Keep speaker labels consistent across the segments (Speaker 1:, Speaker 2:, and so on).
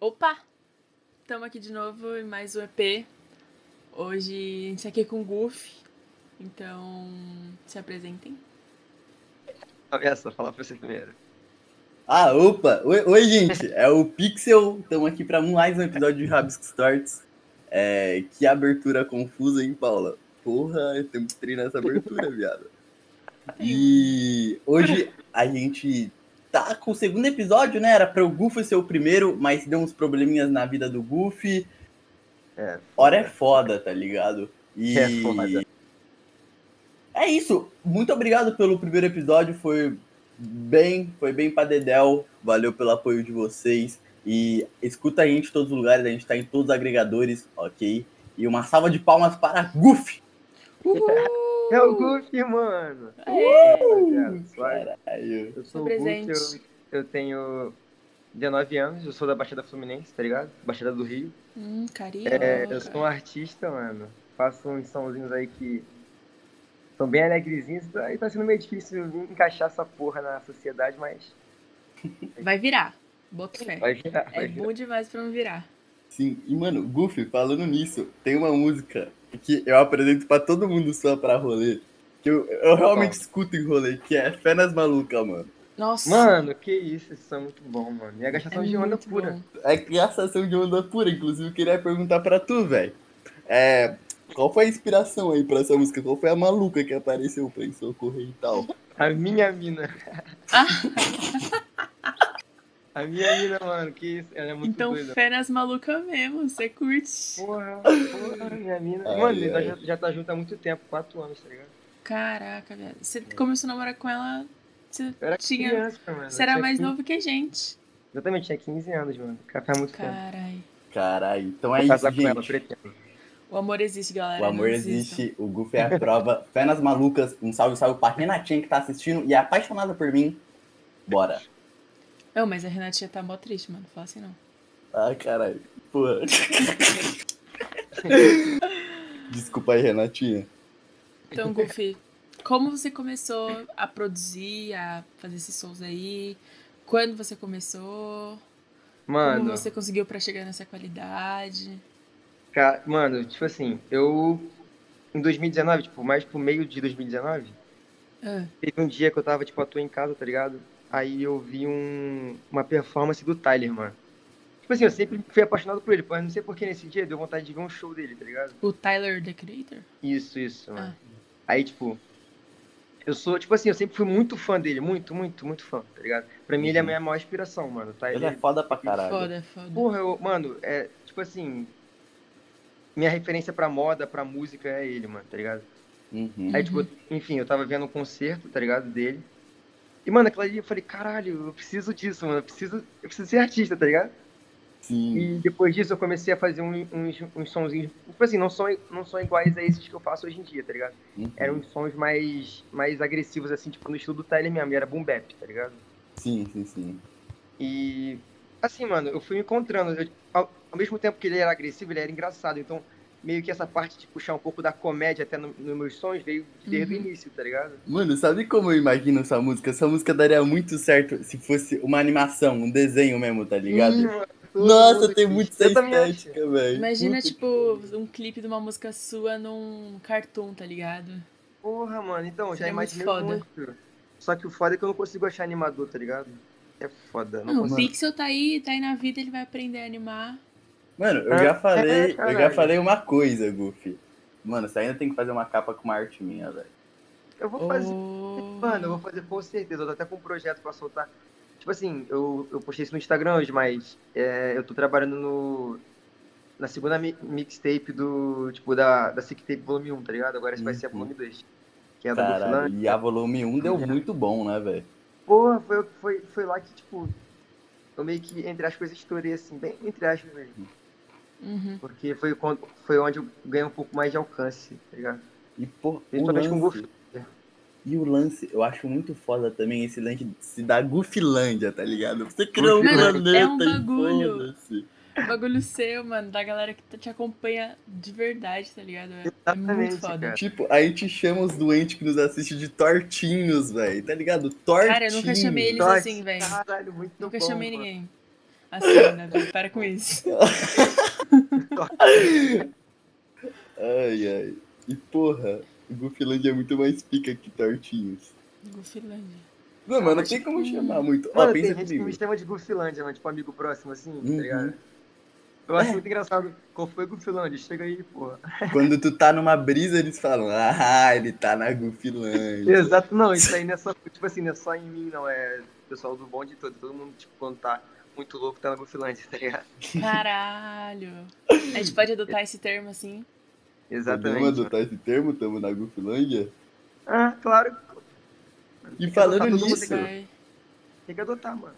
Speaker 1: Opa! Estamos aqui de novo em mais um EP. Hoje a gente tá aqui com o Goof. Então, se apresentem.
Speaker 2: Começa, fala pra você primeiro.
Speaker 3: Ah, opa! Oi, oi, gente! É o Pixel. Estamos aqui para mais um episódio de Rabiscos Torts. É, que abertura confusa, hein, Paula? Porra, temos que treinar essa abertura, viado. E hoje a gente tá com o segundo episódio, né? Era para o Goofy ser o primeiro, mas deu uns probleminhas na vida do Goofy.
Speaker 2: É.
Speaker 3: Hora é foda, tá ligado? E
Speaker 2: É foda.
Speaker 3: é isso. Muito obrigado pelo primeiro episódio. Foi bem, foi bem pra Dedel. Valeu pelo apoio de vocês. E escuta a gente em todos os lugares, a gente tá em todos os agregadores, ok? E uma salva de palmas para Goofy!
Speaker 1: Uhul!
Speaker 2: É o Goofy, mano! É,
Speaker 1: Aê!
Speaker 2: Rapaziada, suave.
Speaker 3: Caralho.
Speaker 2: Eu sou o
Speaker 1: Presente.
Speaker 2: Goofy, eu, eu tenho 19 anos, eu sou da Baixada Fluminense, tá ligado? Baixada do Rio.
Speaker 1: Hum, carioca.
Speaker 2: É, eu sou um artista, mano. Faço uns sonzinhos aí que são bem alegrezinhos. Aí tá sendo meio difícil encaixar essa porra na sociedade, mas
Speaker 1: Vai virar. Bota fé.
Speaker 2: um vai girar,
Speaker 1: É
Speaker 2: vai girar.
Speaker 1: bom demais pra não virar.
Speaker 3: Sim, e mano, Goofy, falando nisso, tem uma música que eu apresento pra todo mundo só pra rolê. Que eu, eu realmente escuto em rolê, que é Fé nas Malucas, mano.
Speaker 1: Nossa,
Speaker 2: Mano, que isso, isso é muito bom, mano. E a
Speaker 1: é
Speaker 2: gastação de onda
Speaker 1: muito
Speaker 2: pura.
Speaker 1: bom.
Speaker 3: É criação de onda pura, inclusive eu queria perguntar pra tu, velho. É, qual foi a inspiração aí pra essa música? Qual foi a maluca que apareceu pra isso ocorrer e tal?
Speaker 2: A minha mina.
Speaker 1: Ah.
Speaker 2: a minha mina, mano, que isso. Ela é muito
Speaker 1: Então,
Speaker 2: doida.
Speaker 1: fé nas malucas mesmo, você curte.
Speaker 2: Porra, porra, minha mina.
Speaker 3: Ai,
Speaker 2: mano, nós
Speaker 3: ai.
Speaker 2: já, já tá junto há muito tempo, quatro anos, tá ligado?
Speaker 1: Caraca, velho. Você
Speaker 2: É.
Speaker 1: começou a namorar com ela, você
Speaker 2: Eu era
Speaker 1: tinha...
Speaker 2: criança, mano.
Speaker 1: Você era
Speaker 2: Tinha
Speaker 1: mais
Speaker 2: 15
Speaker 1: novo que a gente.
Speaker 2: Exatamente, tinha 15 anos, mano. Cara, Faz muito tempo.
Speaker 1: Carai.
Speaker 3: Caralho, então é
Speaker 2: Vou
Speaker 3: isso,
Speaker 2: casar com ela,
Speaker 3: gente.
Speaker 2: pretendo.
Speaker 1: O amor existe, galera.
Speaker 3: O amor
Speaker 1: não desistam.
Speaker 3: existe, o Goofy é a prova. Fé nas malucas, um salve, salve pra Renatinha que tá assistindo e é apaixonada por mim. Bora.
Speaker 1: Não, mas a Renatinha tá mó triste, mano. Fala assim não.
Speaker 3: Ah, caralho. Porra. Desculpa aí, Renatinha.
Speaker 1: Então, Goofy, como você começou a produzir, a fazer esses sons aí? Quando você começou?
Speaker 2: Mano,
Speaker 1: Como você conseguiu pra chegar nessa qualidade?
Speaker 2: ca- mano, tipo assim, eu. Em 2019, tipo, mais pro meio de 2019,
Speaker 1: Ah,
Speaker 2: teve um dia que eu tava, tipo, à toa em casa, tá ligado? Aí eu vi um, uma performance do Tyler, mano. Tipo assim, eu sempre fui apaixonado por ele, mas não sei por que nesse dia deu vontade de ver um show dele, tá ligado?
Speaker 1: o Tyler, the Creator?
Speaker 2: Isso, isso, mano.
Speaker 3: Ah.
Speaker 2: Aí, tipo, eu sou, tipo assim, eu sempre fui muito fã dele, muito, muito, muito fã, tá ligado? Pra mim ele é a minha maior inspiração, mano. Tá?
Speaker 3: Uhum. Ele é
Speaker 2: Ele,
Speaker 3: foda pra caralho.
Speaker 1: Foda, foda.
Speaker 2: porra, eu, mano, é, tipo assim, minha referência pra moda, pra música é ele, mano, tá ligado?
Speaker 3: Uhum.
Speaker 2: Aí, tipo, enfim, eu tava vendo um concerto, tá ligado, dele. E, mano, aquela ali, eu falei, caralho, eu preciso disso, mano, eu preciso, eu preciso ser artista, tá ligado?
Speaker 3: Sim.
Speaker 2: E depois disso eu comecei a fazer um- uns, uns sonzinhos, tipo assim, não são, não são iguais a esses que eu faço hoje em dia, tá ligado?
Speaker 3: Uhum.
Speaker 2: eram sons mais, mais agressivos, assim, tipo, no estilo do Tyler mesmo, e era boom bap, tá ligado?
Speaker 3: Sim, sim, sim.
Speaker 2: E, assim, mano, eu fui me encontrando. Eu- ao, ao mesmo tempo que ele era agressivo, ele era engraçado, então meio que essa parte de puxar um pouco da comédia até no- nos meus sons veio desde
Speaker 1: Uhum.
Speaker 2: o início, tá ligado?
Speaker 3: Mano, sabe como eu imagino essa música? Essa música daria muito certo se fosse uma animação, um desenho mesmo, tá ligado?
Speaker 2: Hum, todo
Speaker 3: Nossa,
Speaker 2: mundo
Speaker 3: tem
Speaker 2: que
Speaker 3: muito essa
Speaker 2: escuta me acha.
Speaker 3: estética, velho.
Speaker 1: Imagina,
Speaker 3: Puta
Speaker 1: tipo, um clipe de uma música sua num cartoon, tá ligado?
Speaker 2: Porra, mano, então, já
Speaker 1: Seria é muito
Speaker 2: imaginei
Speaker 1: foda.
Speaker 2: muito. Só que o foda é que eu não consigo achar animador, tá ligado? É foda, não
Speaker 1: Não, o
Speaker 2: consigo.
Speaker 1: Pixel tá aí, tá aí na vida, ele vai aprender a animar.
Speaker 3: Mano, eu
Speaker 2: Ah,
Speaker 3: já falei, eu já
Speaker 2: caralho.
Speaker 3: falei uma coisa, Goofy. Mano, você ainda tem que fazer uma capa com uma arte minha, velho.
Speaker 2: Eu vou fazer
Speaker 1: Oh.
Speaker 2: Mano, eu vou fazer com certeza. Eu tô até com um projeto pra soltar. Tipo assim, eu, eu postei isso no Instagram hoje, mas é, eu tô trabalhando no. Na segunda mi- mixtape do. Tipo, da, da Sick Tape Volume 1, tá ligado? Agora esse vai ser a
Speaker 3: Uhum.
Speaker 2: volume 2. Que é a da
Speaker 3: Caralho,
Speaker 2: Duflan.
Speaker 3: e a volume 1 deu muito bom, né, velho?
Speaker 2: Porra, foi, foi, foi lá que, tipo. Eu meio que, entre as coisas, estourei assim, bem entre aspas mesmo.
Speaker 1: Uhum.
Speaker 2: Porque foi, quando, foi onde eu ganhei um pouco mais de alcance, tá ligado?
Speaker 3: E, pô, o
Speaker 2: Principalmente com o
Speaker 3: lance-
Speaker 2: Goofy.
Speaker 3: E o lance, eu acho muito foda também esse lance se da Goofilândia, tá ligado? Você criou um
Speaker 1: Mano, é um
Speaker 3: planeta e
Speaker 1: bagulho.
Speaker 3: foda-se.
Speaker 1: Bagulho seu, mano, da galera que te acompanha de verdade, tá ligado? É, é muito
Speaker 2: Exatamente,
Speaker 1: foda.
Speaker 2: cara.
Speaker 3: Tipo, a gente chama os doentes que nos assistem de tortinhos, velho, tá ligado? Tortinhos.
Speaker 1: Cara, eu nunca chamei eles
Speaker 2: Nossa,
Speaker 1: assim, velho.
Speaker 2: Caralho, muito
Speaker 1: Nunca
Speaker 2: tá bom,
Speaker 1: chamei
Speaker 2: mano.
Speaker 1: ninguém. Assim, Davi, para com isso.
Speaker 3: Ai, ai. E porra, o Gufilândia é muito mais pica que Tortinhos.
Speaker 1: Gufilândia.
Speaker 3: Não, mas não tem como chamar muito. Ó,
Speaker 2: Mano, tem
Speaker 3: pensa
Speaker 2: gente que
Speaker 3: comigo.
Speaker 2: me chama de Gufilândia, mano, tipo amigo próximo, assim,
Speaker 3: Uhum.
Speaker 2: tá ligado? Eu acho
Speaker 3: É.
Speaker 2: muito engraçado. Qual foi Gufilândia? Chega aí, porra.
Speaker 3: Quando tu tá numa brisa, eles falam, ah, ele tá na Gufilândia.
Speaker 2: Exato, não, isso aí não é só, tipo assim, não é só em mim, não, é o pessoal do bonde todo, todo mundo, tipo, quando tá muito louco, tá na Gufilândia, tá ligado?
Speaker 1: Caralho. A gente pode adotar esse termo assim.
Speaker 2: Exatamente.
Speaker 3: Podemos adotar esse termo, tamo na Gufilândia?
Speaker 2: Ah, claro.
Speaker 3: E
Speaker 2: Tem que
Speaker 3: falando
Speaker 2: adotar, todo mundo
Speaker 3: nisso-
Speaker 2: Tem que,
Speaker 1: Vai.
Speaker 2: tem que adotar, mano.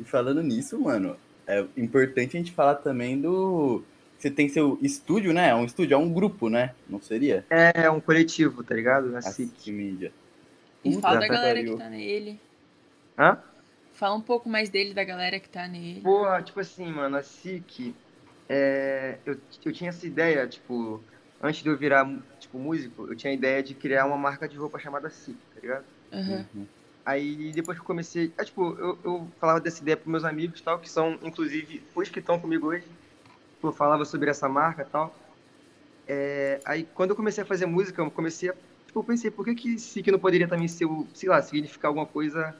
Speaker 3: E falando nisso, mano, é importante a gente falar também do. Você tem seu estúdio, né? É um estúdio, é um grupo, né? Não seria?
Speaker 2: É um coletivo, tá ligado?
Speaker 3: A
Speaker 2: Assim.
Speaker 3: SIC Mídia.
Speaker 1: E
Speaker 3: Puta
Speaker 1: fala da
Speaker 3: que
Speaker 1: galera
Speaker 3: pariu.
Speaker 1: que tá nele.
Speaker 2: Hã?
Speaker 1: Fala um pouco mais dele, da galera que tá nele.
Speaker 2: Porra, tipo assim, mano, a SIC, é, eu, eu tinha essa ideia, tipo, antes de eu virar, tipo, músico, eu tinha a ideia de criar uma marca de roupa chamada SIC, tá ligado?
Speaker 1: Aham.
Speaker 3: Uhum.
Speaker 2: Aí depois que eu comecei. Ah, tipo, eu, eu falava dessa ideia pros meus amigos e tal, que são, inclusive, os que estão comigo hoje. Tipo, Eu falava sobre essa marca e tal. É, aí quando eu comecei a fazer música, eu comecei a. Tipo, eu pensei, por que que SIC não poderia também ser o, sei lá, significar alguma coisa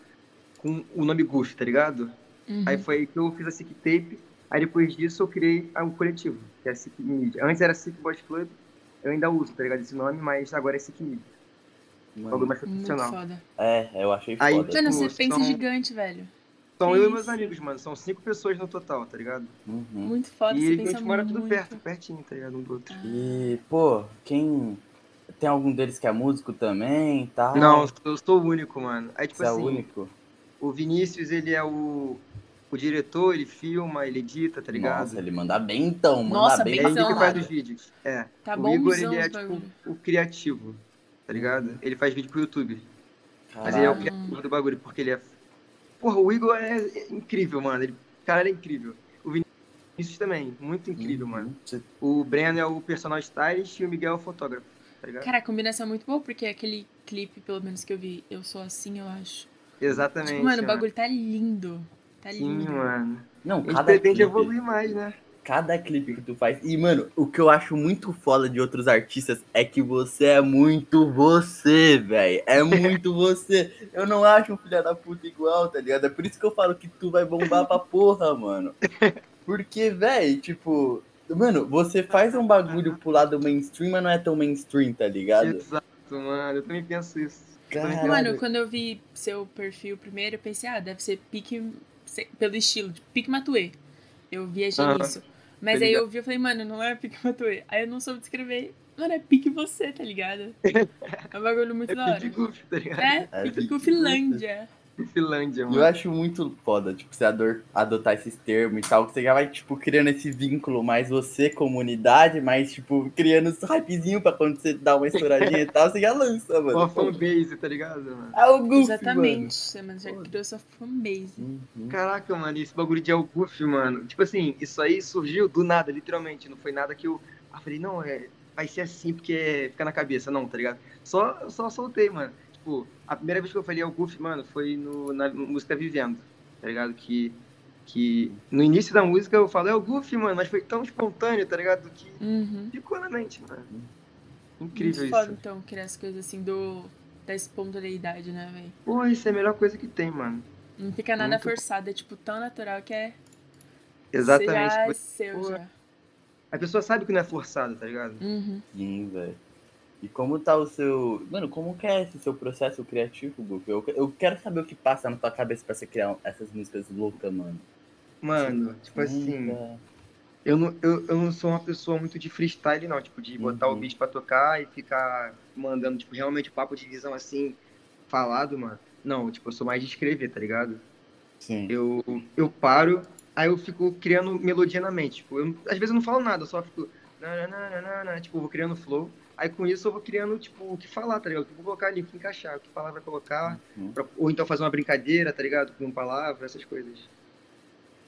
Speaker 2: com o nome Goof, tá ligado?
Speaker 1: Uhum.
Speaker 2: Aí foi aí que eu fiz a SIC Tape. Aí depois disso eu criei a- um coletivo, que é a SIC Media. Antes era SIC Boys Club, eu ainda uso, tá ligado? Esse nome, mas agora é SIC Media.
Speaker 3: Mano,
Speaker 2: Algo mais
Speaker 1: Muito
Speaker 2: profissional.
Speaker 1: foda.
Speaker 3: Uhum. É, eu achei
Speaker 2: Aí-
Speaker 3: foda.
Speaker 1: Mano, você
Speaker 2: Tipo,
Speaker 1: pensa
Speaker 2: são-
Speaker 1: gigante, velho.
Speaker 2: São
Speaker 1: Que
Speaker 2: eu e meus
Speaker 1: isso.
Speaker 2: amigos, mano. São cinco pessoas no total, tá ligado?
Speaker 3: Uhum.
Speaker 1: Muito foda,
Speaker 2: E
Speaker 1: você
Speaker 2: a
Speaker 1: pensa
Speaker 2: gente mora
Speaker 1: muito.
Speaker 2: tudo perto, pertinho, tá ligado? Um do outro.
Speaker 3: E, pô, quem. Tem algum deles que é músico também e
Speaker 1: Ah.
Speaker 3: tal?
Speaker 2: Não, eu sou o único, mano. Aí, tipo
Speaker 3: Você é o
Speaker 2: assim,
Speaker 3: único?
Speaker 2: o Vinícius, ele é o, o diretor, ele filma, ele edita, tá ligado?
Speaker 3: Nossa, ele manda bem então, manda
Speaker 1: Nossa,
Speaker 3: bem.
Speaker 1: bem
Speaker 2: é
Speaker 3: pra
Speaker 2: ele que
Speaker 1: então,
Speaker 2: faz
Speaker 3: caralho.
Speaker 2: os vídeos. É.
Speaker 1: Tá
Speaker 2: o Igor, ele
Speaker 1: bomzão
Speaker 2: é,
Speaker 1: os
Speaker 2: tipo,
Speaker 1: bagulho.
Speaker 2: o criativo, tá ligado? Ele faz vídeo pro YouTube. Mas ele é o
Speaker 3: Caralho.
Speaker 2: criativo do bagulho, porque ele é... Porra, o Igor é é incrível, mano. Ele... O cara ele é incrível. O Vinícius também, muito incrível,
Speaker 3: Uhum.
Speaker 2: mano.
Speaker 3: Você-
Speaker 2: O Breno é o personal stylist e o Miguel é o fotógrafo, tá ligado?
Speaker 1: Cara, a combinação é muito boa, porque aquele clipe, pelo menos que eu vi, eu sou assim, eu acho.
Speaker 2: Exatamente.
Speaker 1: Tipo, mano, o bagulho tá lindo. Tá
Speaker 2: Sim,
Speaker 1: lindo.
Speaker 2: mano.
Speaker 3: Não,
Speaker 2: A gente
Speaker 3: cada
Speaker 2: pretende
Speaker 3: clipe,
Speaker 2: evoluir mais, né?
Speaker 3: cada clipe que tu faz. E, mano, o que eu acho muito foda de outros artistas é que você é muito você, velho. É muito você. Eu não acho um filho da puta igual, tá ligado? É por isso que eu falo que tu vai bombar pra porra, mano. Porque, velho, tipo. Mano, você faz um bagulho pro lado mainstream, mas não é tão mainstream, tá ligado?
Speaker 2: Exato, mano. Eu também penso isso. Eu também
Speaker 3: Caralho.
Speaker 1: Mano, quando eu vi seu perfil primeiro, eu pensei, ah, deve ser pique, se- pelo estilo, de pique Matue. Eu viajei
Speaker 2: Aham.
Speaker 1: nisso. Mas
Speaker 2: Tá
Speaker 1: aí
Speaker 2: ligado.
Speaker 1: eu vi e falei, mano, não é pique Matue. Aí eu não soube descrever. Mano, é pique você, tá ligado? É um bagulho muito da
Speaker 2: penso.
Speaker 1: hora.
Speaker 2: Pique Goof, tá ligado?
Speaker 1: É,
Speaker 3: É
Speaker 1: pique
Speaker 3: pique
Speaker 1: com Finlândia.
Speaker 2: Finlândia,
Speaker 3: E Eu
Speaker 2: mano.
Speaker 3: acho muito foda, tipo, você ador- adotar esses termos e tal, que você já vai, tipo, criando esse vínculo, mais você, comunidade, mais, tipo, criando os hypezinho pra quando você dá uma estouradinha e tal, você já lança, mano.
Speaker 2: Uma fanbase, tá ligado, mano?
Speaker 3: É o Goofy,
Speaker 1: Exatamente. Você, mano, já
Speaker 3: Foda.
Speaker 1: criou sua fanbase.
Speaker 3: mano. Uhum.
Speaker 2: Caraca, mano, esse bagulho de Alguf, mano. Tipo assim, isso aí surgiu do nada, literalmente. Não foi nada que eu. Ah, falei, não, é... vai ser assim porque é... fica na cabeça, não, tá ligado? Só, eu só soltei, mano. Tipo, a primeira vez que eu falei Alguf, mano, foi no... na música Vivendo, tá ligado? Que. Que no início da música eu falo, é o Goofy, mano, mas foi tão espontâneo, tá ligado? Que
Speaker 1: Uhum.
Speaker 2: ficou na mente, mano.
Speaker 1: Muito
Speaker 2: Incrível
Speaker 1: foda,
Speaker 2: isso.
Speaker 1: então, criar as coisas assim do... da espontaneidade, né, velho?
Speaker 2: Pô, isso é a melhor coisa que tem, mano.
Speaker 1: Não fica nada
Speaker 2: Muito bom.
Speaker 1: forçado, é tipo tão natural que é.
Speaker 2: Exatamente.
Speaker 1: Já é seu,
Speaker 2: Pô,
Speaker 1: já.
Speaker 2: A pessoa sabe que não é forçado, tá ligado?
Speaker 1: Uhum.
Speaker 3: Sim, velho. E como tá o seu... Mano, como que é esse seu processo criativo, Goofy? Eu, eu quero saber o que passa na tua cabeça pra você criar essas músicas loucas, mano.
Speaker 2: Mano, tipo assim,
Speaker 3: Nunca.
Speaker 2: eu não, eu, eu não sou uma pessoa muito de freestyle, não. Tipo, de botar o
Speaker 3: Uhum.
Speaker 2: beat pra tocar e ficar mandando, tipo, realmente papo de visão assim, falado, mano. Não, tipo, eu sou mais de escrever, tá ligado?
Speaker 3: Sim.
Speaker 2: Eu, eu paro, aí eu fico criando melodia na mente. Tipo, eu não- às vezes eu não falo nada, eu só fico. nananana, Tipo, eu vou criando flow. Aí com isso eu vou criando, tipo, o que falar, tá ligado? O que eu vou colocar ali, o que encaixar, o que palavra colocar.
Speaker 3: Uhum.
Speaker 2: pra- ou então fazer uma brincadeira, tá ligado? Com palavra, essas coisas.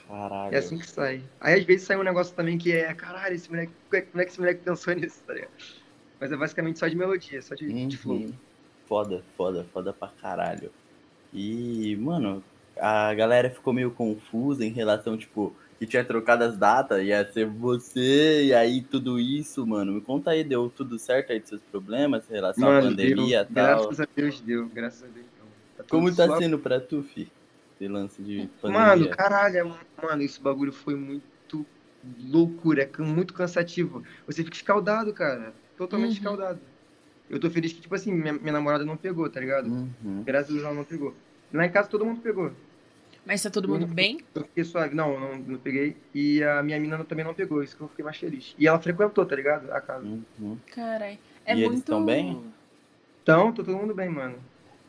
Speaker 3: Caralho.
Speaker 2: É assim que sai. Aí às vezes sai um negócio também que é, caralho, esse moleque, como é, como é que esse moleque pensou nisso, tá ligado? Mas é basicamente só de melodia, só de, de flow.
Speaker 3: Uhum. Foda, foda, foda pra caralho. E, mano, a galera ficou meio confusa em relação, tipo, que tinha trocado as datas, ia ser você, e aí tudo isso, mano. Me conta aí, deu tudo certo aí dos seus problemas em relação à
Speaker 2: Mano, deu.
Speaker 3: pandemia e tal.
Speaker 2: Graças a Deus deu, graças a Deus deu. Tá tudo
Speaker 3: Como tá
Speaker 2: suave.
Speaker 3: sendo pra tu, fi? Esse lance de pandemia.
Speaker 2: Mano, caralho, é- mano, esse bagulho foi muito loucura, é can- muito cansativo. Você fica escaldado, cara. Totalmente
Speaker 1: Uhum.
Speaker 2: escaldado. Eu tô feliz que, tipo assim, minha, minha namorada não pegou, tá ligado?
Speaker 3: Uhum.
Speaker 2: Graças a Deus ela não pegou. Lá em casa todo mundo pegou.
Speaker 1: Mas tá todo mundo
Speaker 2: Uhum.
Speaker 1: bem?
Speaker 2: Eu fiquei suave. Não, não, não peguei. E a minha mina também não pegou, isso que eu fiquei mais feliz. E ela frequentou, tá ligado? A casa.
Speaker 3: Uhum.
Speaker 1: Carai. É
Speaker 3: E eles
Speaker 1: muito.
Speaker 3: tão bem?
Speaker 2: Então, tá todo mundo bem, mano.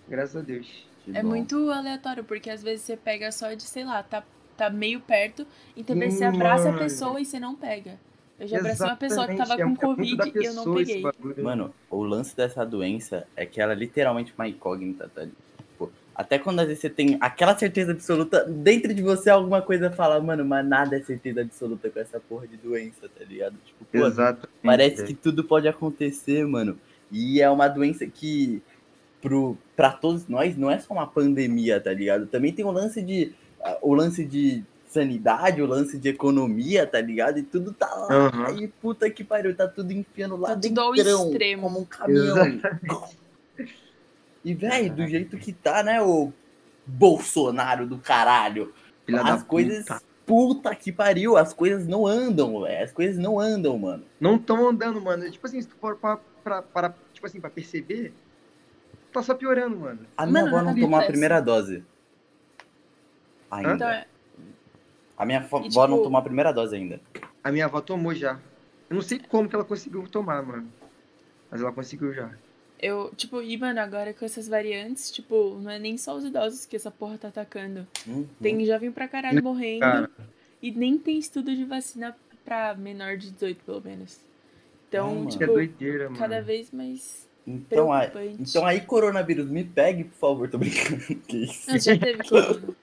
Speaker 2: Graças a Deus.
Speaker 3: Que
Speaker 1: É
Speaker 3: bom.
Speaker 1: muito aleatório, porque às vezes você pega só de, sei lá, tá, tá meio perto, então você
Speaker 2: Mano.
Speaker 1: abraça a pessoa e você não pega. Eu já abracei uma pessoa que tava
Speaker 2: Exatamente, é
Speaker 1: com
Speaker 2: muito da
Speaker 1: Covid e eu não
Speaker 2: pessoa esse
Speaker 1: peguei.
Speaker 2: bagulho.
Speaker 3: Mano, o lance dessa doença é que ela é literalmente uma incógnita, tá? Tipo, até quando às vezes você tem aquela certeza absoluta, dentro de você alguma coisa fala, mano, mas nada é certeza absoluta com essa porra de doença, tá ligado? Tipo, pô,
Speaker 2: Exato. Uhum.
Speaker 3: Parece que tudo pode acontecer, mano. E é uma doença que, pro, pra todos nós, não é só uma pandemia, tá ligado? Também tem o lance de. ah, O lance de sanidade, o lance de economia, tá ligado? E tudo tá lá.
Speaker 2: Aham.
Speaker 3: E puta que pariu, tá tudo enfiando lá
Speaker 1: Tá tudo ao
Speaker 3: dentrão,
Speaker 1: extremo.
Speaker 3: como um caminhão. E, velho, do jeito que tá, né, o Bolsonaro do caralho
Speaker 2: Filha da
Speaker 3: as coisas.
Speaker 2: puta.
Speaker 3: Puta. que pariu, as coisas não andam, velho. As coisas não andam, mano.
Speaker 2: Não estão andando, mano. Tipo assim, se tu for pra, pra, pra- tipo assim, pra perceber, tá só piorando, mano.
Speaker 3: A minha
Speaker 1: Mano,
Speaker 3: avó não
Speaker 1: nada
Speaker 3: tomou a
Speaker 1: acontece.
Speaker 3: primeira dose. Ainda.
Speaker 1: Então, é-
Speaker 3: A minha fo-
Speaker 1: E,
Speaker 3: avó
Speaker 1: tipo-
Speaker 3: não tomou a primeira dose ainda.
Speaker 2: A minha avó tomou já. Eu não sei como que ela conseguiu tomar, mano. Mas ela conseguiu já.
Speaker 1: eu, tipo, e mano, agora com essas variantes, tipo, não é nem só os idosos que essa porra tá atacando.
Speaker 3: Uhum.
Speaker 1: Tem jovem pra caralho morrendo
Speaker 2: Hum. Cara.
Speaker 1: e nem tem estudo de vacina pra menor de 18, pelo menos.
Speaker 3: Ai,
Speaker 1: Então,
Speaker 3: mano.
Speaker 2: Que é
Speaker 1: tipo,
Speaker 2: doideira, mano.
Speaker 1: cada vez mais
Speaker 3: Então, aí,
Speaker 1: preocupante.
Speaker 3: então aí, coronavírus, me pegue, por favor. Tô brincando. Que isso.
Speaker 1: Ah, já teve corona. tipo,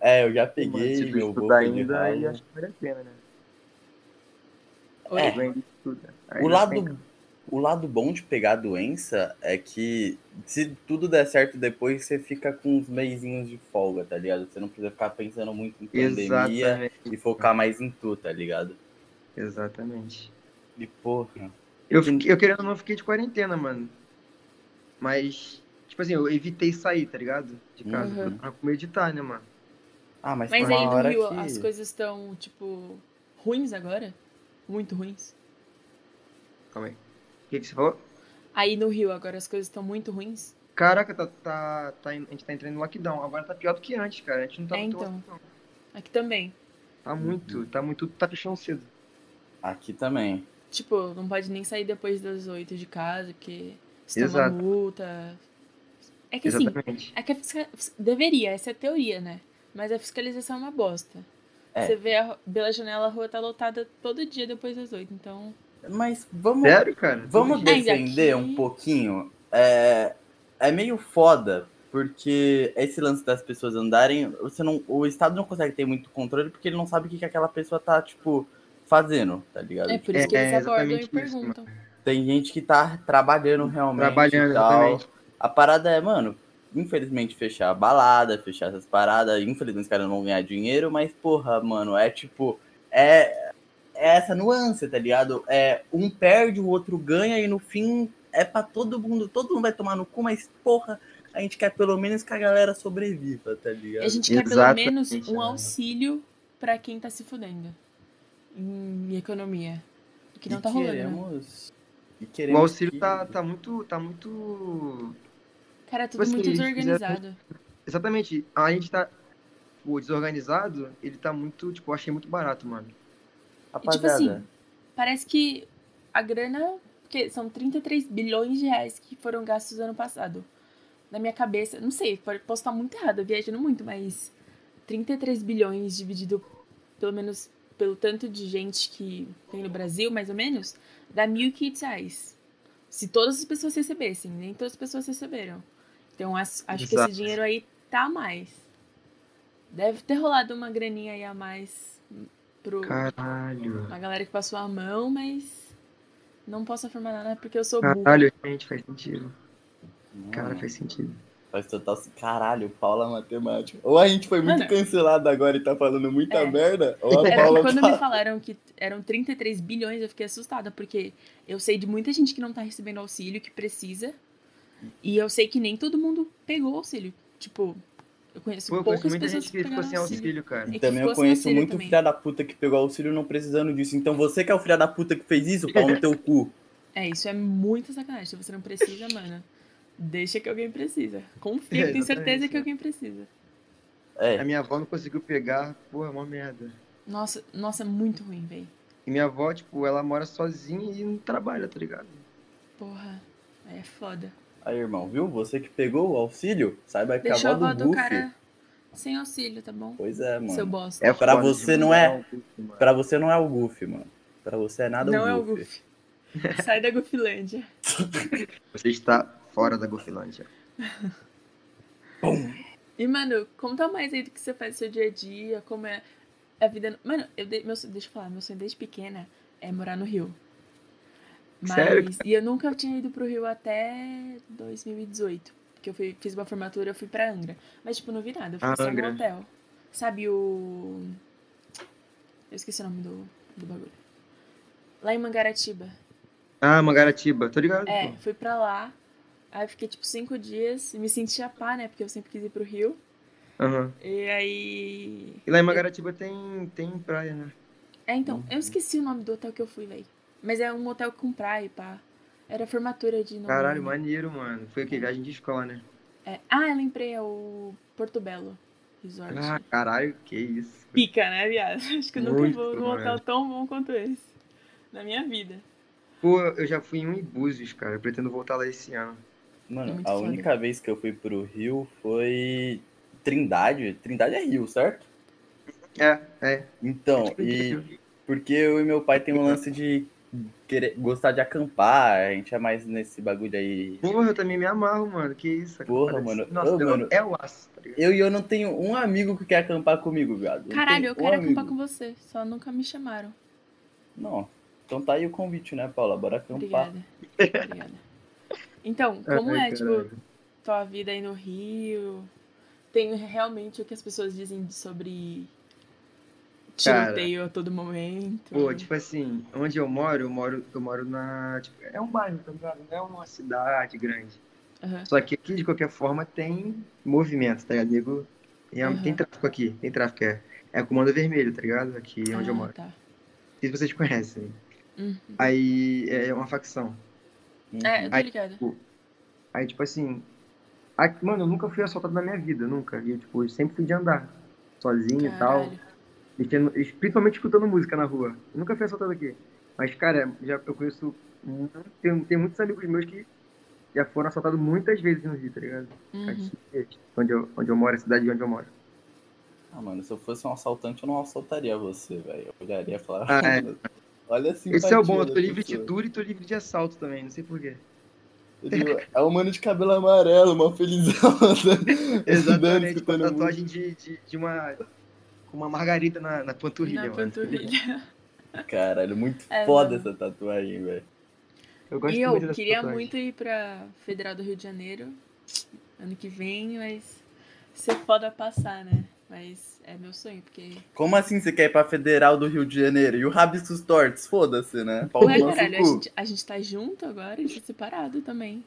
Speaker 3: É, eu já
Speaker 2: Mano, se
Speaker 3: peguei,
Speaker 2: tu
Speaker 3: meu avô
Speaker 2: estudar
Speaker 3: foi de
Speaker 2: ainda, aí
Speaker 3: ralo.
Speaker 2: acho que vale a pena, né?
Speaker 1: Oi?
Speaker 3: É.
Speaker 2: Tu ainda estuda. Aí
Speaker 3: O
Speaker 2: não tem-
Speaker 3: lado, o lado bom de pegar a doença é que se tudo der certo depois, você fica com uns meizinhos de folga, tá ligado? Você não precisa ficar pensando muito em pandemia
Speaker 2: Exatamente.
Speaker 3: e focar mais em tu, tá ligado?
Speaker 2: Exatamente.
Speaker 3: E porra.
Speaker 2: Eu, fiquei- eu querendo ou não fiquei de quarentena, mano. Mas, tipo assim, eu evitei sair, tá ligado? De casa.
Speaker 1: Uhum.
Speaker 2: Eu tava com medo de estar, né, mano?
Speaker 3: Ah, mas,
Speaker 1: Mas
Speaker 3: tem
Speaker 1: aí
Speaker 3: uma
Speaker 1: no
Speaker 3: hora
Speaker 1: Rio
Speaker 3: que...
Speaker 1: as coisas estão, tipo, ruins agora? Muito ruins.
Speaker 2: Calma aí. O que, que você falou?
Speaker 1: Aí no Rio agora as coisas estão muito ruins?
Speaker 2: Caraca, tá, tá, tá, en- a gente tá entrando no lockdown. Agora tá pior do que antes, cara. A gente não tá
Speaker 1: É,
Speaker 2: muito.
Speaker 1: então.
Speaker 2: lockdown.
Speaker 1: Aqui também.
Speaker 2: Tá
Speaker 3: Uhum.
Speaker 2: muito, tá muito. Tá fechando cedo.
Speaker 3: Aqui também.
Speaker 1: Tipo, não pode nem sair depois das oito de casa, porque se toma
Speaker 2: Exato.
Speaker 1: multa. É que assim,
Speaker 2: Exatamente.
Speaker 1: é que a fisca... deveria, essa é a teoria, né? Mas a fiscalização é uma bosta.
Speaker 3: É.
Speaker 1: Você vê a... pela janela a rua tá lotada todo dia depois das oito, então.
Speaker 3: Mas vamos,
Speaker 2: Sério, cara?
Speaker 3: vamos
Speaker 1: Mas aqui-
Speaker 3: defender um pouquinho. É, é meio foda, porque esse lance das pessoas andarem, você não, o Estado não consegue ter muito controle porque ele não sabe o que, que aquela pessoa tá, tipo, fazendo, tá ligado?
Speaker 1: É por isso que
Speaker 2: É,
Speaker 1: eles
Speaker 2: é
Speaker 1: abordam e
Speaker 2: exatamente isso,
Speaker 1: perguntam.
Speaker 3: Tem gente que tá trabalhando realmente.
Speaker 2: Trabalhando,
Speaker 3: e tal.
Speaker 2: exatamente.
Speaker 3: A parada é, mano, infelizmente fechar a balada, fechar essas paradas, infelizmente os caras não vão ganhar dinheiro, mas porra, mano, é tipo, é, é essa nuance, tá ligado? É, um perde, o outro ganha e no fim é pra todo mundo, todo mundo vai tomar no cu, mas porra, a gente quer pelo menos que a galera sobreviva, tá ligado?
Speaker 1: A É gente quer pelo
Speaker 2: Exatamente,
Speaker 1: menos um
Speaker 2: né?
Speaker 1: auxílio pra quem tá se fudendo em economia. O que não
Speaker 3: e
Speaker 1: tá rolando. Né?
Speaker 3: queremos, e
Speaker 2: O
Speaker 3: queremos
Speaker 2: auxílio
Speaker 3: que-
Speaker 2: tá, tá muito. Tá muito.
Speaker 1: Cara, é tudo
Speaker 2: Tipo assim,
Speaker 1: muito
Speaker 2: eles fizeram-
Speaker 1: desorganizado.
Speaker 2: Exatamente. A gente tá. O desorganizado, ele tá muito. Tipo, eu achei muito barato, mano.
Speaker 3: Rapaziada,
Speaker 1: assim, Parece que a grana. Porque são 33 bilhões de reais que foram gastos ano passado. Na minha cabeça, não sei, pode- posso estar muito errada, viajando muito, mas 33 bilhões dividido pelo menos pelo tanto de gente que tem no Brasil, mais ou menos, dá 1.500 reais. Se todas as pessoas recebessem, nem todas as pessoas receberam. Então acho, acho que esse
Speaker 2: Exato.
Speaker 1: dinheiro aí tá a mais. Deve ter rolado uma graninha aí a mais pro,
Speaker 2: Caralho.
Speaker 1: a galera que passou a mão, mas
Speaker 2: Ah,
Speaker 1: não posso afirmar nada porque eu sou burro.
Speaker 2: Caralho, gente, faz sentido.
Speaker 3: mano,
Speaker 2: Cara, faz sentido.
Speaker 3: Faz total. Caralho, Paula Matemática. Ou a gente foi muito
Speaker 1: Mano.
Speaker 3: cancelado agora e tá falando muita
Speaker 1: É.
Speaker 3: merda, ou a
Speaker 2: Era
Speaker 1: Era,
Speaker 3: Paula
Speaker 1: quando
Speaker 3: tá-
Speaker 1: me falaram que eram 33 bilhões, eu fiquei assustada, porque eu sei de muita gente que não tá recebendo auxílio, que precisa. E eu sei que nem todo mundo pegou o auxílio. Tipo, eu conheço
Speaker 2: Pô, eu
Speaker 1: poucas
Speaker 2: conheço muita
Speaker 1: pessoas
Speaker 2: gente que ficou
Speaker 1: pegaram
Speaker 2: sem auxílio, cara.
Speaker 1: E que
Speaker 3: Também eu
Speaker 1: ficou sem
Speaker 3: conheço
Speaker 1: auxílio
Speaker 3: muito
Speaker 1: também.
Speaker 3: filha da puta que pegou auxílio e não precisando disso. Então você que é o filha da puta que fez isso, pau no teu cu.
Speaker 1: É, isso é muita sacanagem. Se você não precisa, mano, deixa que alguém precisa. Confia,
Speaker 2: É,
Speaker 1: que tem certeza
Speaker 2: exatamente,
Speaker 1: que
Speaker 2: é.
Speaker 1: alguém precisa.
Speaker 3: É.
Speaker 2: A minha avó não conseguiu pegar, porra, mó merda.
Speaker 1: Nossa, nossa, é muito ruim, velho.
Speaker 2: E minha avó, tipo, ela mora sozinha e não trabalha, tá ligado?
Speaker 1: Porra, é foda.
Speaker 3: Aí, irmão, viu? Você que pegou o auxílio, saiba que
Speaker 1: Deixou a
Speaker 3: a avó
Speaker 1: avó
Speaker 3: do
Speaker 1: do
Speaker 3: Goofy.
Speaker 1: cara sem auxílio, tá bom?
Speaker 3: Pois é, mano.
Speaker 1: Seu bosta.
Speaker 2: É
Speaker 3: Pra
Speaker 2: foda
Speaker 3: você
Speaker 2: demais,
Speaker 3: não é-
Speaker 2: um pouco, mano.
Speaker 3: Pra você não é o Goofy, mano. Pra você é nada
Speaker 1: não é
Speaker 3: o
Speaker 1: o
Speaker 3: Goofy.
Speaker 1: Goofy. Sai da Goofilândia.
Speaker 2: Você está fora da Gofilândia.
Speaker 1: E, mano, conta mais aí do que você faz no seu dia a dia, como é a vida. no- Mano, eu de- meu, sonho- deixa eu falar, meu sonho desde pequena é morar no Rio. Mas,
Speaker 2: Sério?
Speaker 1: E eu nunca tinha ido pro Rio até 2018. Porque eu fui- fiz uma formatura, eu fui pra Angra. Mas, tipo, não vi nada, eu fui só
Speaker 2: Angra.
Speaker 1: no hotel. Sabe o. Eu esqueci o nome do, do bagulho. Lá em Mangaratiba.
Speaker 2: Ah, Mangaratiba, tô ligado.
Speaker 1: É,
Speaker 2: pô.
Speaker 1: fui pra lá. Aí eu fiquei tipo cinco dias e me senti a pá, né? Porque eu sempre quis ir pro Rio.
Speaker 2: Aham.
Speaker 1: E aí.
Speaker 2: E lá em Mangaratiba tem, tem praia, né?
Speaker 1: É, então, eu esqueci o nome do hotel que eu fui, velho. Mas é um hotel com praia, pá. Era formatura de novo.
Speaker 2: Caralho, maneiro, mano. Foi o que? Viagem de escola, né?
Speaker 1: É. Ah, eu lembrei, é o Porto Belo Resort.
Speaker 2: Ah, caralho, que isso.
Speaker 1: Pica, né, viado? Acho que eu nunca
Speaker 2: Muito,
Speaker 1: vou num
Speaker 2: mano.
Speaker 1: hotel tão bom quanto esse. Na minha vida.
Speaker 2: Pô, eu já fui em um em Búzios, cara. Eu pretendo voltar lá esse ano.
Speaker 3: Mano,
Speaker 1: muito
Speaker 3: a
Speaker 1: foda.
Speaker 3: única vez que eu fui pro Rio foi Trindade. Trindade é Rio, certo?
Speaker 2: É, é.
Speaker 3: Então,
Speaker 1: tipo
Speaker 3: e porque eu e meu pai tem
Speaker 2: Uhum.
Speaker 3: um lance de querer, gostar de acampar, a gente é mais nesse bagulho aí.
Speaker 2: Porra, eu também me amarro, mano. Que isso.
Speaker 3: Porra,
Speaker 2: Parece-
Speaker 3: mano.
Speaker 2: Nossa,
Speaker 3: Ô,
Speaker 2: eu-
Speaker 3: mano.
Speaker 2: é o aço, tá ligado?
Speaker 3: Eu e eu não tenho um amigo que quer acampar comigo, viado. Não
Speaker 1: Caralho,
Speaker 3: tem
Speaker 1: eu
Speaker 3: um
Speaker 1: quero acampar
Speaker 3: amigo.
Speaker 1: com você. Só nunca me chamaram.
Speaker 3: Não. Então tá aí o convite, né, Paula? Bora acampar.
Speaker 1: Obrigada. Obrigada. Então, como
Speaker 2: Então Ai,
Speaker 1: é, tipo,
Speaker 2: caralho.
Speaker 1: tua vida aí no Rio? Tem realmente o que as pessoas dizem sobre
Speaker 2: Cara.
Speaker 1: tiroteio a todo momento?
Speaker 2: Pô, tipo assim, onde eu moro, eu moro, eu moro na. tipo, é um bairro, tá ligado? Não é uma cidade grande.
Speaker 1: Aham.
Speaker 2: Só que aqui, de qualquer forma, tem movimento, tá ligado? Nego? um, Tem,
Speaker 1: Aham.
Speaker 2: tem tráfico aqui, tem tráfico. É, é comando vermelho, tá ligado? Aqui onde eu
Speaker 1: Ah,
Speaker 2: moro.
Speaker 1: Tá.
Speaker 2: Não sei se vocês conhecem.
Speaker 1: Uhum.
Speaker 2: Aí é uma facção.
Speaker 3: Uhum.
Speaker 1: É, eu tô
Speaker 2: Aí-
Speaker 1: ligada.
Speaker 2: Aí, tipo assim. a- mano, eu nunca fui assaltado na minha vida, nunca. E, tipo, eu sempre fui de andar. Sozinho e tal.
Speaker 1: Caralho.
Speaker 2: Mexendo- principalmente escutando música na rua. Eu nunca fui assaltado aqui. Mas, cara, já, eu conheço. mu- Tem, tem muitos amigos meus que já foram assaltados muitas vezes no Rio, tá ligado?
Speaker 1: Uhum.
Speaker 2: Aqui, onde, eu, onde eu moro, a cidade onde eu moro.
Speaker 3: Ah, mano, se eu fosse um assaltante, eu não assaltaria você, velho. Eu olharia e falaria.
Speaker 2: Ah, é.
Speaker 3: "Mano, Olha assim.
Speaker 2: Esse é o bom, eu tô livre de duro e tô livre de assalto também, não sei porquê.
Speaker 3: É um mano de cabelo amarelo, uma felizão. andando- andando,
Speaker 2: Exatamente, com a
Speaker 3: escutando música.
Speaker 2: tatuagem de, de, de uma. Com uma margarida na, na panturrilha,
Speaker 1: Na
Speaker 2: mano.
Speaker 1: panturrilha.
Speaker 3: Caralho, muito
Speaker 1: É,
Speaker 3: foda
Speaker 1: mano.
Speaker 3: essa tatuagem, velho.
Speaker 2: Eu gosto
Speaker 1: E
Speaker 2: muito
Speaker 1: eu
Speaker 2: dessa
Speaker 1: queria
Speaker 2: tatuagem.
Speaker 1: muito ir pra Federal do Rio de Janeiro ano que vem, mas ser foda passar, né? Mas é meu sonho, porque.
Speaker 3: Como assim você quer ir pra Federal do Rio de Janeiro? E o Rabiscos Tortos? Foda-se, né? Pau
Speaker 1: Ué,
Speaker 3: no nosso
Speaker 1: É, caralho, a
Speaker 3: cu.
Speaker 1: gente, a gente tá junto agora e tá separado também.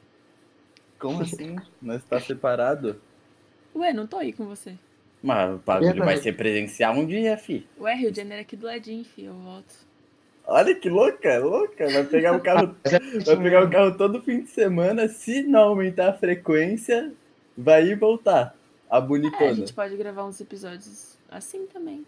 Speaker 3: Como assim? Nós tá separado?
Speaker 1: Ué, não tô aí com você.
Speaker 3: Mas o bagulho vai
Speaker 2: Verdade.
Speaker 3: ser presencial um dia, fi.
Speaker 1: Ué, Rio de Janeiro é aqui do ladinho, fi, eu volto.
Speaker 3: Olha que louca, louca. Vai pegar o carro, vai pegar
Speaker 1: um-
Speaker 3: o carro todo fim de semana. Se não aumentar a frequência, vai ir e voltar. A
Speaker 1: É, a
Speaker 3: bonitona.
Speaker 1: gente pode gravar uns episódios assim também.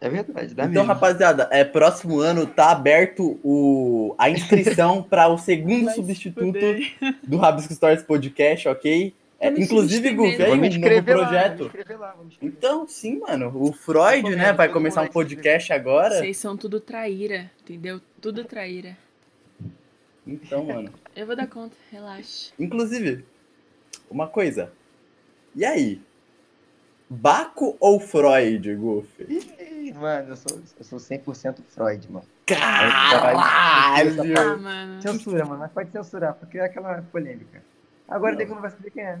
Speaker 2: É verdade, dá
Speaker 3: Então,
Speaker 2: mesmo.
Speaker 3: rapaziada, é, próximo ano tá aberto o, a inscrição para o segundo
Speaker 1: Vai se
Speaker 3: Um substituto
Speaker 1: fuder.
Speaker 3: do Rabisco Stories Podcast, ok? É,
Speaker 1: Eu me
Speaker 3: inclusive,
Speaker 1: substituí
Speaker 3: Gu,
Speaker 1: mesmo.
Speaker 3: veio um
Speaker 2: Vou me
Speaker 3: novo
Speaker 2: inscrever lá,
Speaker 3: projeto.
Speaker 2: vou me inscrever lá, vou me inscrever.
Speaker 3: Então, sim, mano. O Freud, né, vai começar um podcast agora.
Speaker 1: Vocês são tudo traíra, entendeu? Tudo traíra.
Speaker 3: Então, mano.
Speaker 1: Eu vou dar conta, relaxa.
Speaker 3: Inclusive, uma coisa. E aí? Baco ou Freud, Goofy?
Speaker 2: Ih, Mano, eu sou, eu sou 100% Freud, mano.
Speaker 3: Caralho!
Speaker 1: Ah, mano.
Speaker 3: Hum.
Speaker 2: Censura, mano, mas pode censurar, porque é aquela polêmica. Agora
Speaker 3: Não.
Speaker 2: tem como vai saber quem é.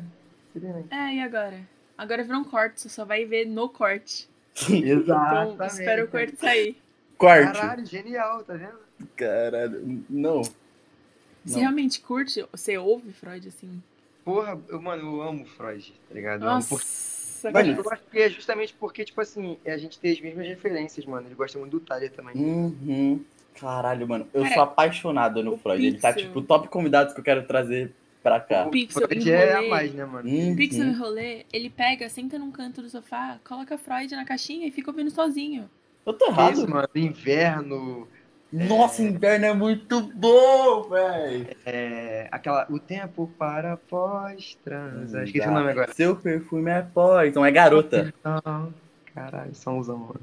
Speaker 2: Simplesmente.
Speaker 1: É, e agora? Agora virou um corte, você só vai ver no corte. Então,
Speaker 2: Exatamente.
Speaker 1: espera o corte sair.
Speaker 3: Corte.
Speaker 2: Caralho, genial, tá vendo?
Speaker 3: Caralho. Não.
Speaker 1: Você
Speaker 3: Não.
Speaker 1: realmente curte, você ouve Freud assim?
Speaker 2: Porra, eu, mano, eu amo o Freud, tá
Speaker 3: É,
Speaker 2: ligado?
Speaker 3: um
Speaker 2: Eu amo por-
Speaker 1: Nossa,
Speaker 2: Mas
Speaker 1: cara.
Speaker 2: eu acho que é justamente porque, tipo assim, a gente tem as mesmas referências, mano. Ele gosta muito do Thalia também.
Speaker 3: Uhum. Caralho, mano. Eu
Speaker 1: Cara,
Speaker 3: sou apaixonado no
Speaker 1: o
Speaker 3: Freud. Ele tá,
Speaker 1: Pixel.
Speaker 3: tipo, top convidados que eu quero trazer pra cá.
Speaker 1: O Pixel
Speaker 2: Freud é a
Speaker 1: enrolei.
Speaker 2: mais, né, mano?
Speaker 3: Uhum.
Speaker 1: Pixel e rolê, ele pega, senta num canto do sofá, coloca Freud na caixinha e fica ouvindo sozinho.
Speaker 3: Eu tô
Speaker 2: Que
Speaker 3: errado?
Speaker 2: é Isso, mano. Inverno,
Speaker 3: Nossa, inverno é muito bom, velho.
Speaker 2: é, aquela. O tempo para pós-transa. Esqueci o nome agora.
Speaker 3: Seu perfume é poison, é Hum, garota.
Speaker 2: Não, caralho, somzão, mano.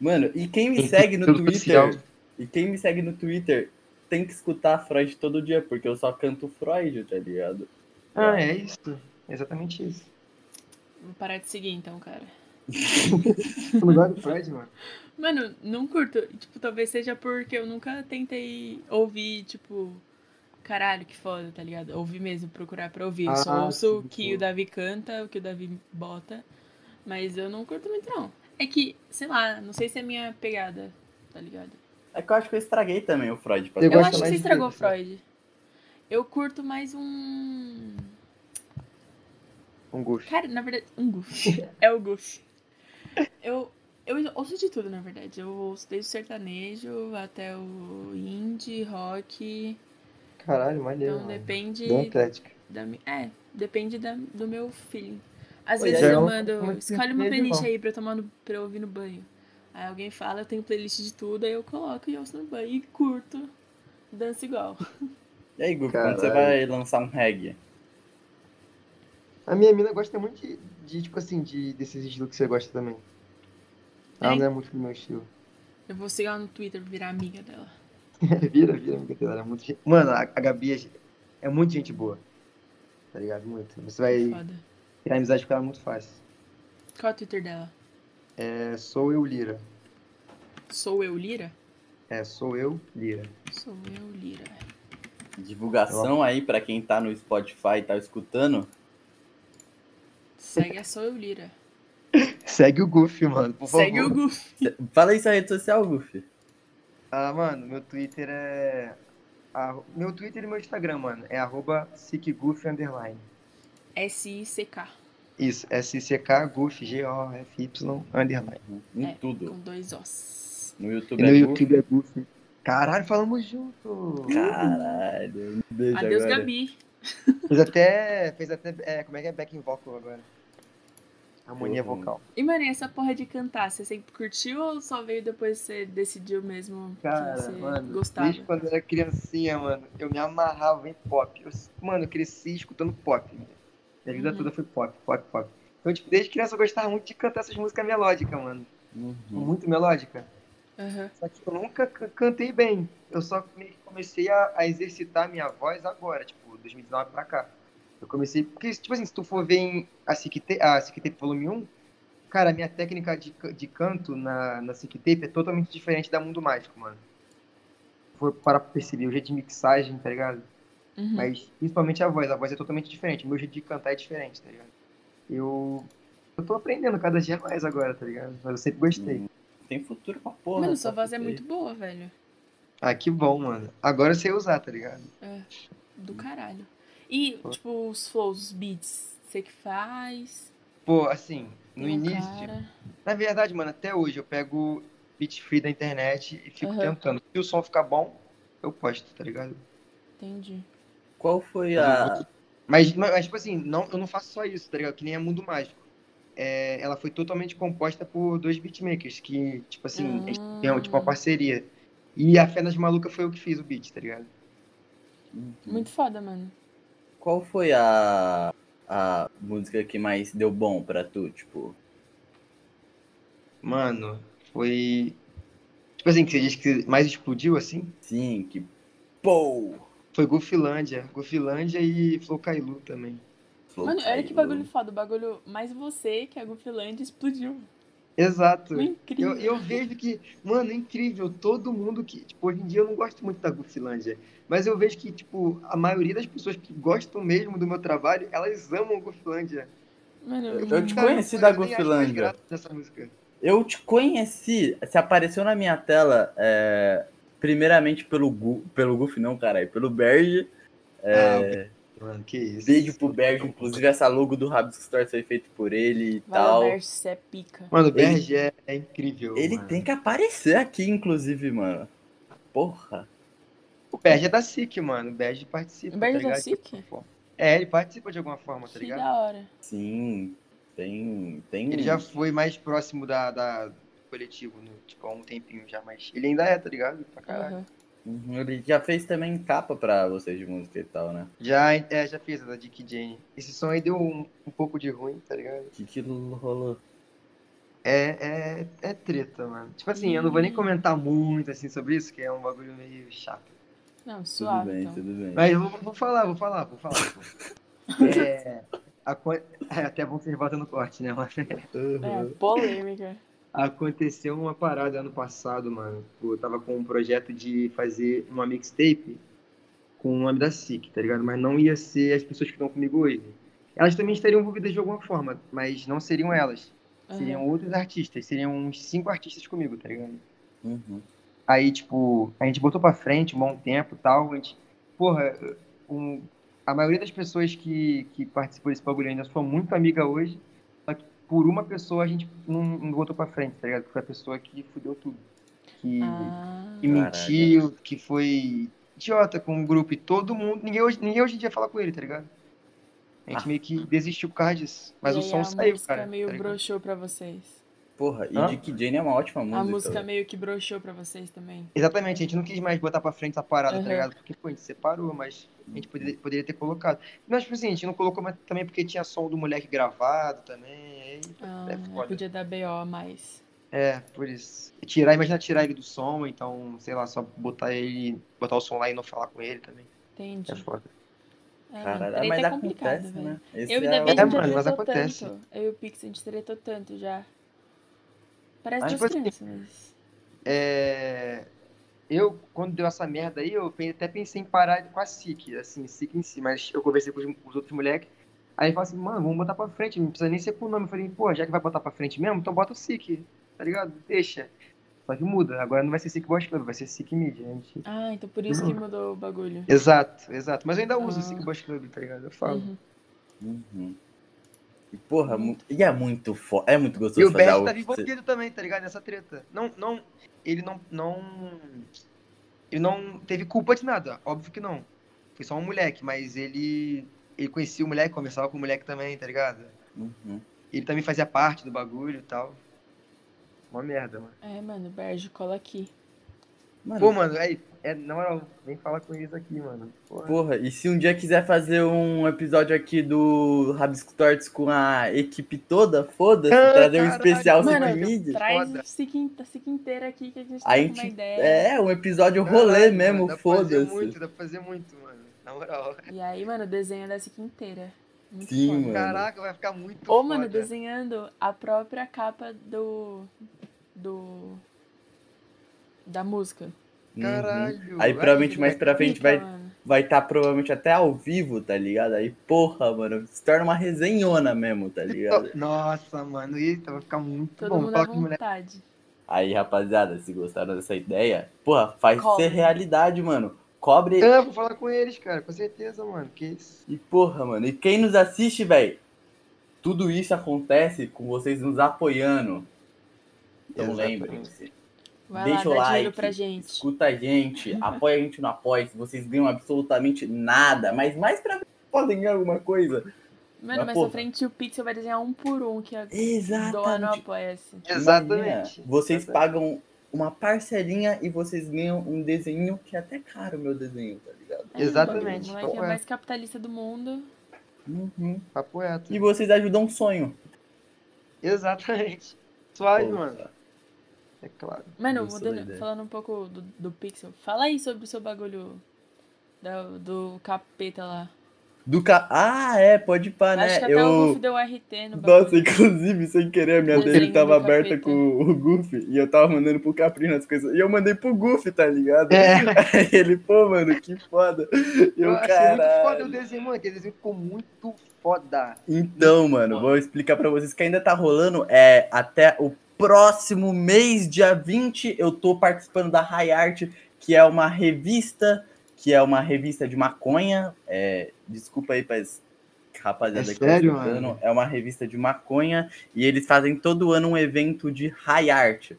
Speaker 3: Mano, e quem me segue no
Speaker 2: Tudo social.
Speaker 3: Twitter, e quem me segue no Twitter, tem que escutar Freud todo dia, porque eu só canto Freud, tá ligado?
Speaker 2: Ah, é isso. Exatamente isso.
Speaker 1: Vou parar de seguir então, cara.
Speaker 2: Tu não gosta do Freud, mano?
Speaker 1: Mano, não curto. Tipo, talvez seja porque eu nunca tentei ouvir, tipo, caralho, que foda, tá ligado? Ouvir mesmo, procurar pra ouvir. Eu
Speaker 2: Ah,
Speaker 1: só ouço
Speaker 2: sim,
Speaker 1: o que
Speaker 2: sim.
Speaker 1: o Davi canta, o que o Davi bota. Mas eu não curto muito, não. É que, sei lá, não sei se é minha pegada, tá ligado?
Speaker 3: É que eu acho que eu estraguei também o Freud. pra
Speaker 2: Eu
Speaker 1: Eu,
Speaker 3: falar
Speaker 2: gosto
Speaker 1: acho que
Speaker 2: mais
Speaker 1: você
Speaker 2: de
Speaker 1: estragou
Speaker 2: Freud,
Speaker 1: Freud. Eu curto mais um.
Speaker 2: Um gosto.
Speaker 1: Cara, na verdade, um goof. É o goof. Eu, eu ouço de tudo, na verdade. Eu ouço desde o sertanejo até o indie, rock.
Speaker 2: Caralho, maneiro.
Speaker 1: Então
Speaker 2: mano.
Speaker 1: depende
Speaker 2: Bem atlético.
Speaker 1: da mi- É, depende da, do meu feeling. Às
Speaker 3: Pois
Speaker 1: vezes
Speaker 3: é,
Speaker 2: é
Speaker 1: eu
Speaker 2: um-
Speaker 1: mando,
Speaker 2: muito
Speaker 1: escolhe uma
Speaker 2: difícil,
Speaker 1: playlist
Speaker 2: não.
Speaker 1: aí pra, eu tomar no, pra eu ouvir no banho. Aí alguém fala, eu tenho playlist de tudo, aí eu coloco e ouço no banho e curto. Danço igual.
Speaker 3: E aí, Gugu, quando
Speaker 2: Caralho.
Speaker 3: você vai lançar um reggae?
Speaker 2: A minha mina gosta muito de, de, tipo assim, de, desses estilos que você gosta também. Ela
Speaker 1: Hein?
Speaker 2: não é muito do meu estilo.
Speaker 1: Eu vou seguir ela no Twitter pra virar amiga dela.
Speaker 2: vira, vira, amiga dela. Ela É muito... gente- Mano, a, a Gabi é, ge- é muito gente boa. Tá ligado? Muito. Você vai
Speaker 1: Foda.
Speaker 2: criar amizade com ela muito fácil.
Speaker 1: Qual é o Twitter dela?
Speaker 2: É, sou eu, Lira.
Speaker 1: Sou eu Lira?
Speaker 2: É, sou eu, Lira.
Speaker 1: Sou eu Lira.
Speaker 3: Divulgação aí pra quem tá no Spotify e tá escutando.
Speaker 1: Segue a Sou eu Lira.
Speaker 2: Segue o Goofy, mano, por favor.
Speaker 1: Segue o Goof.
Speaker 3: Fala aí sua rede social, Gufi.
Speaker 2: Ah, mano, meu Twitter é... arro- Meu Twitter e meu Instagram, mano, é arroba SicGoofy, underline.
Speaker 1: S-I-C-K.
Speaker 2: Isso, S-I-C-K, Goofy, G-O-F-Y, underline.
Speaker 3: Em
Speaker 1: É.
Speaker 3: tudo.
Speaker 1: Com dois Os.
Speaker 3: No YouTube
Speaker 2: E no
Speaker 3: é
Speaker 2: YouTube é Goofy. Caralho, falamos junto!
Speaker 3: Goofy. Caralho. Um beijo
Speaker 1: Adeus,
Speaker 3: agora.
Speaker 1: Gabi.
Speaker 2: Fez até... Fez até... É, como é que é? Backing vocal agora. Harmonia
Speaker 3: Uhum.
Speaker 2: vocal.
Speaker 1: E, mano, e essa porra de cantar, você sempre curtiu ou só veio depois que você decidiu mesmo
Speaker 2: Cara,
Speaker 1: que você
Speaker 2: mano,
Speaker 1: gostava?
Speaker 2: desde quando eu era criancinha, mano, eu me amarrava em pop. Eu, mano, eu cresci escutando pop. né? Minha vida
Speaker 1: Uhum.
Speaker 2: toda foi pop, pop, pop. Então, tipo, desde criança eu gostava muito de cantar essas músicas melódicas, mano.
Speaker 3: Uhum.
Speaker 2: Muito melódica.
Speaker 1: Aham.
Speaker 2: Só que eu nunca ca- cantei bem. Eu só meio que comecei a, a exercitar minha voz agora, tipo, 2019 pra cá. Eu comecei. Porque, tipo assim, se tu for ver em a Sikitape, a Sikitape Volume 1, cara, a minha técnica de, ca- de canto na, na Sikitape é totalmente diferente da Mundo Mágico, mano. Foi para perceber o jeito de mixagem, tá ligado?
Speaker 1: Uhum.
Speaker 2: Mas principalmente a voz. A voz é totalmente diferente. O meu jeito de cantar é diferente, tá ligado? Eu. Eu tô aprendendo cada dia mais agora, tá ligado? Mas eu sempre gostei.
Speaker 3: Tem futuro pra porra.
Speaker 1: Mano,
Speaker 3: essa
Speaker 1: sua voz é
Speaker 3: fita aí.
Speaker 1: muito boa, velho.
Speaker 2: Ah, que bom, mano. Agora eu sei usar, tá ligado?
Speaker 1: Do
Speaker 2: Hum.
Speaker 1: caralho. E, tipo, os flows, os beats, você que faz?
Speaker 2: Pô, assim, no
Speaker 1: tem um
Speaker 2: início.
Speaker 1: cara.
Speaker 2: Na verdade, mano, até hoje eu pego beat free da internet e fico
Speaker 1: Aham.
Speaker 2: tentando. Se o som ficar bom, eu posto, tá ligado?
Speaker 1: Entendi.
Speaker 3: Qual foi a.
Speaker 2: Mas, mas, mas, tipo assim, não, eu não faço só isso, tá ligado? Que nem é Mundo Mágico. É, ela foi totalmente composta por dois beatmakers, que, tipo assim, eles
Speaker 1: Ah.
Speaker 2: tinham tipo, uma parceria. E a Fenas Maluca foi eu que fiz o beat, tá ligado? Hum.
Speaker 1: Muito foda, mano.
Speaker 3: Qual foi a. A música que mais deu bom pra tu? Tipo.
Speaker 2: Mano, foi. Tipo assim, que você diz que mais explodiu, assim?
Speaker 3: Sim, que. Pou!
Speaker 2: Foi Gofilândia. Gofilândia e Flow Kailu também.
Speaker 3: Flow
Speaker 1: mano, olha que
Speaker 3: caiu.
Speaker 1: bagulho foda. O bagulho mais você que a Gufilândia explodiu.
Speaker 2: Exato.
Speaker 1: Foi incrível.
Speaker 2: Eu, eu vejo que, mano, é incrível, todo mundo que, tipo, hoje em dia eu não gosto muito da Gufilândia, mas eu vejo que, tipo, a maioria das pessoas que gostam mesmo do meu trabalho, elas amam Gufilândia.
Speaker 1: Mano,
Speaker 3: Eu te
Speaker 2: Cara,
Speaker 3: conheci
Speaker 2: eu nem
Speaker 3: da
Speaker 2: acho mais
Speaker 3: Gofilândia.
Speaker 2: graça Nessa música.
Speaker 3: Eu te conheci, você apareceu na minha tela, é, primeiramente pelo Gu, pelo Goof não, caralho, pelo Berge. É,
Speaker 2: Ah, Mano, que isso.
Speaker 3: beijo pro Berge, inclusive essa logo do Rabisco Store foi feita por ele e
Speaker 1: vai lá,
Speaker 3: tal.
Speaker 1: Berge, você é pica.
Speaker 2: Mano, o
Speaker 3: Ele-
Speaker 2: Berge é, é incrível.
Speaker 3: Ele
Speaker 2: mano.
Speaker 3: tem que aparecer aqui, inclusive, mano. Porra.
Speaker 2: O Berge é da SIC, mano. O Berge participa.
Speaker 1: O Berge
Speaker 2: tá
Speaker 1: é da
Speaker 2: ligado? De
Speaker 1: SIC?
Speaker 2: alguma forma. É, ele participa de alguma forma, tá
Speaker 1: Que
Speaker 2: ligado?
Speaker 1: da hora.
Speaker 3: Sim, tem. tem...
Speaker 2: Ele já foi mais próximo da, da- do coletivo, no, tipo, há um tempinho já, mas ele ainda é, tá ligado? Pra caralho.
Speaker 1: Uhum.
Speaker 3: Uhum, ele já fez também capa pra vocês de música e tal, né?
Speaker 2: Já, é, já fez a da Dick Jane. Esse som aí deu um, um pouco de ruim, tá ligado?
Speaker 3: Que que rolou?
Speaker 2: É, é, é treta, mano. Tipo assim, eu não vou nem comentar muito assim sobre isso, que é um bagulho meio chato.
Speaker 1: Não,
Speaker 3: Tudo
Speaker 1: suave.
Speaker 3: bem,
Speaker 1: então.
Speaker 3: tudo bem.
Speaker 2: Mas eu vou, vou falar, vou falar, vou falar. É, a co- é até bom que vocês botam no corte, né? Mas
Speaker 3: Uhum.
Speaker 1: É, polêmica.
Speaker 2: Aconteceu uma parada ano passado, mano. Eu tava com um projeto de fazer uma mixtape com o nome da SIC, tá ligado? Mas não ia ser as pessoas que estão comigo hoje. Elas também estariam envolvidas de alguma forma, mas não seriam elas.
Speaker 1: Uhum.
Speaker 2: Seriam outros artistas, seriam uns cinco artistas comigo, tá ligado?
Speaker 3: Uhum.
Speaker 2: Aí, tipo, a gente botou pra frente um bom tempo e tal. A gente, porra, um- a maioria das pessoas que, que participou desse bagulho ainda sou muito amiga hoje, só que por uma pessoa a gente não, não botou pra frente, tá ligado? Que foi a pessoa que fudeu tudo. Que,
Speaker 1: Ah,
Speaker 2: que
Speaker 3: Caraca.
Speaker 2: mentiu, que foi idiota com o grupo e todo mundo. Ninguém hoje, ninguém hoje em dia fala com ele, tá ligado? A gente meio que desistiu por causa disso. Mas
Speaker 1: Ah. e
Speaker 2: o
Speaker 1: aí
Speaker 2: som
Speaker 1: a
Speaker 2: saiu,
Speaker 1: música
Speaker 2: cara.
Speaker 1: meio
Speaker 2: tá ligado?
Speaker 1: broxou pra vocês.
Speaker 3: Porra, e
Speaker 2: Hã?
Speaker 3: Dick Jane é uma ótima música.
Speaker 1: a música
Speaker 3: velho.
Speaker 1: meio que broxou pra vocês também.
Speaker 2: Exatamente, a gente não quis mais botar pra frente essa parada,
Speaker 1: Aham.
Speaker 2: tá ligado? Porque, pô, a gente separou, mas a gente poderia, poderia ter colocado. Mas, tipo assim, a gente não colocou mas também porque tinha som do moleque gravado também. aí-
Speaker 1: Ah,
Speaker 2: É foda.
Speaker 1: podia dar BO a mais.
Speaker 2: É, por isso. E Tirar, imagina tirar ele do som, então, sei lá, só botar ele, botar o som lá e não falar com ele também.
Speaker 1: Entendi.
Speaker 2: É foda.
Speaker 1: É,
Speaker 3: Caralho,
Speaker 1: treta
Speaker 3: mas
Speaker 1: é complicado,
Speaker 3: acontece,
Speaker 1: velho.
Speaker 3: né? Esse
Speaker 1: Eu e
Speaker 3: é
Speaker 1: Davi
Speaker 3: o-
Speaker 1: a gente
Speaker 2: É,
Speaker 1: já
Speaker 2: mano, mas
Speaker 1: tretou
Speaker 2: acontece.
Speaker 1: tanto. Eu e o Pix a gente tretou tanto já. Parece
Speaker 2: Mas,
Speaker 1: duas
Speaker 2: tipo assim,
Speaker 1: crianças, mas.
Speaker 2: É, Eu, quando deu essa merda aí, eu pe- até pensei em parar com a SIC, assim, SIC em si, mas eu conversei com os, com os outros moleques. Aí eu falei assim, mano, vamos botar pra frente, não precisa nem ser com o nome. Eu falei, pô, já que vai botar pra frente mesmo, então bota o SIC, tá ligado? Deixa. Só que muda, agora não vai ser SIC Boys Club, vai ser SIC Media. né? a gente-
Speaker 1: Ah, então por isso que
Speaker 3: Uhum.
Speaker 1: mudou o bagulho.
Speaker 2: Exato, exato. Mas eu ainda uso
Speaker 1: Ah.
Speaker 2: o SIC Boys Club, tá ligado? Eu falo.
Speaker 1: Uhum.
Speaker 3: Uhum. E porra, é muito- e é muito foda. É muito gostoso
Speaker 2: E o
Speaker 3: fazer
Speaker 2: Best
Speaker 3: algo.
Speaker 2: tava
Speaker 3: que você-
Speaker 2: envolvido também, tá ligado? Nessa treta. Não, não, ele não, não, ele não teve culpa de nada, óbvio que não. Foi só um moleque, mas ele, ele conhecia o moleque, conversava com o moleque também, tá ligado?
Speaker 3: Uhum.
Speaker 2: Ele também fazia parte do bagulho e tal. Uma merda, mano.
Speaker 1: É, mano, Berge, cola aqui.
Speaker 3: Mano,
Speaker 2: Pô, mano, aí, é, na moral, vem falar com eles aqui, mano. Porra.
Speaker 3: porra, e se um dia quiser fazer um episódio aqui do Rabisco Torts com a equipe toda, foda-se,
Speaker 2: Ah,
Speaker 3: trazer um
Speaker 2: caralho.
Speaker 3: especial
Speaker 1: Mano,
Speaker 3: sobre mídia.
Speaker 1: Traz
Speaker 2: foda.
Speaker 1: a SIC inteira aqui que a gente
Speaker 3: A
Speaker 1: tem
Speaker 3: gente-
Speaker 1: uma ideia.
Speaker 3: É, um episódio
Speaker 2: Caralho,
Speaker 3: rolê
Speaker 2: mano,
Speaker 3: mesmo,
Speaker 2: dá pra fazer
Speaker 3: foda-se.
Speaker 2: muito, dá pra fazer muito, mano. Na moral.
Speaker 1: E aí, mano, desenha da SIC inteira. Muito
Speaker 3: Sim,
Speaker 1: foda.
Speaker 3: mano.
Speaker 2: Caraca, vai ficar muito
Speaker 1: Ou, mano,
Speaker 2: foda.
Speaker 1: desenhando a própria capa do. do. da música.
Speaker 3: Uhum.
Speaker 2: Caralho.
Speaker 3: Aí
Speaker 2: vai,
Speaker 3: provavelmente
Speaker 2: moleque.
Speaker 3: mais pra frente
Speaker 1: Fica,
Speaker 3: vai
Speaker 1: mano.
Speaker 3: vai estar provavelmente até ao vivo, tá ligado? Aí, porra, mano, se torna uma resenhona mesmo,
Speaker 2: Então
Speaker 3: tá ligado?
Speaker 2: Nossa, mano, eita, vai ficar muito
Speaker 1: Todo
Speaker 2: bom.
Speaker 1: mundo à
Speaker 2: Fala com os moleques.
Speaker 1: vontade.
Speaker 3: Aí, rapaziada, se gostaram dessa ideia, porra, faz
Speaker 1: Cobre.
Speaker 3: ser realidade, mano. Cobre
Speaker 2: Ah, vou falar com eles, cara, com certeza, mano. Que isso.
Speaker 3: e porra, mano. E quem nos assiste, velho, tudo isso acontece com vocês nos apoiando. Então
Speaker 2: Exatamente.
Speaker 3: lembrem-se.
Speaker 1: Vai
Speaker 3: Deixa
Speaker 1: lá, dá
Speaker 3: o like,
Speaker 1: dinheiro pra gente.
Speaker 3: escuta a gente, apoia a gente no apoia vocês ganham absolutamente nada, mas mais pra podem ganhar alguma coisa.
Speaker 1: Mano,
Speaker 3: Mas,
Speaker 1: mas
Speaker 3: pô,
Speaker 1: na frente o Pixel vai desenhar um por um que a doa no
Speaker 3: Exatamente.
Speaker 1: Apoia-se.
Speaker 2: Exatamente.
Speaker 3: Imagina, vocês
Speaker 2: Exatamente.
Speaker 3: pagam uma parcelinha e vocês ganham um desenho que é até caro o meu desenho, tá ligado?
Speaker 1: É,
Speaker 2: Exatamente,
Speaker 1: O moleque é
Speaker 2: concordo.
Speaker 1: mais capitalista do mundo.
Speaker 3: Uhum.
Speaker 2: Papo reto.
Speaker 3: E vocês ajudam um sonho.
Speaker 2: Exatamente. Suave,
Speaker 3: Pô,
Speaker 2: mudando mano. É claro.
Speaker 1: Mano,
Speaker 3: Isso,
Speaker 1: mudando-
Speaker 3: doideira.
Speaker 1: falando um pouco do, do Pixel, fala aí sobre o seu bagulho da- do capeta lá.
Speaker 3: Do ca... Ah, é, pode pá, né?
Speaker 1: Acho que até o
Speaker 3: eu...
Speaker 1: Goof deu RT no
Speaker 3: Nossa, inclusive, sem querer, a minha
Speaker 1: No
Speaker 3: dele
Speaker 1: treino
Speaker 3: tava
Speaker 1: do
Speaker 3: aberta
Speaker 1: capeta.
Speaker 3: com o Goofy e eu tava mandando pro Caprino as coisas. E eu mandei pro Goofy, tá ligado?
Speaker 2: É.
Speaker 3: Aí ele, pô, mano, que foda. E
Speaker 2: Eu
Speaker 3: eu,
Speaker 2: achei muito foda o
Speaker 3: caralho.
Speaker 2: desenho, mano. Aquele desenho ficou muito
Speaker 1: É
Speaker 2: foda.
Speaker 3: Então, mano, vou explicar pra vocês que ainda tá rolando. É, até o próximo mês, dia 20, eu tô participando da High Art, que é uma revista, que é uma revista de maconha. É, desculpa aí pra esse rapaziada
Speaker 2: É
Speaker 3: que tá
Speaker 2: sério,
Speaker 3: escutando.
Speaker 2: mano?
Speaker 3: É uma revista de maconha e eles fazem todo ano um evento de high art.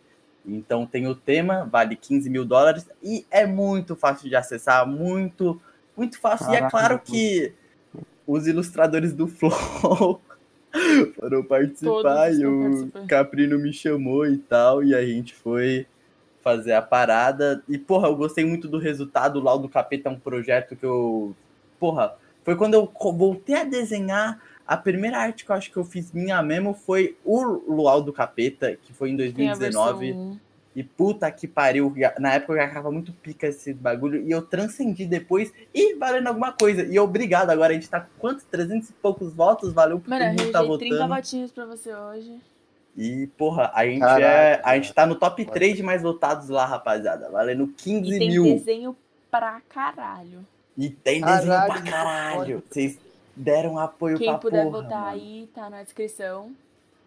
Speaker 3: Então tem o tema, vale 15 mil dólares e é muito fácil de acessar, muito, muito fácil. e é
Speaker 2: Caraca,
Speaker 3: claro
Speaker 2: meu
Speaker 3: que os ilustradores do Flow foram participar
Speaker 1: Todos
Speaker 3: e
Speaker 1: estão
Speaker 3: o
Speaker 1: participando.
Speaker 3: Caprino me chamou e tal, e a gente foi fazer a parada. E, porra, eu gostei muito do resultado. O Laudo Capeta é um projeto que eu. Porra, foi quando eu co- voltei a desenhar. A primeira arte que eu acho que eu fiz minha mesmo foi o Luau do Capeta, que foi em
Speaker 1: Tem é a
Speaker 3: 2019.
Speaker 1: versão 1.
Speaker 3: E puta que pariu, na época eu achava muito pica esse bagulho e eu transcendi depois e valendo alguma coisa. E obrigado, agora a gente tá com quantos? 300 e poucos votos, valeu porque
Speaker 1: Mano,
Speaker 3: todo mundo tá
Speaker 1: arranjei 30
Speaker 3: votando.
Speaker 1: votinhos pra você hoje.
Speaker 3: E porra, a gente,
Speaker 2: Caraca,
Speaker 3: é, a
Speaker 2: cara.
Speaker 3: gente tá no top 3 de mais votados lá, rapaziada, valendo
Speaker 1: E
Speaker 3: 15
Speaker 1: tem
Speaker 3: mil.
Speaker 1: desenho pra caralho.
Speaker 3: E tem desenho
Speaker 2: Caralho,
Speaker 3: pra
Speaker 2: mano,
Speaker 3: caralho.
Speaker 2: olha.
Speaker 3: Vocês deram apoio pra
Speaker 1: Quem puder
Speaker 3: porra,
Speaker 1: votar
Speaker 3: mano.
Speaker 1: aí, tá na descrição.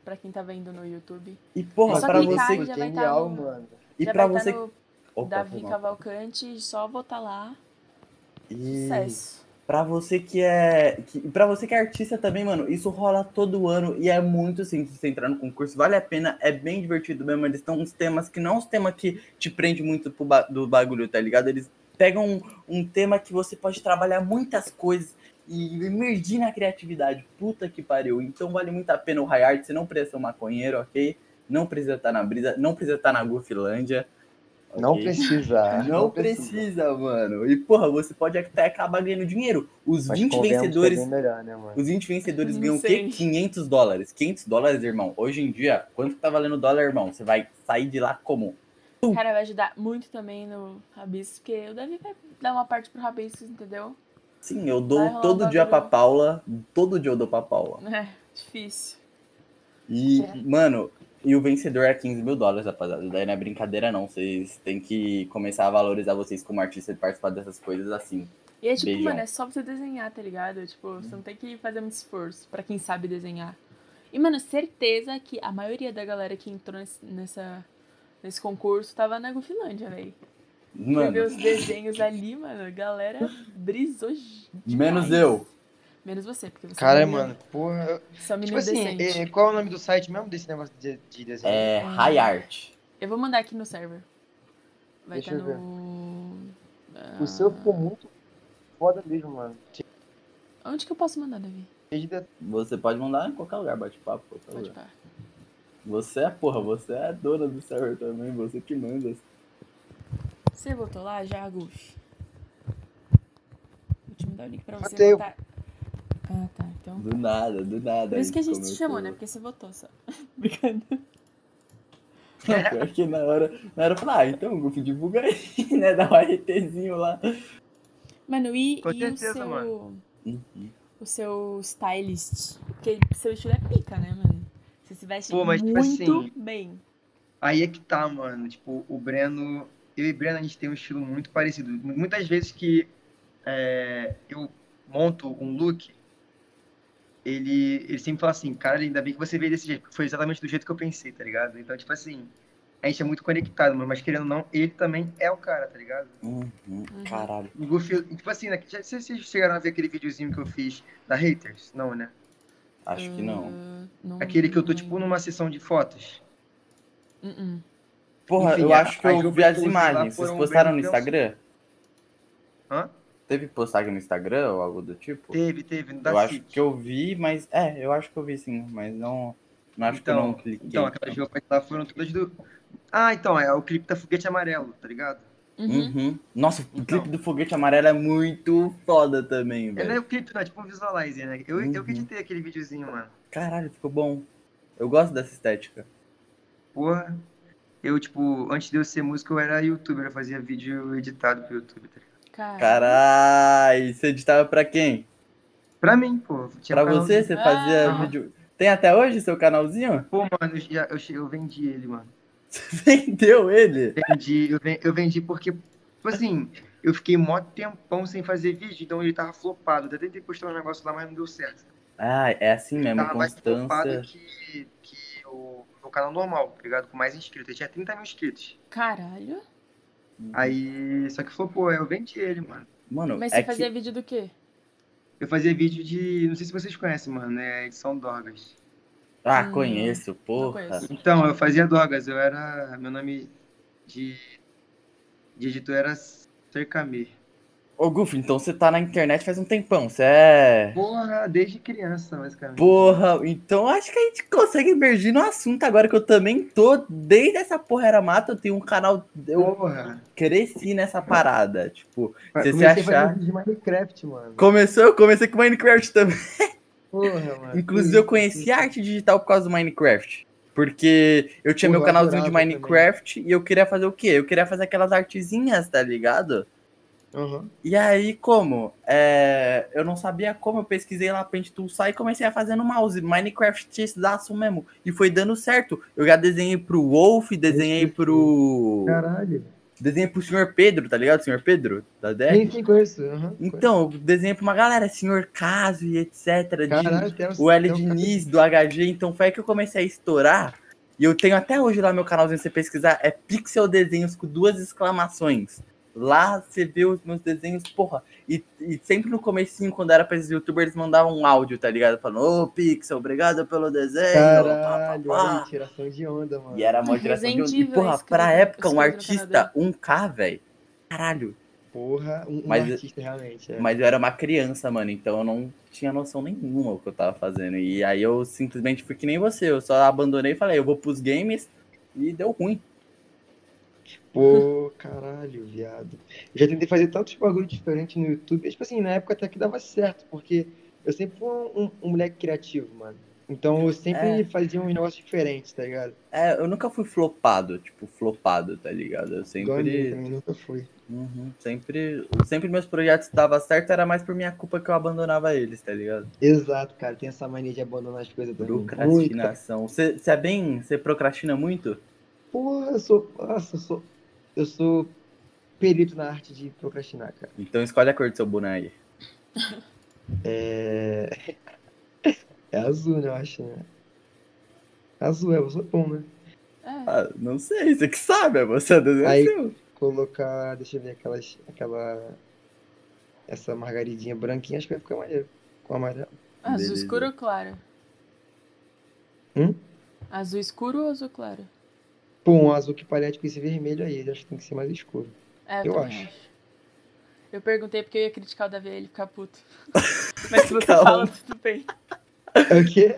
Speaker 1: Pra quem tá vendo no YouTube.
Speaker 3: E
Speaker 1: É
Speaker 3: porra,
Speaker 1: só
Speaker 3: pra
Speaker 1: clicar
Speaker 3: você,
Speaker 1: e já vai tá
Speaker 2: Genial,
Speaker 1: no-
Speaker 2: mano.
Speaker 3: e
Speaker 1: Já
Speaker 3: pra
Speaker 1: vai
Speaker 3: você,
Speaker 1: tá no
Speaker 3: Opa, foi
Speaker 1: Davi
Speaker 3: mal.
Speaker 1: Cavalcante, só votar lá.
Speaker 3: E-
Speaker 1: Sucesso.
Speaker 3: Pra você que é. Que, para você que é artista também, mano, isso rola todo ano e é muito simples você entrar no concurso. Vale a pena, é bem divertido mesmo. Eles estão uns temas que não é uns temas que te prende muito pro ba- do bagulho, tá ligado? Eles pegam um, um tema que você pode trabalhar muitas coisas e emergir na criatividade. Puta que pariu. Então vale muito a pena o high art. Você não precisa ser um maconheiro, ok? Não precisa estar na brisa, não precisa estar na Gufilândia.
Speaker 2: Não
Speaker 3: ok?
Speaker 2: precisa.
Speaker 3: Não precisa, mano. E, porra, você pode até acabar ganhando dinheiro. Os
Speaker 2: Mas
Speaker 3: 20
Speaker 2: convenhamos que é
Speaker 3: vencedores.
Speaker 2: bem melhor, né, mano?
Speaker 3: Os 20 vencedores
Speaker 1: Não
Speaker 3: ganham o quê?
Speaker 1: sei.
Speaker 3: 500 dólares. 500 dólares, irmão. Hoje em dia, quanto que tá valendo o dólar, irmão? Você vai sair de lá como? Uh.
Speaker 1: Cara, vai ajudar muito também no Rabiscos, porque o Davi vai dar uma parte pro Rabiscos, entendeu?
Speaker 3: Sim, eu dou
Speaker 1: Vai rolar
Speaker 3: todo
Speaker 1: um
Speaker 3: dia pra
Speaker 1: bagulho.
Speaker 3: Paula. Todo dia eu dou pra Paula.
Speaker 1: É, difícil.
Speaker 3: E,
Speaker 1: É.
Speaker 3: mano, e o vencedor é 15 mil dólares, rapaziada. Daí não é brincadeira, não. Vocês têm que começar a valorizar vocês como artista e participar dessas coisas assim.
Speaker 1: E é tipo,
Speaker 3: Beijão.
Speaker 1: mano, é só você desenhar, tá ligado? Tipo,
Speaker 2: Uhum.
Speaker 1: você não tem que fazer muito esforço pra quem sabe desenhar. E, mano, certeza que a maioria da galera que entrou nesse, nessa, nesse concurso tava na Gufilândia, velho. Você vê
Speaker 3: Mano,
Speaker 1: os desenhos ali, mano, a galera brisou demais.
Speaker 3: menos eu.
Speaker 1: Menos você, porque você
Speaker 2: Cara,
Speaker 1: é um menino-
Speaker 2: mano, porra. eu-
Speaker 1: Você é um menino
Speaker 2: Tipo assim,
Speaker 1: decente.
Speaker 2: eh, qual é o nome do site mesmo desse negócio de, de desenho?
Speaker 3: É high art.
Speaker 1: Eu vou mandar aqui no server. Vai
Speaker 2: é- Deixa
Speaker 1: estar
Speaker 2: eu ver.
Speaker 1: no.
Speaker 3: É.
Speaker 2: O seu ficou muito foda mesmo, mano.
Speaker 1: Onde que eu posso mandar, Davi?
Speaker 2: Cheio de
Speaker 3: Você pode mandar em qualquer lugar, bate-papo, qualquer
Speaker 1: Pode
Speaker 3: lugar.
Speaker 1: parar.
Speaker 3: Você é, porra, você é a dona do server também, você que manda.
Speaker 1: Você voltou lá já, Guf? Vou te mandar o link pra você
Speaker 2: Matei.
Speaker 1: votar. Ah, tá. Então.
Speaker 3: Do nada, do nada.
Speaker 1: Por isso que a gente te
Speaker 3: começou.
Speaker 1: chamou, né? Porque você votou só. Brincadeira.
Speaker 3: Pior que na hora, na hora eu falei, ah, então, Goofy, divulga aí, né? Dá um RTzinho lá.
Speaker 1: Mano, e,
Speaker 2: Com
Speaker 1: e
Speaker 2: certeza,
Speaker 1: o seu.
Speaker 2: mano.
Speaker 3: Uhum.
Speaker 1: O seu stylist. Porque seu estilo é pica, né, mano? Você se veste
Speaker 2: Pô, mas, tipo
Speaker 1: muito
Speaker 2: assim,
Speaker 1: bem.
Speaker 2: Aí é que tá, mano. Tipo, o Breno. Eu e o Breno, a gente tem um estilo muito parecido. Muitas vezes que é, eu monto um look, ele, ele sempre fala assim, cara, ainda bem que você veio desse jeito, porque foi exatamente do jeito que eu pensei, tá ligado? Então, tipo assim, a gente é muito conectado, mano, mas querendo ou não, ele também é o cara, tá ligado?
Speaker 3: Uhum. Caralho.
Speaker 2: O Goofy, tipo assim, né, já- vocês vocês chegaram a ver aquele videozinho que eu fiz da Haters? Não, né?
Speaker 3: Acho que não.
Speaker 1: Ah, não
Speaker 2: Aquele que eu tô,
Speaker 1: lembro.
Speaker 2: tipo, numa sessão de fotos.
Speaker 1: Uh-uh.
Speaker 3: Porra,
Speaker 2: Enfim,
Speaker 3: eu
Speaker 2: a-
Speaker 3: acho que
Speaker 2: a
Speaker 3: eu
Speaker 2: Juve
Speaker 3: vi as
Speaker 2: Cruz lá
Speaker 3: imagens. Vocês
Speaker 2: foram
Speaker 3: postaram no
Speaker 2: bem
Speaker 3: Instagram?
Speaker 2: Hã?
Speaker 3: Teve postagem no Instagram ou algo do tipo?
Speaker 2: Teve, teve, não dá
Speaker 3: Eu acho
Speaker 2: SIC.
Speaker 3: que eu vi, mas. É, eu acho que eu vi sim, mas não. Não acho que eu
Speaker 2: Então,
Speaker 3: não cliquei.
Speaker 2: então, aquelas roupas lá foram todas do. Ah, então, é o clipe da Foguete Amarelo, tá ligado?
Speaker 1: Uhum.
Speaker 3: Uhum. Nossa, o
Speaker 2: Então.
Speaker 3: clipe do foguete amarelo é muito foda também,
Speaker 2: É, não
Speaker 3: velho.
Speaker 2: é o clipe, não, é tipo um visualizer, né? Eu,
Speaker 3: Uhum.
Speaker 2: eu que editei aquele videozinho, mano.
Speaker 3: Caralho, ficou bom. Eu gosto dessa estética.
Speaker 2: Porra. Eu, tipo, antes de eu ser músico, eu era youtuber, eu fazia
Speaker 1: Ah.
Speaker 2: vídeo editado pro YouTube, tá ligado?
Speaker 1: Cara,
Speaker 3: Caralho, você editava pra quem?
Speaker 2: Pra mim, pô. tinha
Speaker 3: Pra
Speaker 2: um canal-
Speaker 3: você, você fazia
Speaker 2: Ah.
Speaker 3: vídeo. Tem até hoje seu canalzinho?
Speaker 2: Pô, mano, eu, já- eu, che- eu vendi ele, mano.
Speaker 3: Vendeu ele?
Speaker 2: Vendi, eu, ven- eu vendi porque, tipo assim, eu fiquei mó tempão sem fazer vídeo, então ele tava flopado. Eu até tentei postar um negócio lá, mas não deu certo.
Speaker 3: Ah, é assim mesmo,
Speaker 2: tava mais flopado
Speaker 3: constância.
Speaker 2: que, que o meu canal normal, tá ligado? Com mais inscritos. Ele tinha 30 mil inscritos.
Speaker 1: Caralho.
Speaker 3: Uhum.
Speaker 2: Aí, só que flopou, aí eu vendi ele, mano.
Speaker 3: Mano,
Speaker 1: Mas
Speaker 3: é
Speaker 1: você
Speaker 3: que-
Speaker 1: fazia vídeo do quê?
Speaker 2: Eu fazia vídeo de. Não sei se vocês conhecem, mano, é edição Dorgas.
Speaker 3: Ah,
Speaker 1: Hum,
Speaker 3: conheço, porra.
Speaker 1: conheço.
Speaker 2: Então, eu fazia Dorgas, eu era. Meu nome de. De editor era Cercamê.
Speaker 3: Ô, Guf, então você tá na internet faz um tempão. Você é.
Speaker 2: Porra, desde criança, basicamente.
Speaker 3: Porra, então acho que a gente consegue emergir no assunto agora que eu também tô. Desde essa porra era mata, eu tenho um canal. Eu
Speaker 2: Porra.
Speaker 3: cresci nessa parada. Tipo,
Speaker 2: Eu
Speaker 3: se
Speaker 2: comecei a fazer
Speaker 3: achar-
Speaker 2: vídeo de Minecraft, mano.
Speaker 3: começou, eu comecei com Minecraft também.
Speaker 2: Porra, mano.
Speaker 3: Inclusive, eu conheci a arte digital por causa do Minecraft. Porque eu tinha
Speaker 2: Porra,
Speaker 3: meu canalzinho de
Speaker 2: adorava
Speaker 3: Minecraft e eu queria fazer o quê? Eu queria fazer aquelas artezinhas, tá ligado?
Speaker 2: Uhum.
Speaker 3: E aí, como? É, eu não sabia como, eu pesquisei lá pra gente toolsar e comecei a fazer no mouse. Minecraft daço mesmo. E foi dando certo. Eu já desenhei pro Wolf, desenhei pro.
Speaker 2: Caralho.
Speaker 3: Desenhei pro senhor Pedro, tá ligado? Senhor Pedro? Da
Speaker 2: Quem,
Speaker 3: DEC.
Speaker 2: quem conhece? Uhum.
Speaker 3: Então, eu desenhei pra uma galera, senhor Caso e etc. de-
Speaker 2: Caralho, tem um-
Speaker 3: o L
Speaker 2: tem um cara-
Speaker 3: Diniz do HG, então foi aí que eu comecei a estourar. E eu tenho até hoje lá meu canalzinho, se você pesquisar, é Pixel Desenhos com duas exclamações. Lá você vê os meus desenhos, porra. E, e sempre no comecinho, quando era pra esses youtubers, eles mandavam um áudio, tá ligado? Falando, ô Pixel, obrigado pelo desenho. pá,
Speaker 2: Caralho, é
Speaker 3: pá, pá."
Speaker 2: olha aí, tiração de onda, mano.
Speaker 3: E é era uma geração de... E
Speaker 1: Resident Evil,
Speaker 3: porra,
Speaker 1: eu
Speaker 3: pra
Speaker 1: escrevi-
Speaker 3: época,
Speaker 1: eu
Speaker 3: um
Speaker 1: escrevi no
Speaker 3: artista,
Speaker 1: Canadá.
Speaker 3: 1K, velho. Caralho.
Speaker 2: Porra, um, um
Speaker 3: Mas-
Speaker 2: artista realmente. É.
Speaker 3: Mas eu era uma criança, mano, então eu não tinha noção nenhuma do que eu tava fazendo. E aí eu simplesmente fui que nem você, eu só abandonei e falei, eu vou pros games e deu ruim.
Speaker 2: Pô, caralho, viado. Eu já tentei fazer tantos bagulho diferente no YouTube. Tipo assim, na época até que dava certo, porque eu sempre fui um, um- um moleque criativo, mano. Então eu sempre
Speaker 3: É.
Speaker 2: fazia uns negócios diferentes, tá ligado?
Speaker 3: É, eu nunca fui flopado, tipo, flopado, tá ligado? Eu
Speaker 2: Igual a mim né?
Speaker 3: sempre.
Speaker 2: também, nunca fui.
Speaker 3: Uhum, sempre. Sempre meus projetos dava certo, era mais por minha culpa que eu abandonava eles, tá ligado?
Speaker 2: Exato, cara. Tem essa mania de abandonar as coisas também. Muito, cara.
Speaker 3: Procrastinação. Você você é bem. Você procrastina muito?
Speaker 2: Porra, eu sou. Nossa, eu sou. Eu sou perito na arte de procrastinar, cara.
Speaker 3: Então escolhe a cor do seu boneco aí.
Speaker 2: É. É azul, né, eu acho, né? Azul, é, eu sou bom, né?
Speaker 1: É.
Speaker 3: Ah, não sei, você que sabe, é você desenho
Speaker 2: Aí-
Speaker 3: seu.
Speaker 2: colocar, deixa eu ver aquelas, aquela, essa margaridinha branquinha, acho que vai ficar maneiro. Com amarelo.
Speaker 1: Azul
Speaker 3: Beleza.
Speaker 1: escuro ou claro?
Speaker 2: Hum?
Speaker 1: Azul escuro ou azul claro?
Speaker 2: Pô, um azul que palhete com esse vermelho aí, eu acho que tem que ser mais escuro.
Speaker 1: É,
Speaker 2: Eu
Speaker 1: também
Speaker 2: acho.
Speaker 1: Eu perguntei porque eu ia criticar o Davi e ele ficar puto. Mas se você
Speaker 3: Calma.
Speaker 1: fala, tudo bem.
Speaker 2: É o quê?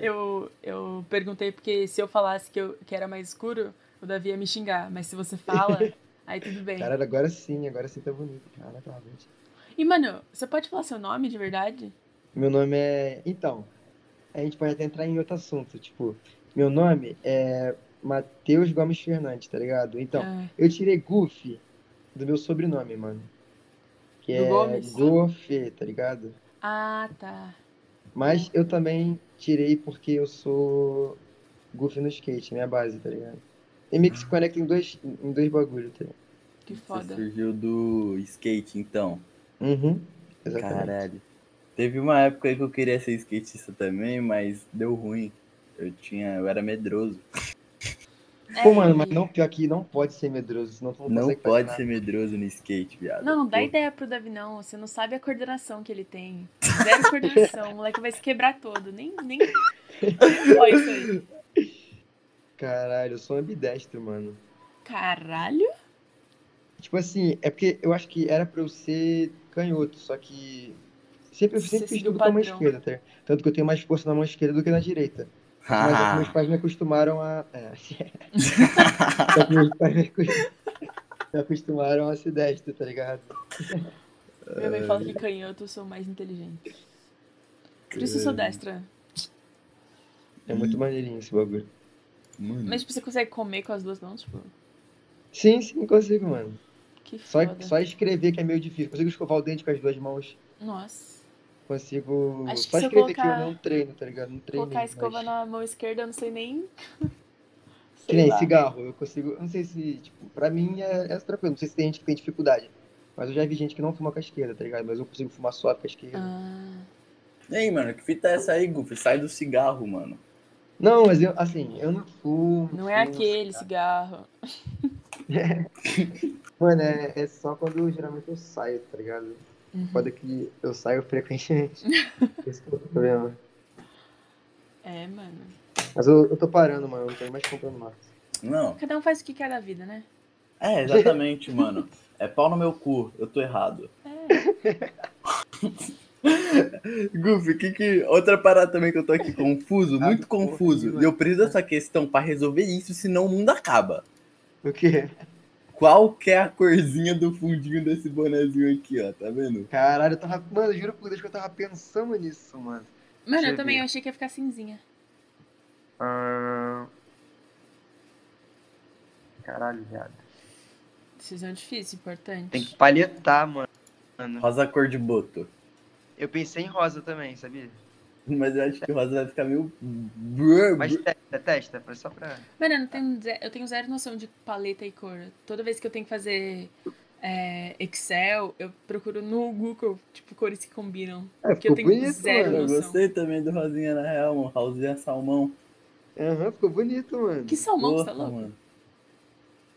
Speaker 1: Eu, eu perguntei porque se eu falasse que, eu, que era mais escuro, o Davi ia me xingar. Mas se você fala, aí tudo bem.
Speaker 2: Caralho, agora sim, agora sim tá bonito. Caraca, realmente.
Speaker 1: E, mano, você pode falar seu nome de verdade?
Speaker 2: Meu nome é. Então, a gente pode até entrar em outro assunto. Tipo, meu nome é Matheus Gomes Fernandes, tá ligado? Então,
Speaker 1: Ah,
Speaker 2: eu tirei Goofy do meu sobrenome, mano. Que
Speaker 1: Do
Speaker 2: é
Speaker 1: Gomes?
Speaker 2: Gofe, tá ligado?
Speaker 1: ah, tá.
Speaker 2: Mas eu também tirei porque eu sou goofy no skate, minha base, tá ligado? E meio que se conecta em dois, em dois bagulhos, tá ligado?
Speaker 1: Que
Speaker 3: Você
Speaker 1: foda.
Speaker 3: surgiu do skate, então.
Speaker 2: Uhum, exatamente.
Speaker 3: Caralho. Teve uma época aí que eu queria ser skatista também, mas deu ruim. Eu tinha, eu era medroso.
Speaker 2: Pô,
Speaker 1: É,
Speaker 2: mano, mas
Speaker 1: e-
Speaker 2: não, pior que não pode ser medroso, senão tu não,
Speaker 3: Não
Speaker 2: consegue
Speaker 3: pode
Speaker 2: fazer
Speaker 3: ser medroso no skate, viado.
Speaker 1: Não, dá
Speaker 3: Pô,
Speaker 1: ideia pro Davi, não. Você não sabe a coordenação que ele tem. Zero coordenação. O moleque vai se quebrar todo. Nem. nem... Olha isso aí.
Speaker 2: nada. Caralho, eu sou um ambidestro, mano.
Speaker 1: Caralho?
Speaker 2: Tipo assim, é porque eu acho que era pra eu ser canhoto, só que sempre, eu
Speaker 1: Você
Speaker 2: sempre fiz
Speaker 1: seguiu
Speaker 2: tudo
Speaker 1: o
Speaker 2: com a mão
Speaker 1: padrão.
Speaker 2: esquerda, tá? ligado? Tanto que eu tenho mais força na mão esquerda do que na direita. Mas é
Speaker 3: Ah.
Speaker 2: que meus pais me acostumaram a. É. Só que meus pais me acos- me acostumaram a ser destro, tá ligado?
Speaker 1: Minha
Speaker 2: É.
Speaker 1: mãe fala que canhoto sou mais inteligente. Por isso eu sou destra.
Speaker 2: É muito maneirinho esse bagulho. Hum.
Speaker 3: Mano,
Speaker 1: Mas tipo, você consegue comer com as duas mãos? Tipo,
Speaker 2: Sim, sim, consigo, mano.
Speaker 1: que
Speaker 2: Só,
Speaker 1: foda.
Speaker 2: só escrever que é meio difícil. Consigo escovar o dente com as duas mãos.
Speaker 1: Nossa.
Speaker 2: consigo.
Speaker 1: Acho que
Speaker 2: Pode
Speaker 1: se eu
Speaker 2: crer que
Speaker 1: colocar-
Speaker 2: eu não treino, tá ligado? Não treino.
Speaker 1: Colocar a escova na mão esquerda, eu não sei nem.
Speaker 2: Que
Speaker 1: sei
Speaker 2: nem
Speaker 1: lá.
Speaker 2: cigarro, eu consigo. eu Não sei se, tipo, pra mim é, é tranquilo. Não sei se tem gente que tem dificuldade. Mas eu já vi gente que não fuma com a esquerda, tá ligado? Mas eu consigo fumar suave com a esquerda.
Speaker 1: Ah,
Speaker 3: E aí, mano, que fita é essa aí, Goofy? Sai do cigarro, mano.
Speaker 2: Não, mas eu, assim, eu não fumo.
Speaker 1: não é
Speaker 2: fumo,
Speaker 1: aquele cigarro.
Speaker 2: Mano, é, é só quando geralmente eu saio, tá ligado?
Speaker 1: Uhum.
Speaker 2: Foda que eu saio frequentemente. Esse que é o problema.
Speaker 1: É, mano.
Speaker 2: Mas eu, eu tô parando, mano. Eu não tô mais comprando mais.
Speaker 3: Não.
Speaker 1: Cada um faz o que quer da vida, né?
Speaker 3: É, exatamente, mano. É pau no meu cu, eu tô errado.
Speaker 1: É.
Speaker 3: Goofy, que que. Outra parada também que eu tô aqui confuso,
Speaker 2: Ah,
Speaker 3: muito
Speaker 2: porra,
Speaker 3: confuso.
Speaker 2: mano.
Speaker 3: E eu preciso dessa questão pra resolver isso, senão o mundo acaba.
Speaker 2: O quê?
Speaker 3: Qual que é a corzinha do fundinho desse bonezinho aqui, ó? Tá vendo?
Speaker 2: Caralho, eu tava. Mano, eu juro por Deus que eu tava pensando nisso, mano.
Speaker 1: Mano,
Speaker 2: Deixa
Speaker 1: eu
Speaker 2: eu
Speaker 1: também
Speaker 2: ver.
Speaker 1: eu achei que ia ficar cinzinha.
Speaker 4: Ah, Caralho, viado.
Speaker 1: Decisão difícil, importante.
Speaker 4: Tem que palhetar, mano.
Speaker 3: Rosa cor de boto.
Speaker 4: Eu pensei em rosa também, sabia?
Speaker 3: Mas eu acho que o rosa vai ficar meio.
Speaker 2: Uhum.
Speaker 4: Mas testa, testa, pra- só pra.
Speaker 1: Mano, eu, não tenho ze- eu tenho zero noção de paleta e cor. Toda vez que eu tenho que fazer é, Excel, eu procuro no Google, tipo, cores que combinam.
Speaker 2: É,
Speaker 1: Porque eu
Speaker 2: ficou
Speaker 1: tenho
Speaker 2: bonito,
Speaker 1: zero.
Speaker 2: mano.
Speaker 3: Eu
Speaker 1: noção.
Speaker 3: gostei também do rosinha na real, mano. Rosinha salmão.
Speaker 2: Aham, ficou bonito, mano.
Speaker 1: Que salmão, você tá
Speaker 3: Porra,
Speaker 1: louco?
Speaker 3: mano.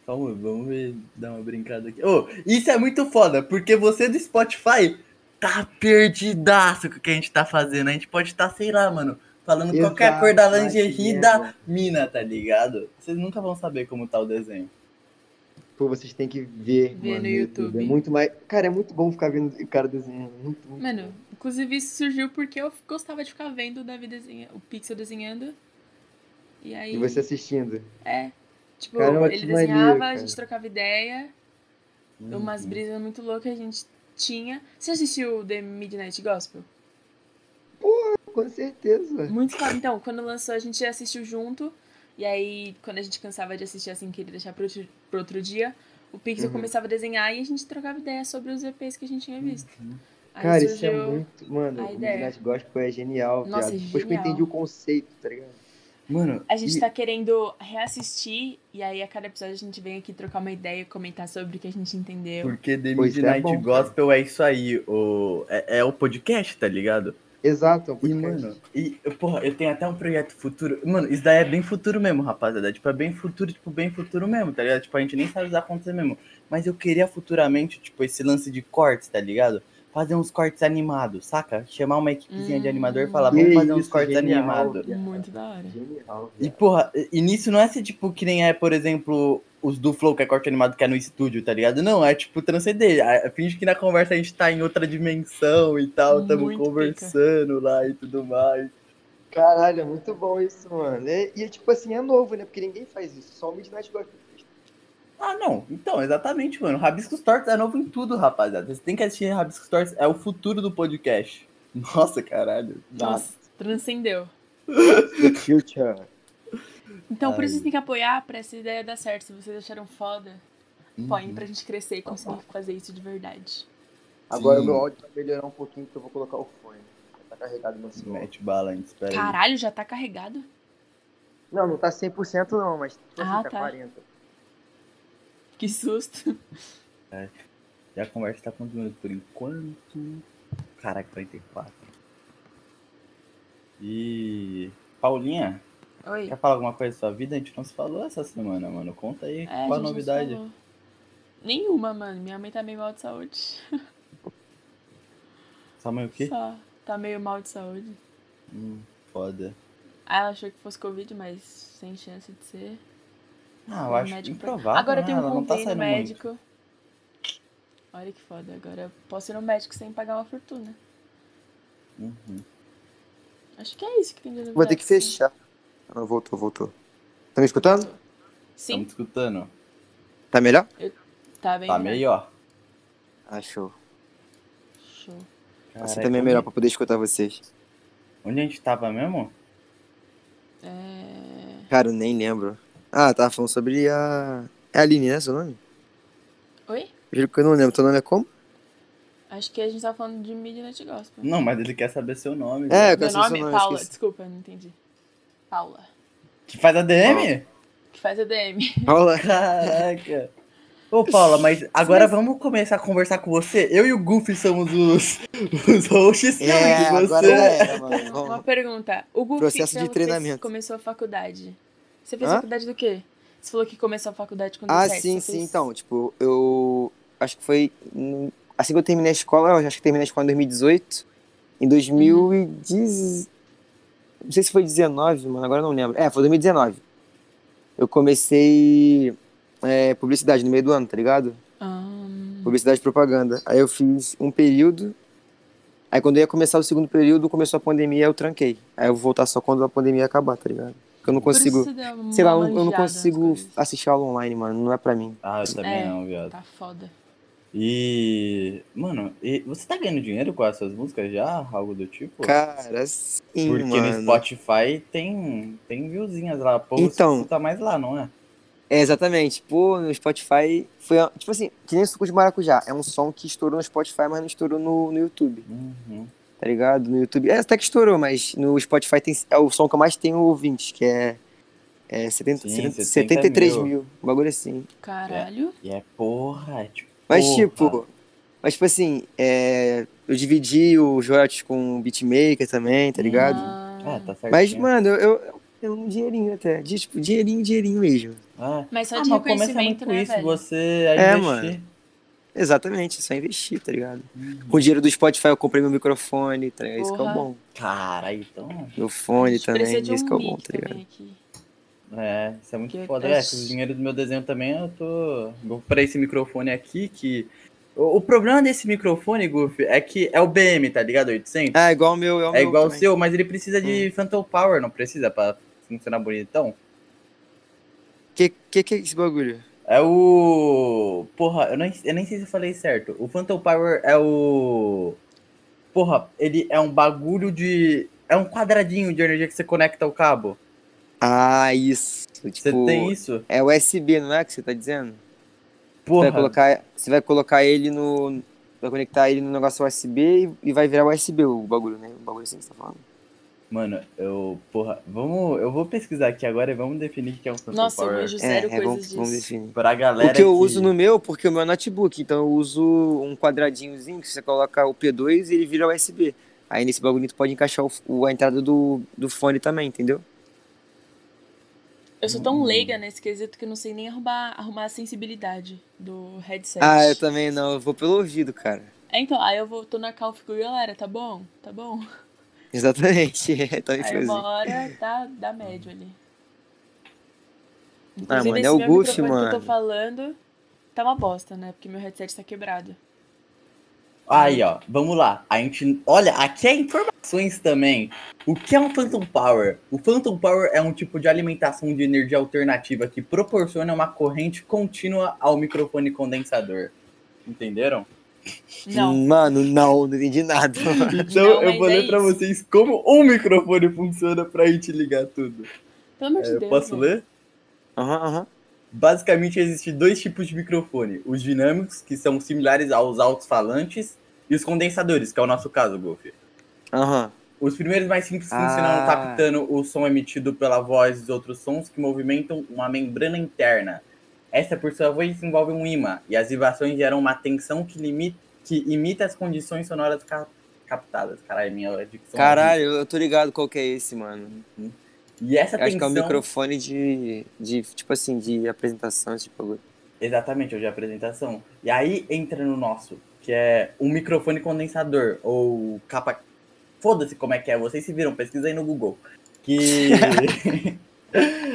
Speaker 3: Calma, vamos ver, dar uma brincada aqui. Ô, isso é muito foda, porque você do Spotify tá perdidaço com o que a gente tá fazendo. A gente pode estar, sei lá, mano, falando qualquer
Speaker 2: Exato,
Speaker 3: cor da
Speaker 2: mas que
Speaker 3: lingerie da
Speaker 2: merda.
Speaker 3: mina, tá ligado? Vocês nunca vão saber como tá o desenho.
Speaker 2: Pô, vocês têm que ver,
Speaker 1: Ver
Speaker 2: mano,
Speaker 1: no
Speaker 2: no YouTube.
Speaker 1: YouTube.
Speaker 2: É muito mais. Cara, é muito bom ficar vendo o cara desenhando. é Muito, muito
Speaker 1: Mano, inclusive isso surgiu porque eu gostava de ficar vendo o Davi desenha, o Pixel desenhando. E aí.
Speaker 2: E você assistindo.
Speaker 1: É. Tipo,
Speaker 2: Caramba,
Speaker 1: ele
Speaker 2: que
Speaker 1: desenhava,
Speaker 2: maneiro, Uhum.
Speaker 1: a gente trocava ideia, umas brisas muito loucas a gente tinha. Você assistiu The Midnight Gospel?
Speaker 2: Com certeza.
Speaker 1: Muito foda. Então, quando lançou, a gente assistiu junto. E aí, quando a gente cansava de assistir assim, queria deixar pro outro, pro outro dia, o Pixel
Speaker 2: Uhum.
Speaker 1: começava a desenhar e a gente trocava ideia sobre os EPs que a gente tinha visto. Aí
Speaker 2: Uhum. Cara, isso
Speaker 1: surgiu.
Speaker 2: é muito. Mano,
Speaker 1: a
Speaker 2: o
Speaker 1: ideia.
Speaker 2: Midnight Gospel é genial,
Speaker 1: Nossa,
Speaker 2: viado.
Speaker 1: é
Speaker 2: Depois que eu
Speaker 1: genial.
Speaker 2: entendi o conceito, tá ligado?
Speaker 3: Mano,
Speaker 1: A gente
Speaker 3: e-
Speaker 1: tá querendo reassistir, e aí a cada episódio a gente vem aqui trocar uma ideia, comentar sobre o que a gente entendeu.
Speaker 3: Porque The
Speaker 2: Pois é,
Speaker 3: Midnight
Speaker 2: bom, cara.
Speaker 3: Gospel é isso aí, o... É, é o podcast, tá ligado?
Speaker 2: Exato, é um
Speaker 3: E,
Speaker 2: podcast.
Speaker 3: mano, e, porra, eu tenho até um projeto futuro. Mano, isso daí é bem futuro mesmo, rapaziada. Tipo, é bem futuro, tipo, bem futuro mesmo, tá ligado? Tipo, a gente nem sabe se vai acontecer mesmo. Mas eu queria futuramente, tipo, esse lance de cortes, tá ligado? Fazer uns cortes animados, saca? Chamar uma equipezinha de
Speaker 1: Hum.
Speaker 3: animador e falar,
Speaker 2: Que
Speaker 3: vamos fazer uns
Speaker 2: isso,
Speaker 3: cortes
Speaker 2: genial,
Speaker 3: animados.
Speaker 2: viado.
Speaker 1: Muito da hora.
Speaker 2: Genial,
Speaker 3: E,
Speaker 2: viado.
Speaker 3: porra, e- e nisso não é ser, tipo, que nem é, por exemplo, os do Flow, que é corte animado, que é no estúdio, tá ligado? Não, é, tipo, transcender. A- Finge que na conversa a gente tá em outra dimensão e tal, tamo
Speaker 1: Muito pica.
Speaker 3: conversando lá e tudo mais.
Speaker 2: Caralho, é muito bom isso, mano. É- E, tipo assim, é novo, né? Porque ninguém faz isso. Só o Midnight Gospel.
Speaker 3: Ah, não. Então, exatamente, mano. Rabiscos Tortos é novo em tudo, rapaziada. Vocês têm que assistir Rabiscos Tortos. É o futuro do podcast. Nossa, caralho.
Speaker 1: Nossa, transcendeu.
Speaker 2: The Future.
Speaker 1: Então, por isso
Speaker 3: Aí.
Speaker 1: vocês têm que apoiar pra essa ideia dar certo. Se vocês acharam foda,
Speaker 3: Uhum. Tá
Speaker 1: apoiem pra gente crescer e conseguir fazer isso de verdade.
Speaker 2: Agora
Speaker 3: Sim.
Speaker 2: o meu áudio vai melhorar um pouquinho porque eu vou colocar o fone. Tá carregado no celular.
Speaker 3: Mete bala, hein? Espera aí.
Speaker 1: Caralho, já tá carregado?
Speaker 4: Não, não tá 100% não, mas tipo assim,
Speaker 1: Ah,
Speaker 4: tá
Speaker 1: tá.
Speaker 4: 40%.
Speaker 1: Que susto.
Speaker 3: Já a conversa tá continuando por enquanto. Caraca, 44. E... Paulinha,
Speaker 1: Oi.
Speaker 3: quer falar alguma coisa da sua vida? A gente não se falou essa semana, mano. Conta aí
Speaker 1: É,
Speaker 3: qual a
Speaker 1: gente não
Speaker 3: novidade.
Speaker 1: falou. Nenhuma, mano. Minha mãe tá meio mal de saúde.
Speaker 3: Sua mãe o quê?
Speaker 1: Só. Tá meio mal de saúde.
Speaker 3: Hum, foda.
Speaker 1: Ah, ela achou que fosse Covid, mas sem chance de ser.
Speaker 3: Ah, eu
Speaker 1: Um
Speaker 3: acho
Speaker 1: médico pra-
Speaker 3: improvável,
Speaker 1: Agora eu
Speaker 3: né?
Speaker 1: tenho
Speaker 3: Ela
Speaker 1: um
Speaker 3: não tá
Speaker 1: convênio
Speaker 3: saindo muito.
Speaker 1: médico. Olha que foda, agora eu posso ir no médico sem pagar uma fortuna.
Speaker 3: Uhum.
Speaker 1: Acho que é isso que tem de novidade.
Speaker 2: Vou ter que
Speaker 1: assim.
Speaker 2: fechar. Ah, voltou, voltou. Tá me escutando?
Speaker 1: Sim,
Speaker 3: Estamos escutando.
Speaker 2: Tá melhor?
Speaker 1: tá bem.
Speaker 3: Tá
Speaker 1: né?
Speaker 3: melhor.
Speaker 2: Ah, show.
Speaker 1: Show.
Speaker 2: Assim
Speaker 3: Caraca,
Speaker 2: também é melhor
Speaker 3: Onde,
Speaker 2: pra poder escutar vocês.
Speaker 3: onde a gente tava mesmo?
Speaker 1: É...
Speaker 2: Cara, eu nem lembro. Ah, tava falando sobre a. É a Aline, né? Seu nome?
Speaker 1: Oi?
Speaker 2: Juro que eu não lembro. Teu nome é como?
Speaker 1: Acho que a gente tá falando de Midnight Gospel.
Speaker 3: Não, mas ele quer saber seu nome.
Speaker 2: É, eu
Speaker 1: Meu
Speaker 2: quero saber seu
Speaker 1: nome é
Speaker 2: nome,
Speaker 1: Paula,
Speaker 2: esqueci.
Speaker 1: desculpa, não entendi. Paula,
Speaker 3: Que faz a DM?
Speaker 1: que faz EDM.
Speaker 2: Paula.
Speaker 3: Caraca. Ô, Paula, mas agora vamos começar a conversar com você. Eu e o Goofy somos os, os hosts.
Speaker 2: É,
Speaker 3: e você...
Speaker 2: agora era, mano.
Speaker 1: Uma
Speaker 2: Vamos.
Speaker 1: pergunta. O Google
Speaker 2: Processo de treinamento.
Speaker 1: um começou a faculdade. Você fez
Speaker 2: Hã?
Speaker 1: faculdade do quê? Você falou que começou a faculdade quando
Speaker 2: Ah,
Speaker 1: sete,
Speaker 2: sim,
Speaker 1: você
Speaker 2: sim,
Speaker 1: fez-
Speaker 2: então, tipo, eu acho que foi em- assim que eu terminei a escola, eu acho que terminei a escola em 2018, em 2010, não sei se foi 19, mano, agora eu não lembro. É, foi 2019. Eu comecei é, publicidade no meio do ano, tá ligado?
Speaker 1: Ah,
Speaker 2: Publicidade e propaganda. Aí eu fiz um período, aí quando eu ia começar o segundo período, começou a pandemia, eu tranquei. Aí eu vou voltar só quando a pandemia acabar, tá ligado? Porque eu não
Speaker 1: por isso
Speaker 2: consigo,
Speaker 1: você deu uma
Speaker 2: sei lá, eu não- eu não
Speaker 1: manjada nas
Speaker 2: consigo
Speaker 1: coisas.
Speaker 2: assistir aula online, mano, não é pra mim.
Speaker 3: Ah, eu também
Speaker 1: É.
Speaker 3: não, viado.
Speaker 1: Tá foda.
Speaker 3: E. Mano, e você tá ganhando dinheiro com as suas músicas já? Algo do tipo?
Speaker 2: Cara, sim,
Speaker 3: Porque no
Speaker 2: mano.
Speaker 3: Spotify tem, tem viewzinhas lá. Pô,
Speaker 2: Então.
Speaker 3: você tá mais lá, não é?
Speaker 2: É, exatamente. Pô, no Spotify foi, tipo assim, que nem suco de maracujá. É um som que estourou no Spotify, mas não estourou no, no YouTube,
Speaker 3: Uhum.
Speaker 2: tá ligado? No YouTube, é, até que estourou, mas no Spotify tem, é o som que eu mais tenho ouvintes, que é, é 70,
Speaker 3: Sim,
Speaker 2: 70
Speaker 3: 70
Speaker 2: 73
Speaker 3: mil.
Speaker 2: mil. um bagulho assim.
Speaker 1: Caralho.
Speaker 3: E é porra, é tipo.
Speaker 2: Mas,
Speaker 3: porra.
Speaker 2: tipo, mas, tipo assim, é, eu dividi os royalties com o beatmaker também, tá ligado?
Speaker 1: Ah,
Speaker 3: É, tá certo.
Speaker 2: Mas, mano, eu, eu, eu um dinheirinho até, de, tipo, dinheirinho, dinheirinho mesmo.
Speaker 3: Ah,
Speaker 1: Mas só
Speaker 3: ah,
Speaker 1: de
Speaker 3: mas começa muito
Speaker 1: reconhecimento,
Speaker 3: com
Speaker 1: né,
Speaker 3: isso,
Speaker 1: velho?
Speaker 3: você aí
Speaker 2: É,
Speaker 3: investir.
Speaker 2: Exatamente, é só investir, tá ligado?
Speaker 3: Uhum.
Speaker 2: Com o dinheiro do Spotify eu comprei meu microfone, tá ligado? Isso que é o
Speaker 1: Porra.
Speaker 2: bom.
Speaker 3: Cara, então.
Speaker 2: Meu fone
Speaker 1: Precisa
Speaker 2: também,
Speaker 1: de um
Speaker 2: isso que é o bom,
Speaker 1: mic
Speaker 2: tá ligado?
Speaker 1: também aqui.
Speaker 3: É, isso é muito
Speaker 1: Que
Speaker 3: foda.
Speaker 1: tá-
Speaker 3: É, com o dinheiro do meu desenho também eu tô. Vou pra esse microfone aqui que. O, o problema desse microfone, Goofy, é que é o BM, tá ligado? 800.
Speaker 2: Ah, igual o meu, é o
Speaker 3: É
Speaker 2: meu
Speaker 3: igual o
Speaker 2: também.
Speaker 3: seu, mas ele precisa de Phantom Power, não precisa pra funcionar bonitão.
Speaker 2: Que, que que é esse bagulho?
Speaker 3: É o. Porra, eu nem, eu nem sei se eu falei certo. O Phantom Power é o. Porra, ele é um bagulho de. É um quadradinho de energia que você conecta ao cabo.
Speaker 2: Ah, isso.
Speaker 3: Você
Speaker 2: Tipo,
Speaker 3: tem isso?
Speaker 2: é USB, não é que você tá dizendo? Você
Speaker 3: Porra.
Speaker 2: vai colocar, você vai colocar ele no vai conectar ele no negócio USB e, e vai virar USB o bagulho, né? O bagulho assim que você tá falando.
Speaker 3: Mano, eu. Porra, vamos. Eu vou pesquisar aqui agora e vamos definir o que é um Phantom
Speaker 1: Nossa, eu
Speaker 3: Power.
Speaker 1: vejo sério
Speaker 2: é, é,
Speaker 1: coisas
Speaker 2: vamos, vamos
Speaker 1: disso.
Speaker 2: definir.
Speaker 3: Pra galera.
Speaker 2: o que eu
Speaker 3: que-
Speaker 2: uso no meu, porque o meu é notebook, então eu uso um quadradinhozinho que você coloca o P2 e ele vira USB. Aí nesse bagulho tu pode encaixar o, o- a entrada do, do fone também, entendeu?
Speaker 1: Eu sou tão
Speaker 3: Hum.
Speaker 1: leiga nesse quesito que eu não sei nem arrumar, arrumar a sensibilidade do headset.
Speaker 2: Ah, eu também não, eu vou pelo ouvido, cara.
Speaker 1: É, então, aí eu vou, tô na cal, fico, galera, tá bom? Tá bom?
Speaker 2: Exatamente, é, também foi
Speaker 1: Aí
Speaker 2: assim.
Speaker 1: uma hora tá, dá médio ali.
Speaker 2: Ah,
Speaker 1: Inclusive,
Speaker 2: mano, é
Speaker 1: esse
Speaker 2: o
Speaker 1: meu
Speaker 2: Gucci,
Speaker 1: microfone que eu tô
Speaker 2: mano.
Speaker 1: falando tá uma bosta, né? Porque meu headset tá quebrado.
Speaker 3: Aí, ó, vamos lá. A gente. Olha, aqui é informações também. O que é um Phantom Power? O Phantom Power é um tipo de alimentação de energia alternativa que proporciona uma corrente contínua ao microfone condensador. Entenderam?
Speaker 1: Não.
Speaker 2: Mano, não, não entendi nada.
Speaker 3: Então
Speaker 1: Não,
Speaker 3: eu
Speaker 1: mas
Speaker 3: vou
Speaker 1: é
Speaker 3: ler pra
Speaker 1: isso.
Speaker 3: vocês como um microfone funciona pra gente ligar tudo.
Speaker 1: Pelo amor
Speaker 3: É,
Speaker 1: de
Speaker 3: eu
Speaker 1: Deus.
Speaker 3: posso
Speaker 1: mano.
Speaker 3: ler?
Speaker 2: Aham, aham.
Speaker 3: Basicamente, existem dois tipos de microfone: os dinâmicos, que são similares aos alto-falantes, e os condensadores, que é o nosso caso, Golf.
Speaker 2: Aham.
Speaker 3: Os primeiros mais simples
Speaker 2: Ah.
Speaker 3: funcionam captando o som emitido pela voz e outros sons que movimentam uma membrana interna. Essa, por sua vez, desenvolve um imã, e as vibrações geram uma tensão que, limi- que imita as condições sonoras ca- captadas. Caralho, minha dicção. é
Speaker 2: Caralho, eu tô ligado qual que é esse, mano.
Speaker 3: E essa
Speaker 1: Tá
Speaker 2: Eu acho que é
Speaker 3: tensão.
Speaker 2: um microfone de, de tipo assim, de apresentação, tipo, esse bagulho.
Speaker 3: Exatamente, hoje é a apresentação. E aí entra no nosso, que é um microfone condensador, ou capa. Foda-se como é que é, vocês se viram, pesquisa aí no Google. Que.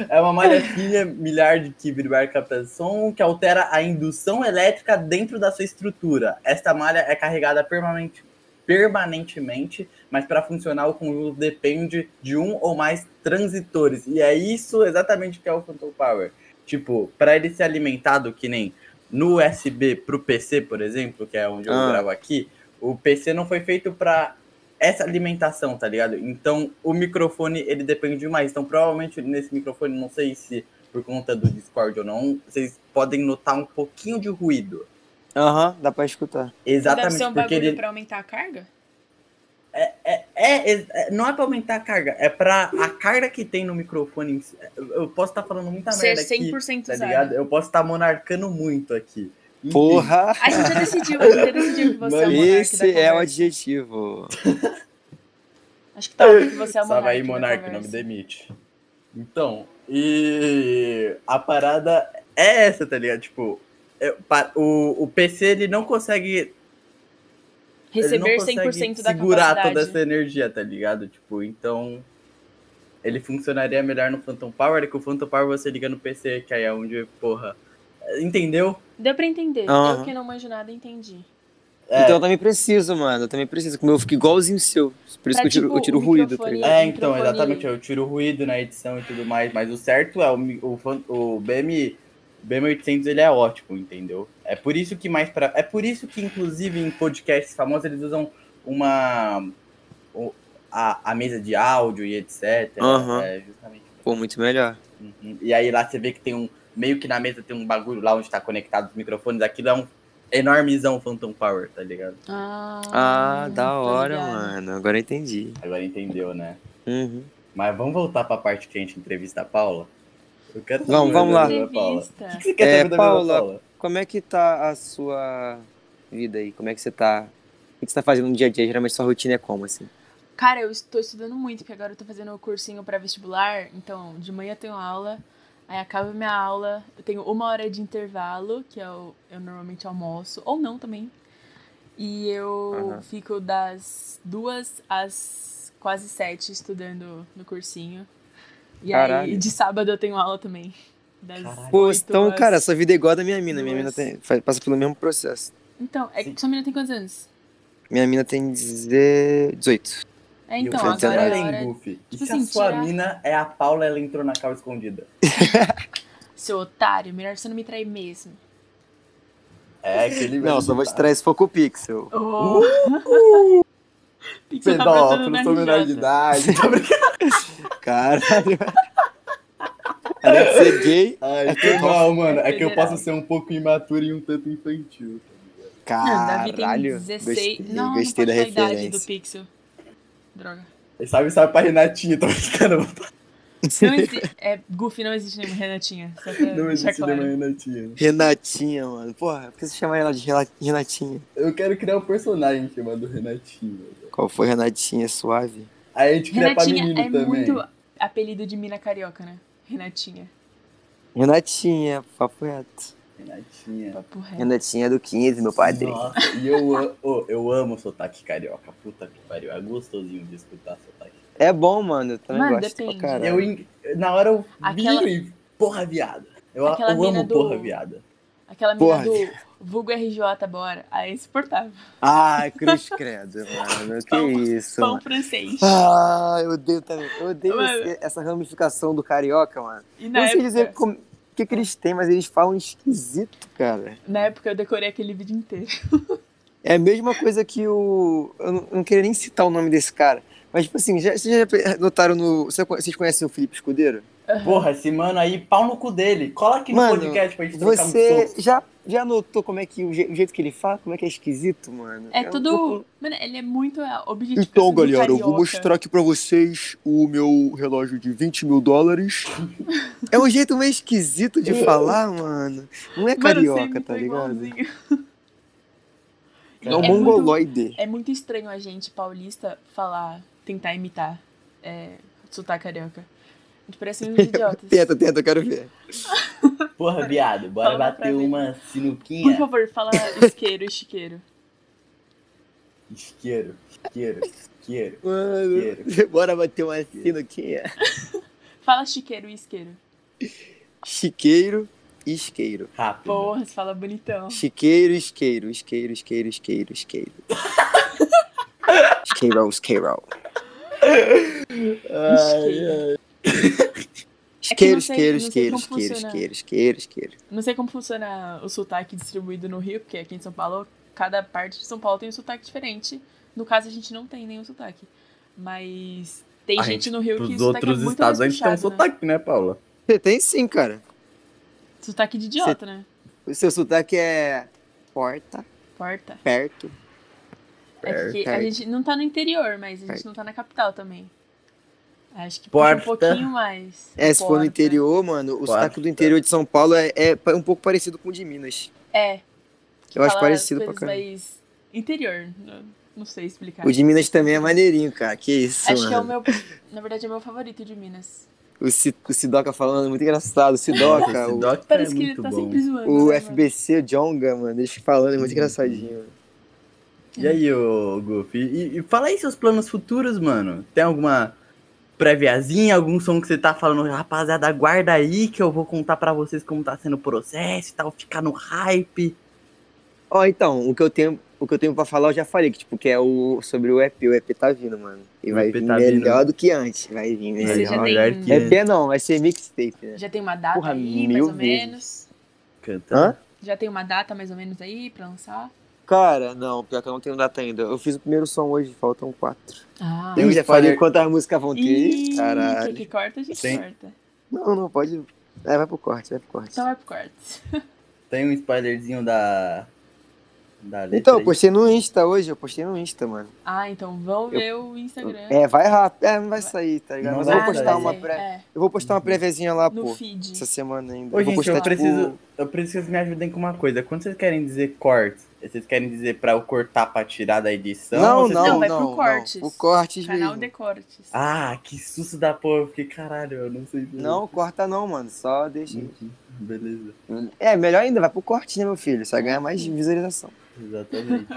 Speaker 3: é uma malha fina milhar de que vibrar capta som que altera a indução elétrica dentro da sua estrutura. Esta malha é carregada permanente- permanentemente, mas para funcionar o conjunto depende de um ou mais transitores. E é isso exatamente que é o Phantom Power. Tipo, para ele ser alimentado, que nem no USB pro PC, por exemplo, que é onde eu
Speaker 2: Ah.
Speaker 3: gravo aqui, o PC não foi feito para essa alimentação, tá ligado? Então, o microfone, ele depende demais. Então, provavelmente nesse microfone, não sei se por conta do Discord ou não, vocês podem notar um pouquinho de ruído.
Speaker 2: Aham, dá pra escutar.
Speaker 1: Deve
Speaker 3: Exatamente,
Speaker 1: ser um
Speaker 3: porque
Speaker 1: bagulho
Speaker 3: ele. Tá,
Speaker 1: pra aumentar a carga?
Speaker 3: É, é- é- é- não é pra aumentar a carga, é pra a carga que tem no microfone. em si. Eu- Eu posso estar falando muita
Speaker 1: Ser
Speaker 3: merda aqui,
Speaker 1: 100%
Speaker 3: tá
Speaker 1: usado.
Speaker 3: ligado? Eu posso estar monarcando muito aqui. Enfim,
Speaker 2: Porra!
Speaker 1: A gente já decidiu, a gente já decidiu que você é o monarca da
Speaker 2: Esse é o
Speaker 1: conversa.
Speaker 2: adjetivo.
Speaker 1: Acho que tá óbvio que você é o monarca
Speaker 3: Salve aí,
Speaker 1: da
Speaker 3: Monark, não
Speaker 1: conversa.
Speaker 3: me demite. Então, e a parada é essa, tá ligado? Tipo, é, pa- o, o PC ele não consegue
Speaker 1: Receber
Speaker 3: ele não
Speaker 1: 100%
Speaker 3: consegue
Speaker 1: da
Speaker 3: segurar
Speaker 1: capacidade.
Speaker 3: toda essa energia, tá ligado? Tipo, então ele funcionaria melhor no Phantom Power que o Phantom Power você liga no PC, que aí é onde, porra, entendeu?
Speaker 1: Deu pra entender.
Speaker 2: Aham.
Speaker 1: Eu que não manjo nada, entendi.
Speaker 3: É.
Speaker 2: Então eu também preciso, mano. Eu também preciso. que O meu fica igualzinho o seu. Por isso
Speaker 1: Pra,
Speaker 2: que eu tiro,
Speaker 1: tipo,
Speaker 2: eu tiro
Speaker 1: o
Speaker 2: o ruído, tá
Speaker 1: microfone-
Speaker 2: ligado?
Speaker 3: É, então,
Speaker 1: microfone-
Speaker 3: exatamente, eu tiro o ruído na edição e tudo mais, mas o certo é o, mi- o, fan- o BM, BM800, ele é ótimo, entendeu? É por isso que mais para É por isso que, inclusive, em podcasts famosos, eles usam uma... o- A, a mesa de áudio e etc.
Speaker 2: Aham.
Speaker 3: É, justamente.
Speaker 2: Pô, muito melhor.
Speaker 3: Uhum. E aí lá você vê que tem um... Meio que na mesa tem um bagulho lá onde tá conectado os microfones, aquilo é um enormezão Phantom Power, tá ligado?
Speaker 1: Ah,
Speaker 2: Ah, da
Speaker 1: tô
Speaker 2: hora,
Speaker 1: ligada.
Speaker 2: mano. Agora eu entendi.
Speaker 3: Agora entendeu, né?
Speaker 2: Uhum.
Speaker 3: Mas vamos voltar pra parte que a gente entrevista a Paula? Eu quero
Speaker 2: Vamos,
Speaker 3: saber
Speaker 2: vamos
Speaker 3: da
Speaker 2: lá.
Speaker 3: Vila Paula.
Speaker 1: Entrevista.
Speaker 3: O que você quer
Speaker 2: É,
Speaker 3: saber da Vila
Speaker 2: Paula.
Speaker 3: Paula?
Speaker 2: Como é que tá a sua vida aí? Como é que você tá? O que você tá fazendo no dia a dia? Geralmente sua rotina é como, assim?
Speaker 1: Cara, eu estou estudando muito, porque agora eu tô fazendo o cursinho para vestibular. Então, de manhã eu tenho aula, aí acaba minha aula, eu tenho uma hora de intervalo, que eu, eu normalmente almoço, ou não também. E eu
Speaker 2: Aham.
Speaker 1: fico das duas às quase sete estudando no cursinho. E aí,
Speaker 2: Caralho.
Speaker 1: de sábado eu tenho aula também. Das
Speaker 3: Caralho.
Speaker 2: Pô,
Speaker 1: oito
Speaker 2: então,
Speaker 1: às-
Speaker 2: cara, sua vida é igual a da minha mina. Minha mina
Speaker 1: Nossa.
Speaker 2: tem- fa- passa pelo mesmo processo.
Speaker 1: Então, é,
Speaker 3: Sim.
Speaker 1: sua menina tem quantos anos?
Speaker 2: Minha mina tem 18.
Speaker 1: É,
Speaker 3: E o
Speaker 1: então,
Speaker 2: vou
Speaker 1: agora
Speaker 2: tentar
Speaker 1: é
Speaker 3: Fernando
Speaker 1: a
Speaker 3: Allen
Speaker 1: hora...
Speaker 3: Goofy. E
Speaker 1: Tipo
Speaker 3: se a
Speaker 1: assim,
Speaker 3: sua
Speaker 1: tirar-
Speaker 3: mina é a Paula, ela entrou na cal escondida.
Speaker 1: Seu otário, melhor você não me trair mesmo.
Speaker 3: É, aquele
Speaker 2: Não, só vou te trazer se for com o Pixel.
Speaker 1: Oh. Pixel tá brotando
Speaker 3: Pedófilo,
Speaker 1: na
Speaker 3: sou menor de
Speaker 1: RJ.
Speaker 3: idade. Tá brincando?
Speaker 2: Caralho. Além de ser gay.
Speaker 3: Ai, foi mal, mano. É que eu
Speaker 1: Federal.
Speaker 3: posso ser um pouco imaturo e um tanto infantil. tá ligado?
Speaker 1: Não, Davi tem
Speaker 2: Caralho.
Speaker 1: 16.
Speaker 2: Gostei,
Speaker 1: não,
Speaker 2: gostei
Speaker 1: não
Speaker 2: da
Speaker 1: pode falar a idade do
Speaker 2: referência.
Speaker 1: Pixel. Droga.
Speaker 3: E Salve, salve pra Renatinha, tô brincando.
Speaker 1: Não exi- é, Goofy, não existe nenhuma Renatinha. Só pra
Speaker 3: Não
Speaker 1: deixar
Speaker 3: existe
Speaker 1: claro.
Speaker 3: nenhuma Renatinha.
Speaker 2: Renatinha, mano. Porra, por que você chama ela de Rela- Renatinha?
Speaker 3: Eu quero criar um personagem chamado Renatinha. velho.
Speaker 2: Qual foi Renatinha suave?
Speaker 3: Aí a gente cria pra
Speaker 1: Renatinha
Speaker 3: menino
Speaker 1: é
Speaker 3: também.
Speaker 1: muito apelido de mina carioca, né? Renatinha.
Speaker 2: Renatinha, papo reto.
Speaker 3: Renatinha.
Speaker 1: Papo reto.
Speaker 2: Renatinha é do 15, meu padre.
Speaker 3: Nossa, e eu, a- ô, eu amo sotaque carioca. Puta que pariu. É gostosinho de escutar sotaque.
Speaker 2: É bom, mano. Eu também
Speaker 1: Mano,
Speaker 2: gosto
Speaker 1: depende.
Speaker 2: pra caralho.
Speaker 3: Eu, en- na hora eu
Speaker 1: Aquela-
Speaker 3: viro e porra viada. Eu,
Speaker 1: Aquela
Speaker 3: eu amo
Speaker 1: mina do-
Speaker 3: porra viada.
Speaker 1: Aquela mina
Speaker 2: Porra.
Speaker 1: do vulgo RJ, bora. Ah, é insuportável.
Speaker 2: Ai, cruz credo, mano. Que
Speaker 1: Pão-
Speaker 2: isso,
Speaker 1: Pão
Speaker 2: mano.
Speaker 1: francês.
Speaker 2: Ah, eu odeio também. Eu odeio
Speaker 1: Mano.
Speaker 2: esse- essa ramificação do carioca, mano.
Speaker 1: E
Speaker 2: Eu
Speaker 1: na
Speaker 2: não sei
Speaker 1: época,
Speaker 2: dizer como- o que, que eles têm, mas eles falam esquisito, cara.
Speaker 1: na época eu decorei aquele vídeo inteiro.
Speaker 2: É a mesma coisa que o. Eu não, eu não queria nem citar o nome desse cara. Mas, tipo assim, já, vocês já pe- notaram no. você- Vocês conhecem o Felipe Escudeiro?
Speaker 3: Porra, esse mano aí, pau no cu dele. Cola aqui no
Speaker 2: Mano,
Speaker 3: podcast pra gente trocar um
Speaker 2: Você
Speaker 3: soco.
Speaker 2: já, já notou como é que o, je- o jeito que ele fala, como é que é esquisito, mano?
Speaker 1: É
Speaker 2: um pouco-
Speaker 1: tudo. Mano, ele é muito é, objetivo.
Speaker 5: Então, galera, eu vou mostrar aqui pra vocês o meu relógio de 20 mil dólares.
Speaker 2: É um jeito meio esquisito de falar, mano. Não é carioca, tá ligado? É um
Speaker 1: É muito-
Speaker 2: mongoloide.
Speaker 1: É muito estranho a gente paulista falar, tentar imitar é, sotaque carioca. A gente parece uns idiotas.
Speaker 2: Tenta, tenta, eu quero ver.
Speaker 3: Porra, viado, bora
Speaker 1: Fala pra
Speaker 3: bater
Speaker 1: mim.
Speaker 3: uma
Speaker 1: Por
Speaker 3: sinuquinha.
Speaker 1: favor, fala isqueiro, chiqueiro.
Speaker 3: Isqueiro, isqueiro, isqueiro.
Speaker 2: Mano, bora bater uma sino aqui.
Speaker 1: Fala chiqueiro e isqueiro.
Speaker 2: Chiqueiro e isqueiro.
Speaker 3: Rápido.
Speaker 1: Porra, você fala bonitão.
Speaker 2: Chiqueiro, isqueiro, isqueiro, isqueiro, isqueiro, isqueiro. Isqueiro, isqueiro.
Speaker 1: Isqueiro.
Speaker 2: Isqueiro,
Speaker 1: É não sei- não
Speaker 2: isqueiro,
Speaker 1: sei
Speaker 2: isqueiro,
Speaker 1: como
Speaker 2: isqueiro,
Speaker 1: funciona.
Speaker 2: isqueiro, isqueiro, isqueiro.
Speaker 1: Não sei como funciona o sotaque distribuído no Rio, porque aqui em São Paulo, cada parte de São Paulo tem um sotaque diferente. No caso, a gente não tem nenhum sotaque. Mas tem
Speaker 3: A
Speaker 1: gente,
Speaker 3: gente,
Speaker 1: no Rio que o
Speaker 3: Pros
Speaker 1: sotaque é
Speaker 3: outros
Speaker 1: muito
Speaker 3: estados a
Speaker 1: mais
Speaker 3: gente tem um
Speaker 1: puxado, né?
Speaker 3: sotaque, né, Paula?
Speaker 2: Você tem sim, cara.
Speaker 1: Sotaque de idiota, né?
Speaker 2: O seu sotaque é Porta,
Speaker 1: Porta.
Speaker 2: perto.
Speaker 1: É que a
Speaker 2: Perto.
Speaker 1: gente não tá no interior, mas a gente
Speaker 2: Perto.
Speaker 1: não tá na capital também. Acho que
Speaker 3: Porta.
Speaker 1: puxa um pouquinho mais.
Speaker 2: É, se for no
Speaker 1: Porta.
Speaker 2: interior, mano, o
Speaker 3: Porta.
Speaker 2: sotaque do interior de São Paulo é, é pa- um pouco parecido com o de Minas.
Speaker 1: É.
Speaker 2: Eu acho
Speaker 1: fala
Speaker 2: parecido pra
Speaker 1: coisas
Speaker 2: caramba.
Speaker 1: mais interior. Não, não sei explicar.
Speaker 2: O de Minas também é maneirinho, cara. Que isso,
Speaker 1: Acho
Speaker 2: mano.
Speaker 1: que é o meu. Na verdade, é o meu favorito de Minas.
Speaker 2: o, Ci- o Sidoca falando, é muito engraçado. O Sidoca,
Speaker 3: Esse
Speaker 2: o,
Speaker 3: Doc é
Speaker 1: Parece que
Speaker 3: muito
Speaker 1: ele tá
Speaker 3: bom.
Speaker 1: sempre zoando.
Speaker 2: o
Speaker 1: né, mano?
Speaker 2: FBC, o Jonga, mano, eles falando, é muito engraçadinho.
Speaker 3: E aí, ô Golf, e, e fala aí seus planos futuros, mano. Tem alguma préviazinha, algum som que você tá falando, rapaziada, aguarda aí que eu vou contar pra vocês como tá sendo o processo e tal, ficar no hype.
Speaker 2: Ó, então, o que eu tenho, o que eu tenho pra falar eu já falei, que, tipo, que é o sobre o EP. O EP tá vindo, mano. E
Speaker 3: O
Speaker 2: vai
Speaker 3: EP
Speaker 2: vir
Speaker 3: tá
Speaker 2: melhor
Speaker 3: vindo.
Speaker 2: do que antes. Vai vir
Speaker 1: E
Speaker 2: melhor.
Speaker 1: você
Speaker 3: Aí,
Speaker 1: já
Speaker 3: ó,
Speaker 1: tem-
Speaker 3: olhar que-
Speaker 2: EP não, vai ser mixtape, né?
Speaker 1: Já tem uma data
Speaker 2: Porra,
Speaker 1: aí, mais
Speaker 2: mil
Speaker 1: ou
Speaker 2: vezes.
Speaker 1: menos.
Speaker 3: Canta. né?
Speaker 2: Hã?
Speaker 1: Já tem uma data mais ou menos aí pra lançar.
Speaker 2: Cara, não, pior que eu não tenho data ainda. Eu fiz o primeiro som hoje, faltam quatro.
Speaker 1: Ah.
Speaker 2: eu já
Speaker 3: spoiler.
Speaker 2: falei quantas músicas vão ter.
Speaker 1: Ih,
Speaker 2: Caralho.
Speaker 1: quer que corta, a gente
Speaker 3: Tem-
Speaker 1: corta.
Speaker 2: Não, não, pode. É, vai pro corte, vai pro corte.
Speaker 3: é
Speaker 1: Então vai pro corte.
Speaker 3: Tem um spoilerzinho da. Da letra
Speaker 2: Então,
Speaker 3: aí.
Speaker 2: eu postei no Insta hoje, eu postei no Insta, mano.
Speaker 1: Ah, então vão ver o Instagram.
Speaker 2: É, vai rápido. É, não
Speaker 1: Vai.
Speaker 2: vai sair, tá ligado?
Speaker 3: Não
Speaker 2: Mas eu
Speaker 3: vai
Speaker 2: vou postar
Speaker 3: sair. Uhum.
Speaker 2: uma pré.
Speaker 1: é,
Speaker 2: Eu vou postar uma préviazinha lá,
Speaker 1: no
Speaker 2: pô.
Speaker 1: feed.
Speaker 2: Essa semana ainda.
Speaker 3: Ô,
Speaker 2: vou
Speaker 3: gente,
Speaker 2: postar,
Speaker 3: eu preciso,
Speaker 2: tipo,
Speaker 3: eu preciso Então, que vocês me ajudem com uma coisa. Quando vocês querem dizer corte, vocês querem dizer pra eu cortar pra tirar da edição? ou
Speaker 2: Não,
Speaker 3: Então, vocês um
Speaker 2: não,
Speaker 3: querem-
Speaker 2: não.
Speaker 1: Não, vai pro
Speaker 2: não,
Speaker 1: cortes.
Speaker 2: O cortes
Speaker 1: Canal
Speaker 2: mesmo.
Speaker 1: de cortes.
Speaker 3: Ah, que susto da porra, eu fiquei caralho, eu não sei. dizer.
Speaker 2: Não, corta não, mano. Só deixa.
Speaker 3: Beleza,
Speaker 2: É, melhor ainda, vai pro corte, né, meu filho? Você vai ganhar mais visualização.
Speaker 3: exatamente.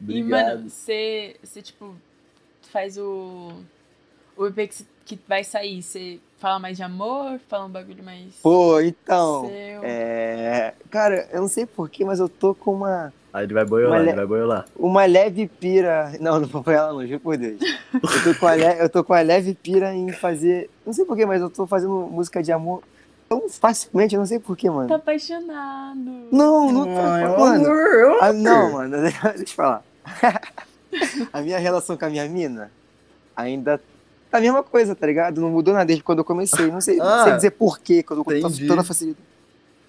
Speaker 1: e,
Speaker 3: Obrigado.
Speaker 1: mano, você, você, tipo, faz o. O EP que, cê- que vai sair. Você fala mais de amor, fala um bagulho mais.
Speaker 2: Pô, então.
Speaker 1: seu.
Speaker 2: É. Cara, eu não sei porquê, mas eu tô com uma.
Speaker 3: Aí ele vai boiolar,
Speaker 2: Mas- é
Speaker 3: ele vai boiolar.
Speaker 2: Uma leve pira. Não, não vou apoiar ela, não, juro por Deus. Eu tô, com a le- eu tô com a leve pira em fazer. Não sei porquê, mas eu tô fazendo música de amor tão facilmente, eu não sei porquê, mano.
Speaker 1: Tá apaixonado.
Speaker 2: Não, não
Speaker 3: Ah, é
Speaker 2: tá.
Speaker 3: um
Speaker 2: Mano,
Speaker 3: amor, é um
Speaker 2: Ah, não,
Speaker 3: amor.
Speaker 2: mano, deixa eu te falar. a minha relação com a minha mina ainda tá a mesma coisa, tá ligado? Não mudou nada desde quando eu comecei. Não sei, não
Speaker 3: Ah,
Speaker 2: sei dizer porquê, quando eu tô
Speaker 3: entendi.
Speaker 2: toda facilidade.